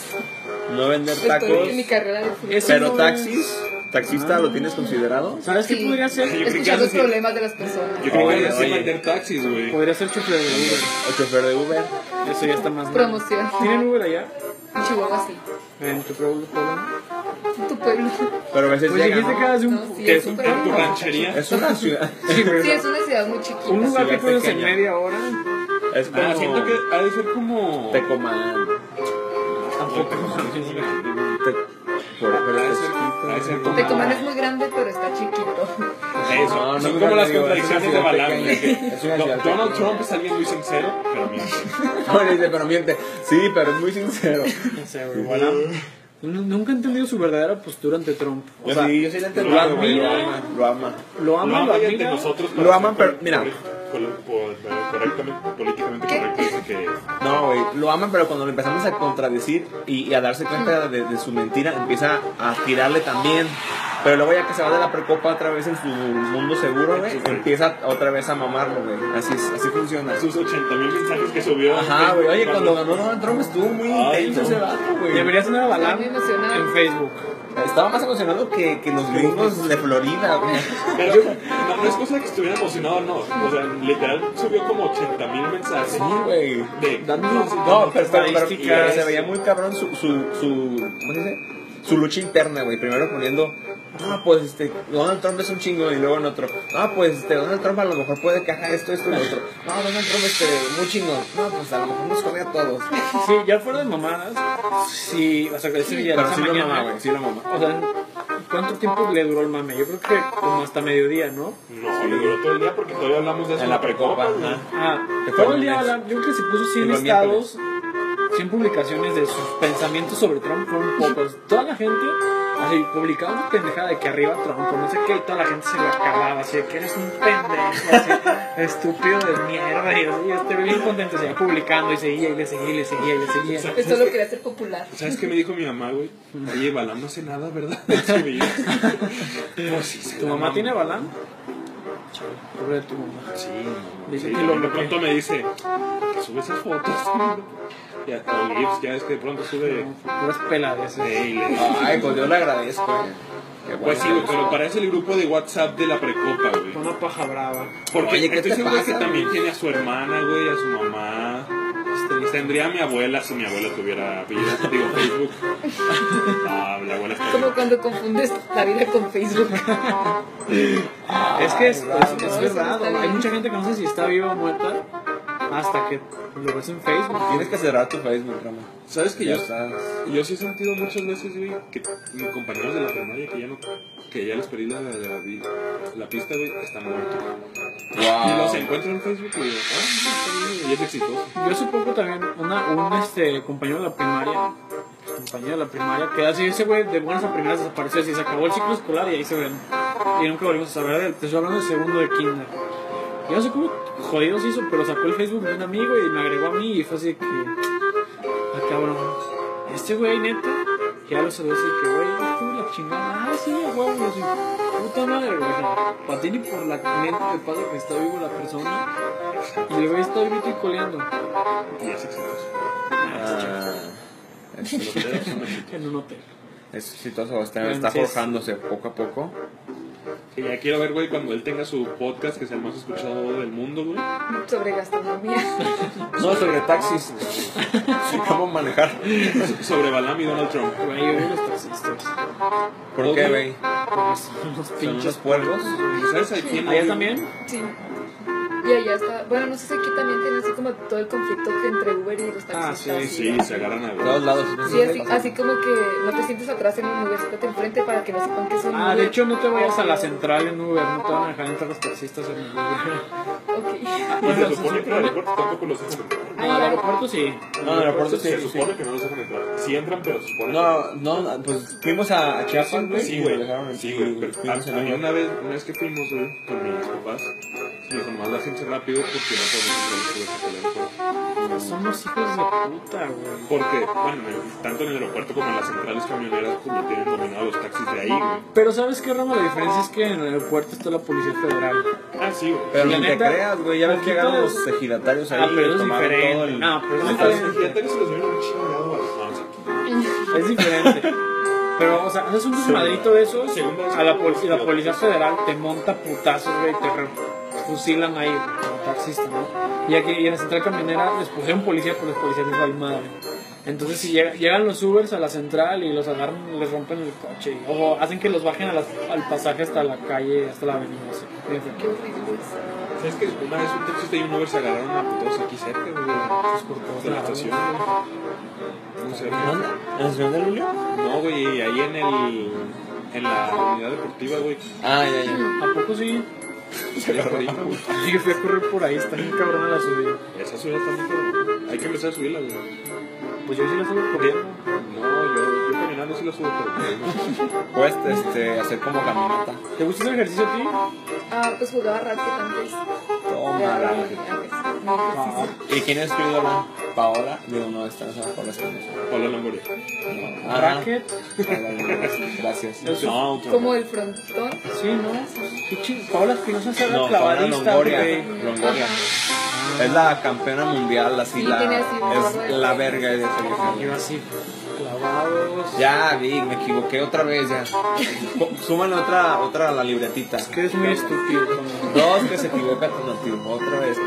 [SPEAKER 3] No vender
[SPEAKER 4] Estoy
[SPEAKER 3] tacos.
[SPEAKER 4] en mi carrera de fútbol.
[SPEAKER 2] Eso
[SPEAKER 3] Pero
[SPEAKER 2] no
[SPEAKER 3] taxis, taxista, ¿lo tienes considerado?
[SPEAKER 2] ¿Sabes qué
[SPEAKER 4] Sí.
[SPEAKER 2] podría ser?
[SPEAKER 1] creo que
[SPEAKER 4] Escuchar los
[SPEAKER 1] antes-
[SPEAKER 4] problemas de las personas.
[SPEAKER 1] Yo creo que
[SPEAKER 3] Oye,
[SPEAKER 1] ahora sí
[SPEAKER 3] oye.
[SPEAKER 1] vender taxis, güey.
[SPEAKER 2] Podría ser chufle de Uber.
[SPEAKER 3] El chofer de Uber.
[SPEAKER 2] Eso ya está más.
[SPEAKER 4] Promoción.
[SPEAKER 2] ¿Tienen Uber allá?
[SPEAKER 4] En Chihuahua sí.
[SPEAKER 2] En tu pueblo. pueblo?
[SPEAKER 4] En tu pueblo.
[SPEAKER 3] Pero a veces
[SPEAKER 2] Pues
[SPEAKER 3] llega,
[SPEAKER 2] dijiste
[SPEAKER 3] ¿no?
[SPEAKER 2] que eras de un.
[SPEAKER 4] No, sí,
[SPEAKER 1] Que es
[SPEAKER 4] es
[SPEAKER 1] un
[SPEAKER 4] un
[SPEAKER 1] en tu
[SPEAKER 4] pueblo.
[SPEAKER 1] ranchería.
[SPEAKER 3] Es una ciudad.
[SPEAKER 2] Sí, güey.
[SPEAKER 4] Sí, es una ciudad muy chiquita.
[SPEAKER 2] Un lugar que
[SPEAKER 3] ciudad
[SPEAKER 2] puedes en
[SPEAKER 3] pequeña.
[SPEAKER 2] media hora.
[SPEAKER 3] Es como.
[SPEAKER 1] Ah, siento que ha de ser como.
[SPEAKER 3] Te coman. Te... Por este-
[SPEAKER 1] Ha
[SPEAKER 3] pero
[SPEAKER 1] de
[SPEAKER 3] es
[SPEAKER 1] ser- ha de ser como.
[SPEAKER 4] Tecomán es muy grande, pero está chiquito. [laughs]
[SPEAKER 1] Eso,
[SPEAKER 3] No, no
[SPEAKER 1] son
[SPEAKER 3] creo
[SPEAKER 1] como
[SPEAKER 3] que
[SPEAKER 1] las
[SPEAKER 3] digo,
[SPEAKER 1] contradicciones
[SPEAKER 3] es
[SPEAKER 1] de
[SPEAKER 3] una ciudad
[SPEAKER 1] Balán. de que
[SPEAKER 3] pequeña. Es una
[SPEAKER 1] Do-
[SPEAKER 3] ciudad
[SPEAKER 1] Donald
[SPEAKER 3] pequeña.
[SPEAKER 1] Trump es alguien muy sincero, pero miente.
[SPEAKER 3] [laughs] Bueno, dice, pero miente. Sí, pero es muy sincero.
[SPEAKER 2] No sé, güey. voilà.
[SPEAKER 3] ¿ah?
[SPEAKER 2] Nu- Nunca he entendido su verdadera postura ante Trump. O
[SPEAKER 3] Yo
[SPEAKER 2] sea,
[SPEAKER 3] sí, yo sí le entiendo.
[SPEAKER 1] lo
[SPEAKER 3] Lo ama,
[SPEAKER 1] admiro.
[SPEAKER 3] lo ama. Lo
[SPEAKER 1] Lo
[SPEAKER 3] ama.
[SPEAKER 2] lo ama, lo
[SPEAKER 1] aman de
[SPEAKER 2] admira.
[SPEAKER 1] nosotros.
[SPEAKER 3] Lo aman,
[SPEAKER 1] ser
[SPEAKER 3] pero- mira.
[SPEAKER 1] col- col- col- Correctamente, políticamente correcto. dice que
[SPEAKER 3] No, güey, lo aman, pero cuando lo empezamos a contradecir y, y a darse cuenta de, de su mentira, empieza a tirarle también. Pero luego ya que se va de la precopa otra vez en su mundo seguro, güey, empieza otra vez a mamarlo, güey. Así, es- así funciona.
[SPEAKER 1] sus 80 mil mensajes que subió.
[SPEAKER 3] Ajá, güey. Oye, cuando ganó Donald Trump estuvo muy
[SPEAKER 1] Ay,
[SPEAKER 3] intenso
[SPEAKER 1] no.
[SPEAKER 3] ese vato, güey.
[SPEAKER 2] Debería tener a Balam
[SPEAKER 4] Muy emocionado.
[SPEAKER 2] en Facebook.
[SPEAKER 3] Estaba más emocionado que, que los gringos de Florida, güey.
[SPEAKER 1] Pero no, no es cosa de que estuviera emocionado, no. O sea, literal subió como 80 mil mensajes.
[SPEAKER 3] Sí, güey.
[SPEAKER 1] De-
[SPEAKER 3] Dando-
[SPEAKER 1] no, sí,
[SPEAKER 3] No, pero, pero- pero-
[SPEAKER 2] estadísticas.
[SPEAKER 3] pero se veía muy cabrón su, su, su, ¿cómo se dice? Su lucha interna, güey. Primero poniendo, ah, pues este, Donald Trump es un chingo. Y luego en otro, ah, pues este, Donald Trump a lo mejor puede que haga esto, esto y lo otro. No, Donald Trump este, muy chingón. No, pues a lo mejor nos jode a todos.
[SPEAKER 2] Sí, ya fuera de mamadas. Sí, o sea, que decir ya
[SPEAKER 3] Pero
[SPEAKER 2] esa
[SPEAKER 3] sí lo
[SPEAKER 2] mañana.
[SPEAKER 3] mamá, güey, sí lo mamá.
[SPEAKER 2] O sea, ¿cuánto tiempo le duró el mame? Yo creo que como hasta mediodía, ¿no?
[SPEAKER 1] No, le duró todo el día porque todavía hablamos de eso
[SPEAKER 3] En la precopa,
[SPEAKER 1] güey.
[SPEAKER 3] ajá.
[SPEAKER 2] Ah,
[SPEAKER 3] Que fue
[SPEAKER 2] todo el
[SPEAKER 3] el
[SPEAKER 2] día,
[SPEAKER 3] lunes.
[SPEAKER 2] Alan, yo creo que se puso
[SPEAKER 3] Y
[SPEAKER 2] 100
[SPEAKER 3] fue el miércoles.
[SPEAKER 2] estados, 100 publicaciones de sus pensamientos sobre Trump, fueron pocos. Toda la gente, así, publicaba una pendejada de que arriba Trump, o no sé qué, y toda la gente se lo acababa, así, de que eres un pendejo, así, [laughs] estúpido de mierda, y así, este güey bien contento, seguía publicando, y seguía, y le seguía, y le seguía, y le seguía.
[SPEAKER 4] Esto lo quería hacer popular.
[SPEAKER 1] ¿Sabes qué me dijo mi mamá, güey? Oye, Balam no hace nada, ¿verdad? [laughs] En su vida. Pues sí, se
[SPEAKER 2] ¿Tu
[SPEAKER 1] la
[SPEAKER 2] mamá
[SPEAKER 1] mamó.
[SPEAKER 2] tiene balán? Pobre de tu mamá.
[SPEAKER 1] Sí, mamá,
[SPEAKER 2] Dice
[SPEAKER 1] sí,
[SPEAKER 2] que lo
[SPEAKER 1] de
[SPEAKER 2] bloqueé.
[SPEAKER 1] pronto me dice, que sube esas fotos. Y a o GIFs, ya es que de pronto sube.
[SPEAKER 2] Puras peladas.
[SPEAKER 1] Ey, le-
[SPEAKER 3] Ay, pues yo le agradezco, güey. Qué
[SPEAKER 1] Pues sí,
[SPEAKER 3] bueno.
[SPEAKER 1] güey, pero para eso el grupo de WhatsApp de la precopa, güey.
[SPEAKER 2] Con una paja brava.
[SPEAKER 1] Porque
[SPEAKER 3] Oye, ¿qué
[SPEAKER 1] estoy
[SPEAKER 3] te
[SPEAKER 1] seguro
[SPEAKER 3] pasa,
[SPEAKER 1] que
[SPEAKER 3] güey?
[SPEAKER 1] también tiene a su hermana, güey, a su mamá. Este, Tendría a mi abuela si mi abuela tuviera vida. Digo, Facebook. Ah, la abuela está
[SPEAKER 4] Como cuando confundes la vida con Facebook. [laughs]
[SPEAKER 2] Es que es,
[SPEAKER 3] Ay,
[SPEAKER 2] es-
[SPEAKER 4] no,
[SPEAKER 2] es
[SPEAKER 4] eso no
[SPEAKER 2] verdad,
[SPEAKER 4] está
[SPEAKER 2] hay
[SPEAKER 4] bien.
[SPEAKER 2] mucha gente que no sé si está viva o muerta hasta que lo ves en Facebook.
[SPEAKER 3] Tienes que cerrar tu Facebook, Rama.
[SPEAKER 1] ¿Sabes que
[SPEAKER 3] Ya
[SPEAKER 1] yo,
[SPEAKER 3] estás.
[SPEAKER 1] yo sí he sentido muchas veces, güey, que mis compañeros de la primaria que ya no. Que ya les perdí la, la, la, la pista, güey, están muertos. Y los encuentro en Facebook y digo, ah, está bien, güey, y es exitoso.
[SPEAKER 2] Yo supongo también una, un este, compañero de la primaria, compañero de la primaria, que así ese güey de buenas a primeras desapareció, así se acabó el ciclo escolar y ahí se ven. Y nunca volvimos a saber de él. Te estoy hablando de segundo de kinder. Yo no sé cómo jodidos hizo, pero sacó el Facebook de un amigo y me agregó a mí y fue así de que... Ah, cabrón. Este güey, neta, Que ya lo sabía así que, güey, tú la chingada. Ah, sí, a huevo, yo sí. Puta madre, güey. Para ti ni por la mente te pasa que está vivo la persona. Y el güey está vivito y coleando.
[SPEAKER 1] Y es exitoso.
[SPEAKER 3] Ah, es lo que es.
[SPEAKER 2] En un hotel.
[SPEAKER 3] Es exitoso, está,
[SPEAKER 2] Entonces-
[SPEAKER 3] está forjándose poco a poco.
[SPEAKER 1] Y ya quiero ver, güey, cuando él tenga su podcast, que sea el más escuchado del mundo, güey. [laughs]
[SPEAKER 4] Sobre gastronomía.
[SPEAKER 3] No, sobre taxis. ¿Cómo manejar?
[SPEAKER 1] Sobre Balam y Donald Trump.
[SPEAKER 2] Güey, yo veo los taxistas.
[SPEAKER 3] ¿Por qué, güey?
[SPEAKER 2] porque Son unos
[SPEAKER 3] ¿Son
[SPEAKER 2] pinches.
[SPEAKER 3] unos puercos?
[SPEAKER 1] ¿Sabes a quién?
[SPEAKER 2] ¿Allá también?
[SPEAKER 4] Sí. Y allá está. Bueno, no sé si aquí también tiene así como todo el conflicto que entre Uber y los taxistas.
[SPEAKER 2] Ah, sí,
[SPEAKER 1] Sí, se agarran a
[SPEAKER 3] De todos lados.
[SPEAKER 4] Sí, así, así como que no te sientes atrás en un Uber, siéntate enfrente para que no sepan que es un
[SPEAKER 2] Ah,
[SPEAKER 4] Uber.
[SPEAKER 2] de hecho, no te vayas a la central en Uber. No te van a dejar entrar los taxistas en el Uber.
[SPEAKER 4] Ok.
[SPEAKER 1] [laughs] Y se
[SPEAKER 2] [laughs]
[SPEAKER 1] supone que en el aeropuerto tampoco los dejan entrar.
[SPEAKER 2] Ah, en el aeropuerto sí.
[SPEAKER 3] No, en el aeropuerto sí.
[SPEAKER 1] Se supone que no los dejan entrar. Sí entran, pero se supone
[SPEAKER 3] No, no, pues fuimos a Chiapas, güey.
[SPEAKER 1] Sí,
[SPEAKER 3] y
[SPEAKER 1] güey.
[SPEAKER 3] lo dejaron en-
[SPEAKER 1] Sí, güey. pero
[SPEAKER 3] fuimos
[SPEAKER 1] a-
[SPEAKER 3] en
[SPEAKER 1] a mí
[SPEAKER 3] avión.
[SPEAKER 1] una vez, una vez que fuimos, güey, con mis papás, nos nomás la gente rápido porque no podemos entrar en el
[SPEAKER 2] Somos hijos de puta, güey.
[SPEAKER 1] Porque, bueno, en el- tanto en el aeropuerto como en las centrales camioneras, pues lo tienen dominado los taxis de ahí, güey.
[SPEAKER 2] Pero ¿sabes qué, Ramo? La diferencia es que en el aeropuerto está la Policía Federal.
[SPEAKER 3] Pues
[SPEAKER 1] Ah, sí, güey.
[SPEAKER 3] Pero
[SPEAKER 2] La
[SPEAKER 3] ni te
[SPEAKER 2] neta,
[SPEAKER 3] creas, güey. Ya ves que
[SPEAKER 2] poquito-
[SPEAKER 3] llegaron los ejidatarios ahí.
[SPEAKER 2] Ah, pero es
[SPEAKER 3] tomaron
[SPEAKER 2] diferente.
[SPEAKER 3] todo el-
[SPEAKER 2] No, pero es
[SPEAKER 1] Ah,
[SPEAKER 2] diferente.
[SPEAKER 1] los ejidatarios se los vieron un chingado a los
[SPEAKER 2] Es diferente. Pero, o sea, haces un desmadrito de esos a la, pol- y la Policía Federal te monta putazos, güey, te re- fusilan ahí, güey, como taxista, ¿no? Y aquí y en la central camionera les pusieron policía, pero los policías les valen madre. Entonces, si llega- llegan los Ubers a la central y los agarran, les rompen el coche, y- o hacen que los bajen a las- al pasaje hasta la calle, hasta la avenida, así, bien feo.
[SPEAKER 4] Qué horrible.
[SPEAKER 1] ¿Sabes que una vez un taxista y un Uber se agarraron a putazos aquí cerca, güey? Pues por todos de la estación. No sé, güey.
[SPEAKER 3] ¿Dónde? ¿En la ciudad de Lulio?
[SPEAKER 1] No, güey, ahí en el... En la unidad deportiva, güey.
[SPEAKER 3] Ah, ya, ya.
[SPEAKER 2] ¿A poco sí?
[SPEAKER 1] Se agarraron, güey.
[SPEAKER 2] Yo fui a correr por ahí, está bien cabrón la subida.
[SPEAKER 1] Esa subida está muy cabrón. Hay que empezar a subirla, güey.
[SPEAKER 2] Pues yo sí la subí corriendo.
[SPEAKER 1] No, yo, yo caminando sí la subo, pero...
[SPEAKER 3] Puedes este, hacer como caminata.
[SPEAKER 2] ¿Te gusta ese ejercicio a ti?
[SPEAKER 4] Ah, pues jugaba racket antes.
[SPEAKER 3] Toma.
[SPEAKER 4] Jugaba
[SPEAKER 3] la-
[SPEAKER 4] racket antes. No, pues, sí,
[SPEAKER 3] ¿Y quién es Paola? Paola. Digo, no, esta no es Paola, esta no es.
[SPEAKER 1] Hola, Lamborghini.
[SPEAKER 3] No. Ajá.
[SPEAKER 2] Racket.
[SPEAKER 3] Ah, Paola, no, Gracias.
[SPEAKER 2] Eso-
[SPEAKER 1] No,
[SPEAKER 4] sí.
[SPEAKER 1] otra
[SPEAKER 4] Como
[SPEAKER 1] vez.
[SPEAKER 4] el frontón.
[SPEAKER 2] Sí, ¿no? Qué ching... Paola Espinosa se
[SPEAKER 3] No,
[SPEAKER 2] la
[SPEAKER 3] Paola
[SPEAKER 2] clavadista,
[SPEAKER 3] Longoria.
[SPEAKER 2] güey.
[SPEAKER 3] Longoria. Es la campeona mundial, así
[SPEAKER 4] Sí,
[SPEAKER 3] la.
[SPEAKER 4] tiene así un gorro
[SPEAKER 3] Es
[SPEAKER 4] de-
[SPEAKER 3] la verga de esa
[SPEAKER 2] Yo
[SPEAKER 3] vieja.
[SPEAKER 2] así, clavados.
[SPEAKER 3] Ya, vi, me equivoqué otra vez, ya. [laughs] Co- Súmale otra, otra a la libretita.
[SPEAKER 2] Que eres muy estúpido. cabrón.
[SPEAKER 3] Dos que se equivoca tu nativo, otra vez.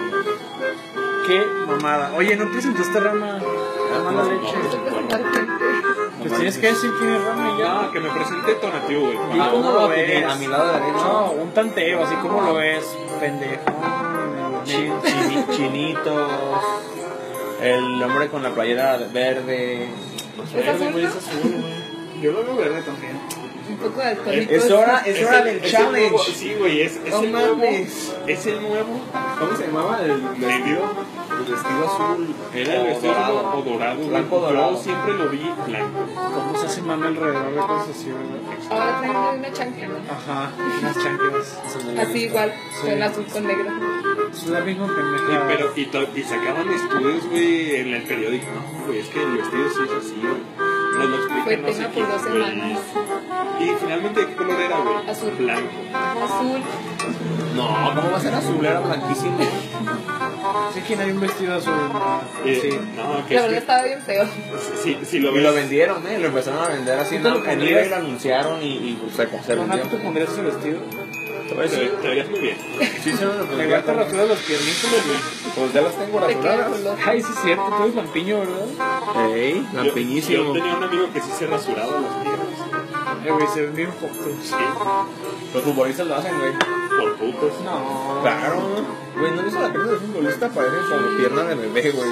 [SPEAKER 2] Qué mamada. Oye, ¿no presentaste rama? Rama la leche.
[SPEAKER 1] no.
[SPEAKER 2] Pues tienes que decir quién es rama y ya.
[SPEAKER 1] Ah, que me presenté Tonatiuh, güey.
[SPEAKER 2] Di
[SPEAKER 1] Ah,
[SPEAKER 2] cómo
[SPEAKER 3] no,
[SPEAKER 2] lo
[SPEAKER 3] porque
[SPEAKER 2] ves.
[SPEAKER 3] a mi lado derecho.
[SPEAKER 2] No, un tanteo, así como lo ves, pendejo.
[SPEAKER 3] Chi- chini- chinitos, el hombre con la playera verde.
[SPEAKER 4] ¿Es azul, no?
[SPEAKER 2] Yo lo veo verde también.
[SPEAKER 4] Un poco de alcohólico.
[SPEAKER 3] Es hora, Ah, es hora
[SPEAKER 1] el-
[SPEAKER 3] del
[SPEAKER 1] es el nuevo-
[SPEAKER 3] challenge.
[SPEAKER 1] Sí, güey, es, es
[SPEAKER 3] No
[SPEAKER 1] el nuevo.
[SPEAKER 3] mames.
[SPEAKER 1] Es el nuevo.
[SPEAKER 3] ¿Cómo se llamaba el
[SPEAKER 1] ¿Vestido?
[SPEAKER 3] El vestido azul.
[SPEAKER 1] Era el vestido dorado. o dorado. güey.
[SPEAKER 3] Blanco dorado.
[SPEAKER 1] Yo siempre lo vi blanco.
[SPEAKER 2] ¿Cómo se hace mame alrededor de cosas así, verdad?
[SPEAKER 4] Ahora traen una chancla. ¿no?
[SPEAKER 2] Ajá, unas chanclas.
[SPEAKER 4] Así igual,
[SPEAKER 2] Sí.
[SPEAKER 4] con azul con negro.
[SPEAKER 2] Es la misma
[SPEAKER 1] Y,
[SPEAKER 3] Ah.
[SPEAKER 2] pendeja.
[SPEAKER 1] pero, y, to- y sacaban estudios, güey, en el periódico. No, güey, es que el vestido sí es así, güey. Nos lo explican,
[SPEAKER 4] Fue
[SPEAKER 1] no
[SPEAKER 4] tema
[SPEAKER 1] sé
[SPEAKER 4] por
[SPEAKER 1] quién,
[SPEAKER 4] dos
[SPEAKER 1] güey.
[SPEAKER 4] semanas.
[SPEAKER 1] Y finalmente, ¿de qué color era, güey?
[SPEAKER 4] Azul.
[SPEAKER 1] Blanco.
[SPEAKER 4] Azul.
[SPEAKER 3] No, ¿cómo va a ser azul? Era blanquísimo.
[SPEAKER 2] Sí, que hay un vestido azul.
[SPEAKER 1] Eh,
[SPEAKER 2] Sí.
[SPEAKER 1] No, que
[SPEAKER 4] La
[SPEAKER 1] es
[SPEAKER 4] verdad
[SPEAKER 1] que-
[SPEAKER 4] estaba bien feo.
[SPEAKER 1] Si, si lo
[SPEAKER 3] Y
[SPEAKER 1] ves.
[SPEAKER 3] lo vendieron, ¿eh? Lo empezaron a vender así.
[SPEAKER 2] ¿Tú te
[SPEAKER 3] ¿no?
[SPEAKER 2] lo
[SPEAKER 3] En
[SPEAKER 2] pondrías?
[SPEAKER 3] eBay lo anunciaron y, y pues, se, se
[SPEAKER 2] Ajá, ¿tú te
[SPEAKER 3] vendió.
[SPEAKER 2] pondrías ese vestido?
[SPEAKER 1] Te, te veías muy bien.
[SPEAKER 3] Sí, se me lo
[SPEAKER 2] Me
[SPEAKER 3] pondría.
[SPEAKER 2] igual te rasuras los piernitos, güey.
[SPEAKER 3] Pues ya las tengo
[SPEAKER 4] Te queda
[SPEAKER 3] rasuradas.
[SPEAKER 4] color.
[SPEAKER 2] Ay, sí es cierto, tú eres lampiño, ¿verdad?
[SPEAKER 3] Ey,
[SPEAKER 1] Yo- Yo,
[SPEAKER 3] lampiñísimo.
[SPEAKER 1] tenía un amigo que sí se rasuraba las piernas.
[SPEAKER 2] Eh, güey, se ven bien fotos.
[SPEAKER 1] Sí,
[SPEAKER 3] Los futbolistas lo hacen, güey.
[SPEAKER 1] por putos.
[SPEAKER 2] No.
[SPEAKER 3] Claro. Güey, ¿no hizo la pierna del futbolista? Parece como pierna de bebé, güey.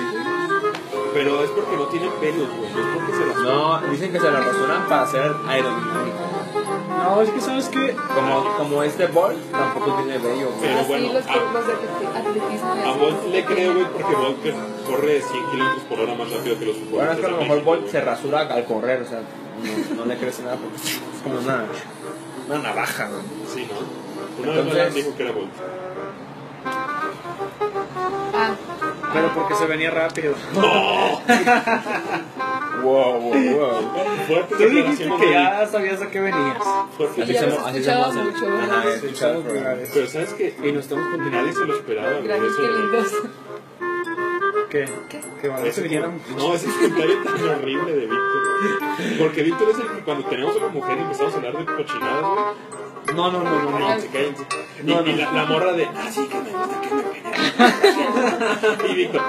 [SPEAKER 1] Pero es porque no tiene pelos, güey. No es porque se rasuran.
[SPEAKER 3] No, dicen que se la rasuran para hacer aerodinámico.
[SPEAKER 2] No, es que sabes que.
[SPEAKER 3] Como, como este bol tampoco tiene vello, güey.
[SPEAKER 1] Pero
[SPEAKER 4] Así
[SPEAKER 1] bueno,
[SPEAKER 4] Ah,
[SPEAKER 1] Ah,
[SPEAKER 4] los,
[SPEAKER 1] a-
[SPEAKER 4] los de atleti- atletismo. y
[SPEAKER 1] A
[SPEAKER 4] así.
[SPEAKER 1] Bolt le creo, güey, porque Bolt que corre 100 kilómetros por hora más rápido que los futbolistas.
[SPEAKER 3] Bueno, es que a lo
[SPEAKER 1] de
[SPEAKER 3] mejor
[SPEAKER 1] México,
[SPEAKER 3] Bolt
[SPEAKER 1] güey.
[SPEAKER 3] se rasura al correr, o sea, no, no le crece nada porque es como una, una navaja, güey.
[SPEAKER 1] Sí, ¿no? Una vez
[SPEAKER 3] Entonces-
[SPEAKER 1] Alan dijo que era
[SPEAKER 3] [laughs]
[SPEAKER 1] Bolt.
[SPEAKER 4] Ah,
[SPEAKER 2] Pero porque se venía rápido.
[SPEAKER 1] ¡No!
[SPEAKER 5] wow, wow, wow.
[SPEAKER 1] Fuertes
[SPEAKER 2] Tú dijiste
[SPEAKER 1] declaraciones
[SPEAKER 2] que
[SPEAKER 1] de-
[SPEAKER 2] ya sabías a qué venías.
[SPEAKER 1] fuertes
[SPEAKER 4] Y ya
[SPEAKER 1] declaraciones.
[SPEAKER 4] hemos escuchado mucho.
[SPEAKER 2] Ajá,
[SPEAKER 4] ¿verdad?
[SPEAKER 2] escuchamos que-
[SPEAKER 1] Pero ¿sabes qué?
[SPEAKER 2] Y nos estamos con
[SPEAKER 1] Nadie se lo esperaba. güey,
[SPEAKER 4] Gracias,
[SPEAKER 1] eso
[SPEAKER 4] qué
[SPEAKER 1] de-
[SPEAKER 4] lindos.
[SPEAKER 2] ¿Qué?
[SPEAKER 4] ¿Qué?
[SPEAKER 2] Que van a
[SPEAKER 1] Ese-
[SPEAKER 2] se vinieran. [laughs]
[SPEAKER 1] No, ese comentario tan horrible de Víctor. Porque Víctor es el que cuando tenemos una mujer y empezamos a hablar de cochinadas, güey.
[SPEAKER 2] No, no, no, no.
[SPEAKER 1] No,
[SPEAKER 2] no.
[SPEAKER 1] se cállense. Y,
[SPEAKER 2] No,
[SPEAKER 1] y
[SPEAKER 2] no.
[SPEAKER 1] la, la morra de, ah, sí, que me gusta que me peguen. [laughs] y Víctor,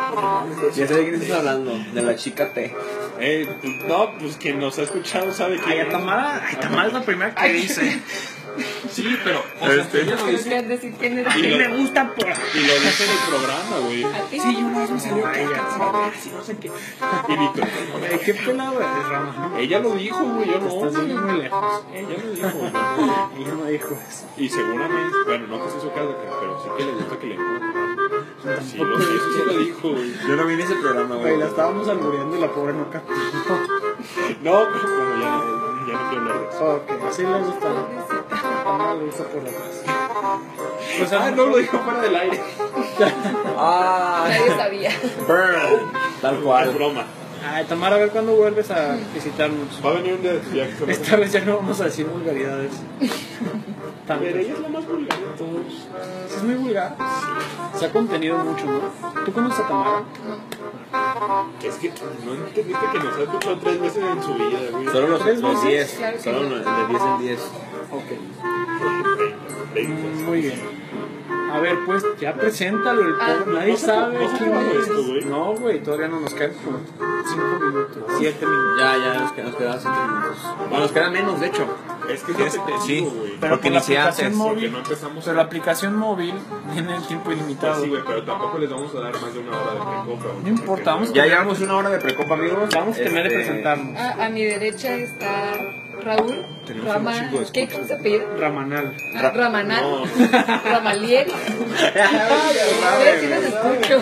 [SPEAKER 5] Ya sé de quién estás hablando, de la chica T.
[SPEAKER 1] eh, pues, no, pues quien nos ha escuchado sabe
[SPEAKER 2] Ay,
[SPEAKER 1] que.
[SPEAKER 2] a Tamara, ay, Tamara es la primera que [laughs] dice.
[SPEAKER 1] Sí, pero, o sea,
[SPEAKER 3] Este.
[SPEAKER 1] ella lo
[SPEAKER 4] Pero
[SPEAKER 1] dice
[SPEAKER 4] querías decir quién era.
[SPEAKER 1] Y lo-
[SPEAKER 2] gusta por.
[SPEAKER 1] y lo dice en el programa, güey.
[SPEAKER 4] ¿A ti?
[SPEAKER 2] Ay,
[SPEAKER 1] Y Víctor,
[SPEAKER 2] ay, qué pelado eres, Rama.
[SPEAKER 1] ella lo dijo, güey, yo no.
[SPEAKER 2] Estás
[SPEAKER 1] güey.
[SPEAKER 2] yendo muy lejos.
[SPEAKER 1] Ella lo dijo, güey.
[SPEAKER 2] Y no me dijo eso.
[SPEAKER 1] Y seguramente, bueno, no pues que sea su caso, pero sí que le gusta que le encuentren. Sí, lo, eso sí lo dijo, güey.
[SPEAKER 5] Yo no vi en ese programa,
[SPEAKER 2] Güey,
[SPEAKER 5] güey.
[SPEAKER 2] la estábamos albureando y la pobre no captó.
[SPEAKER 1] No, pues bueno, ya, no- ya no quiero hablar de eso.
[SPEAKER 2] Ok, sí le gusta. A Tamara le gusta por la paz. Pues
[SPEAKER 1] Ah, no, lo dijo fuera del aire.
[SPEAKER 5] Ah,
[SPEAKER 4] Nadie sabía.
[SPEAKER 5] burn. Tal
[SPEAKER 1] Ah, es
[SPEAKER 5] cual.
[SPEAKER 1] broma.
[SPEAKER 2] Ay, Tamara, a ver cuándo vuelves a visitarnos.
[SPEAKER 1] Va a venir un día ya que se
[SPEAKER 2] Esta vez ya no vamos a decir vulgaridades.
[SPEAKER 1] Pero
[SPEAKER 2] Tantas.
[SPEAKER 1] ella es la más vulgar de todos.
[SPEAKER 2] Sí, Es muy vulgar. Se ha contenido mucho, ¿no? ¿Tú conoces a Tamara?
[SPEAKER 1] Es que no entendiste que nos ha escuchado tres veces en su vida, güey.
[SPEAKER 5] Solo
[SPEAKER 2] ¿Tres
[SPEAKER 5] los, los
[SPEAKER 2] veces?
[SPEAKER 5] 10.
[SPEAKER 4] Claro que
[SPEAKER 5] Solo
[SPEAKER 4] no.
[SPEAKER 5] los de 10 en 10.
[SPEAKER 2] Ok.
[SPEAKER 1] Ventas.
[SPEAKER 2] Mm, Muy bien. A ver, pues ya preséntalo, el
[SPEAKER 4] Ah.
[SPEAKER 2] pobre. Nadie
[SPEAKER 1] No se-
[SPEAKER 2] sabe
[SPEAKER 1] no se
[SPEAKER 2] quién
[SPEAKER 1] acabó
[SPEAKER 2] es.
[SPEAKER 1] esto, güey.
[SPEAKER 2] No, güey, todavía no nos quedan como cinco minutos. Siete minutos.
[SPEAKER 5] Ya, ya, nos quedan, nos quedan 7 minutos. Bueno, nos quedan menos, de hecho.
[SPEAKER 1] Es que es lo que te
[SPEAKER 5] Sí.
[SPEAKER 1] digo, güey.
[SPEAKER 2] Pero
[SPEAKER 5] Porque
[SPEAKER 2] con la
[SPEAKER 5] inicié
[SPEAKER 2] aplicación
[SPEAKER 5] antes,
[SPEAKER 1] Porque
[SPEAKER 2] móvil.
[SPEAKER 1] no empezamos
[SPEAKER 2] Pero la aplicación móvil tiene el tiempo
[SPEAKER 1] Pues
[SPEAKER 2] ilimitado.
[SPEAKER 1] sí, güey, pero tampoco les vamos a dar más de una hora de precopa, güey.
[SPEAKER 2] No importa, vamos
[SPEAKER 5] Ya llevamos una hora de precopa, amigos.
[SPEAKER 2] Vamos a tener de
[SPEAKER 5] Este, [laughs]
[SPEAKER 2] presentarnos.
[SPEAKER 4] Ah, A, a mi derecha está Raúl.
[SPEAKER 1] Tenemos un
[SPEAKER 4] Rama.
[SPEAKER 1] chingo de
[SPEAKER 4] ¿Qué
[SPEAKER 1] escuchas.
[SPEAKER 4] se apellida?
[SPEAKER 2] Ramanal.
[SPEAKER 4] Ah, Ramanal.
[SPEAKER 1] No.
[SPEAKER 4] [laughs] Ramaliel. Mira, sí los escucho.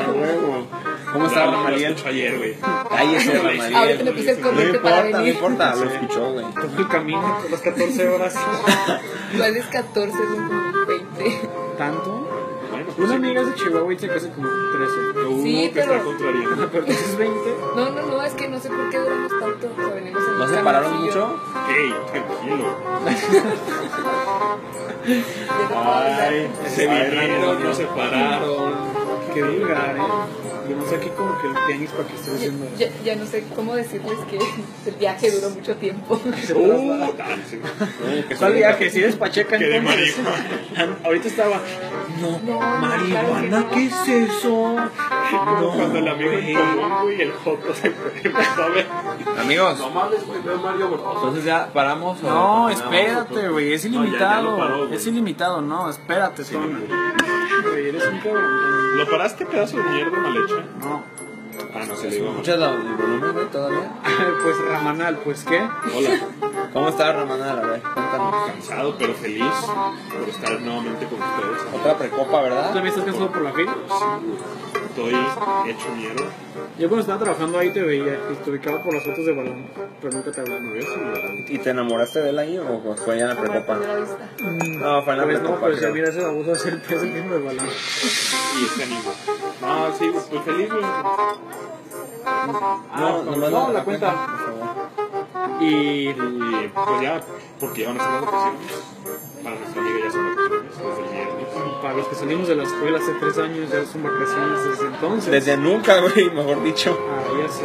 [SPEAKER 5] ¿Cómo
[SPEAKER 1] Ya,
[SPEAKER 5] está
[SPEAKER 1] lo
[SPEAKER 5] Ramaliel?
[SPEAKER 1] escuché ayer, güey.
[SPEAKER 5] Cállese, Ramaliel.
[SPEAKER 4] Ahorita me puse el
[SPEAKER 5] No
[SPEAKER 4] corriente para
[SPEAKER 5] importa, no
[SPEAKER 4] venir.
[SPEAKER 5] importa, lo escuchó, güey.
[SPEAKER 2] Todo el camino, [laughs] las 14 horas.
[SPEAKER 4] ¿Cuál es 14? Son como 20.
[SPEAKER 2] ¿Tanto?
[SPEAKER 1] Bueno, pues
[SPEAKER 2] Una
[SPEAKER 1] sí.
[SPEAKER 2] amiga es de Chihuahua y se casa como 13.
[SPEAKER 1] Hubo
[SPEAKER 4] Sí,
[SPEAKER 1] que estar
[SPEAKER 4] pero-
[SPEAKER 1] contrariando.
[SPEAKER 2] Pero entonces 20.
[SPEAKER 4] No, no, no, es que no sé por qué duramos tanto. pero venimos en
[SPEAKER 5] ¿No
[SPEAKER 4] un
[SPEAKER 5] se pararon
[SPEAKER 4] camioncillo.
[SPEAKER 5] mucho?
[SPEAKER 1] Ey, tranquilo.
[SPEAKER 4] Ya no puedo hablar.
[SPEAKER 1] Ay, se vinieron, nos separaron.
[SPEAKER 2] Qué vulgar, ¿eh? Yo no sé aquí como que el tenis para que esté
[SPEAKER 4] Ya,
[SPEAKER 2] haciendo eso.
[SPEAKER 4] ya- ya no sé cómo decirles que [laughs] el viaje duró mucho tiempo.
[SPEAKER 2] Oh.
[SPEAKER 1] Uh, tal, sí.
[SPEAKER 2] ¿Cuál viaje? Si eres pacheca,
[SPEAKER 1] Que de
[SPEAKER 2] entonces. [laughs] Ahorita estaba. No,
[SPEAKER 4] No,
[SPEAKER 2] marihuana,
[SPEAKER 4] claro que no.
[SPEAKER 2] ¿qué es eso? No,
[SPEAKER 1] Cuando el amigo en común, güey, el Joto se fue, [laughs] empezó a ver.
[SPEAKER 5] Amigos,
[SPEAKER 1] No mames, güey, veo Mario Bros.
[SPEAKER 5] entonces ya paramos. o
[SPEAKER 2] No,
[SPEAKER 5] continuamos?
[SPEAKER 2] espérate, güey, es
[SPEAKER 1] No, ya- ya
[SPEAKER 2] ilimitado.
[SPEAKER 1] lo paró, güey.
[SPEAKER 2] es ilimitado, no, espérate, Tony. Güey, eres un cabrón.
[SPEAKER 1] ¿Lo paraste pedazo de mierda mal hecha?
[SPEAKER 2] No. [laughs]
[SPEAKER 1] Ah, no se
[SPEAKER 5] ¿Se
[SPEAKER 1] le digo.
[SPEAKER 5] escucha la- el volumen, güey, todavía?
[SPEAKER 2] pues Ramanal, pues qué.
[SPEAKER 1] Hola.
[SPEAKER 5] ¿Cómo está Ramanal? A ver, cuéntanos.
[SPEAKER 1] Cansado, pero feliz por estar nuevamente con ustedes.
[SPEAKER 5] Otra precopa,
[SPEAKER 2] ¿Tú
[SPEAKER 5] ¿verdad?
[SPEAKER 2] también estás cansado por la fila?
[SPEAKER 1] Estoy hecho mierda.
[SPEAKER 2] Yo cuando estaba trabajando ahí te veía y te ubicaba por las fotos de balón, pero nunca te hablaba.
[SPEAKER 1] ¿No ves? güey?
[SPEAKER 5] ¿Y te enamoraste de él ahí o fue ya en la precopa?
[SPEAKER 4] La vista.
[SPEAKER 5] No, fue en la
[SPEAKER 2] Pues no,
[SPEAKER 5] precopa.
[SPEAKER 2] pero
[SPEAKER 5] creo.
[SPEAKER 2] si mira ese abuso es el peso mismo de balón.
[SPEAKER 1] Y este amigo. No, sí, pues feliz, güey.
[SPEAKER 2] Ah,
[SPEAKER 5] nomás
[SPEAKER 2] no, la cuenta.
[SPEAKER 5] por favor.
[SPEAKER 2] Y
[SPEAKER 1] Y pues ya, porque ya van a ser las vacaciones. Para nuestra amiga ya son vacaciones desde el viernes.
[SPEAKER 2] para los que salimos de la escuela hace tres años, ya son vacaciones desde entonces.
[SPEAKER 5] Desde nunca, [laughs] güey, mejor dicho.
[SPEAKER 2] Ah, ya [laughs] sé.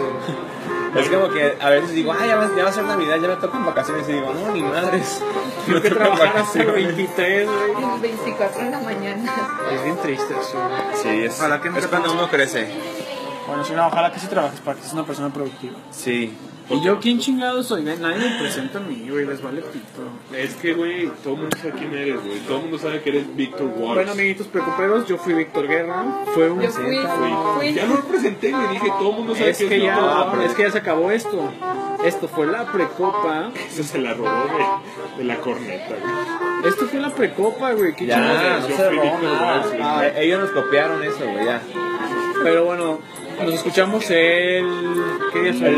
[SPEAKER 5] Es como que a veces digo, ah, ya va, ya va a ser Navidad, ya me tocan vacaciones. Y digo, no, ni madres. [laughs]
[SPEAKER 2] Yo que
[SPEAKER 5] tocan
[SPEAKER 2] trabajar hasta el
[SPEAKER 5] vacaciones.
[SPEAKER 2] 23, güey.
[SPEAKER 4] El 24 de la mañana.
[SPEAKER 2] Es bien triste eso.
[SPEAKER 5] Sí, es,
[SPEAKER 2] Ojalá que no
[SPEAKER 5] es
[SPEAKER 2] te-
[SPEAKER 5] cuando uno crece.
[SPEAKER 2] Bueno, si no, ojalá que sí trabajes para que seas una persona productiva.
[SPEAKER 5] Sí.
[SPEAKER 2] ¿Y yo quién chingado soy? Ven, Nadie me presenta a mí, güey, les vale pito.
[SPEAKER 1] Es que, güey, todo el mundo sabe quién eres, güey. Todo el mundo sabe que eres Victor Watts.
[SPEAKER 2] Bueno, amiguitos preocuperos, yo fui Víctor Guerra. Fue un
[SPEAKER 4] Yo fui,
[SPEAKER 1] Güey,
[SPEAKER 4] fui.
[SPEAKER 1] Ya no lo presenté, güey. Dije, todo el mundo sabe
[SPEAKER 2] Es
[SPEAKER 1] que,
[SPEAKER 2] que,
[SPEAKER 1] Victor
[SPEAKER 2] ya,
[SPEAKER 1] Watts.
[SPEAKER 2] es que ya se acabó esto. Esto fue la precopa.
[SPEAKER 1] Eso se la robó, güey, de la corneta, güey.
[SPEAKER 2] Esto fue la precopa, güey. qué
[SPEAKER 5] Ya,
[SPEAKER 2] chingados.
[SPEAKER 5] no
[SPEAKER 1] yo
[SPEAKER 5] se
[SPEAKER 1] fui
[SPEAKER 5] robó
[SPEAKER 1] Víctor
[SPEAKER 5] nada.
[SPEAKER 1] Watts,
[SPEAKER 5] Ah, eh, Ellos nos copiaron eso, güey, ya.
[SPEAKER 2] Pero bueno, nos escuchamos el. ¿Qué día es hoy?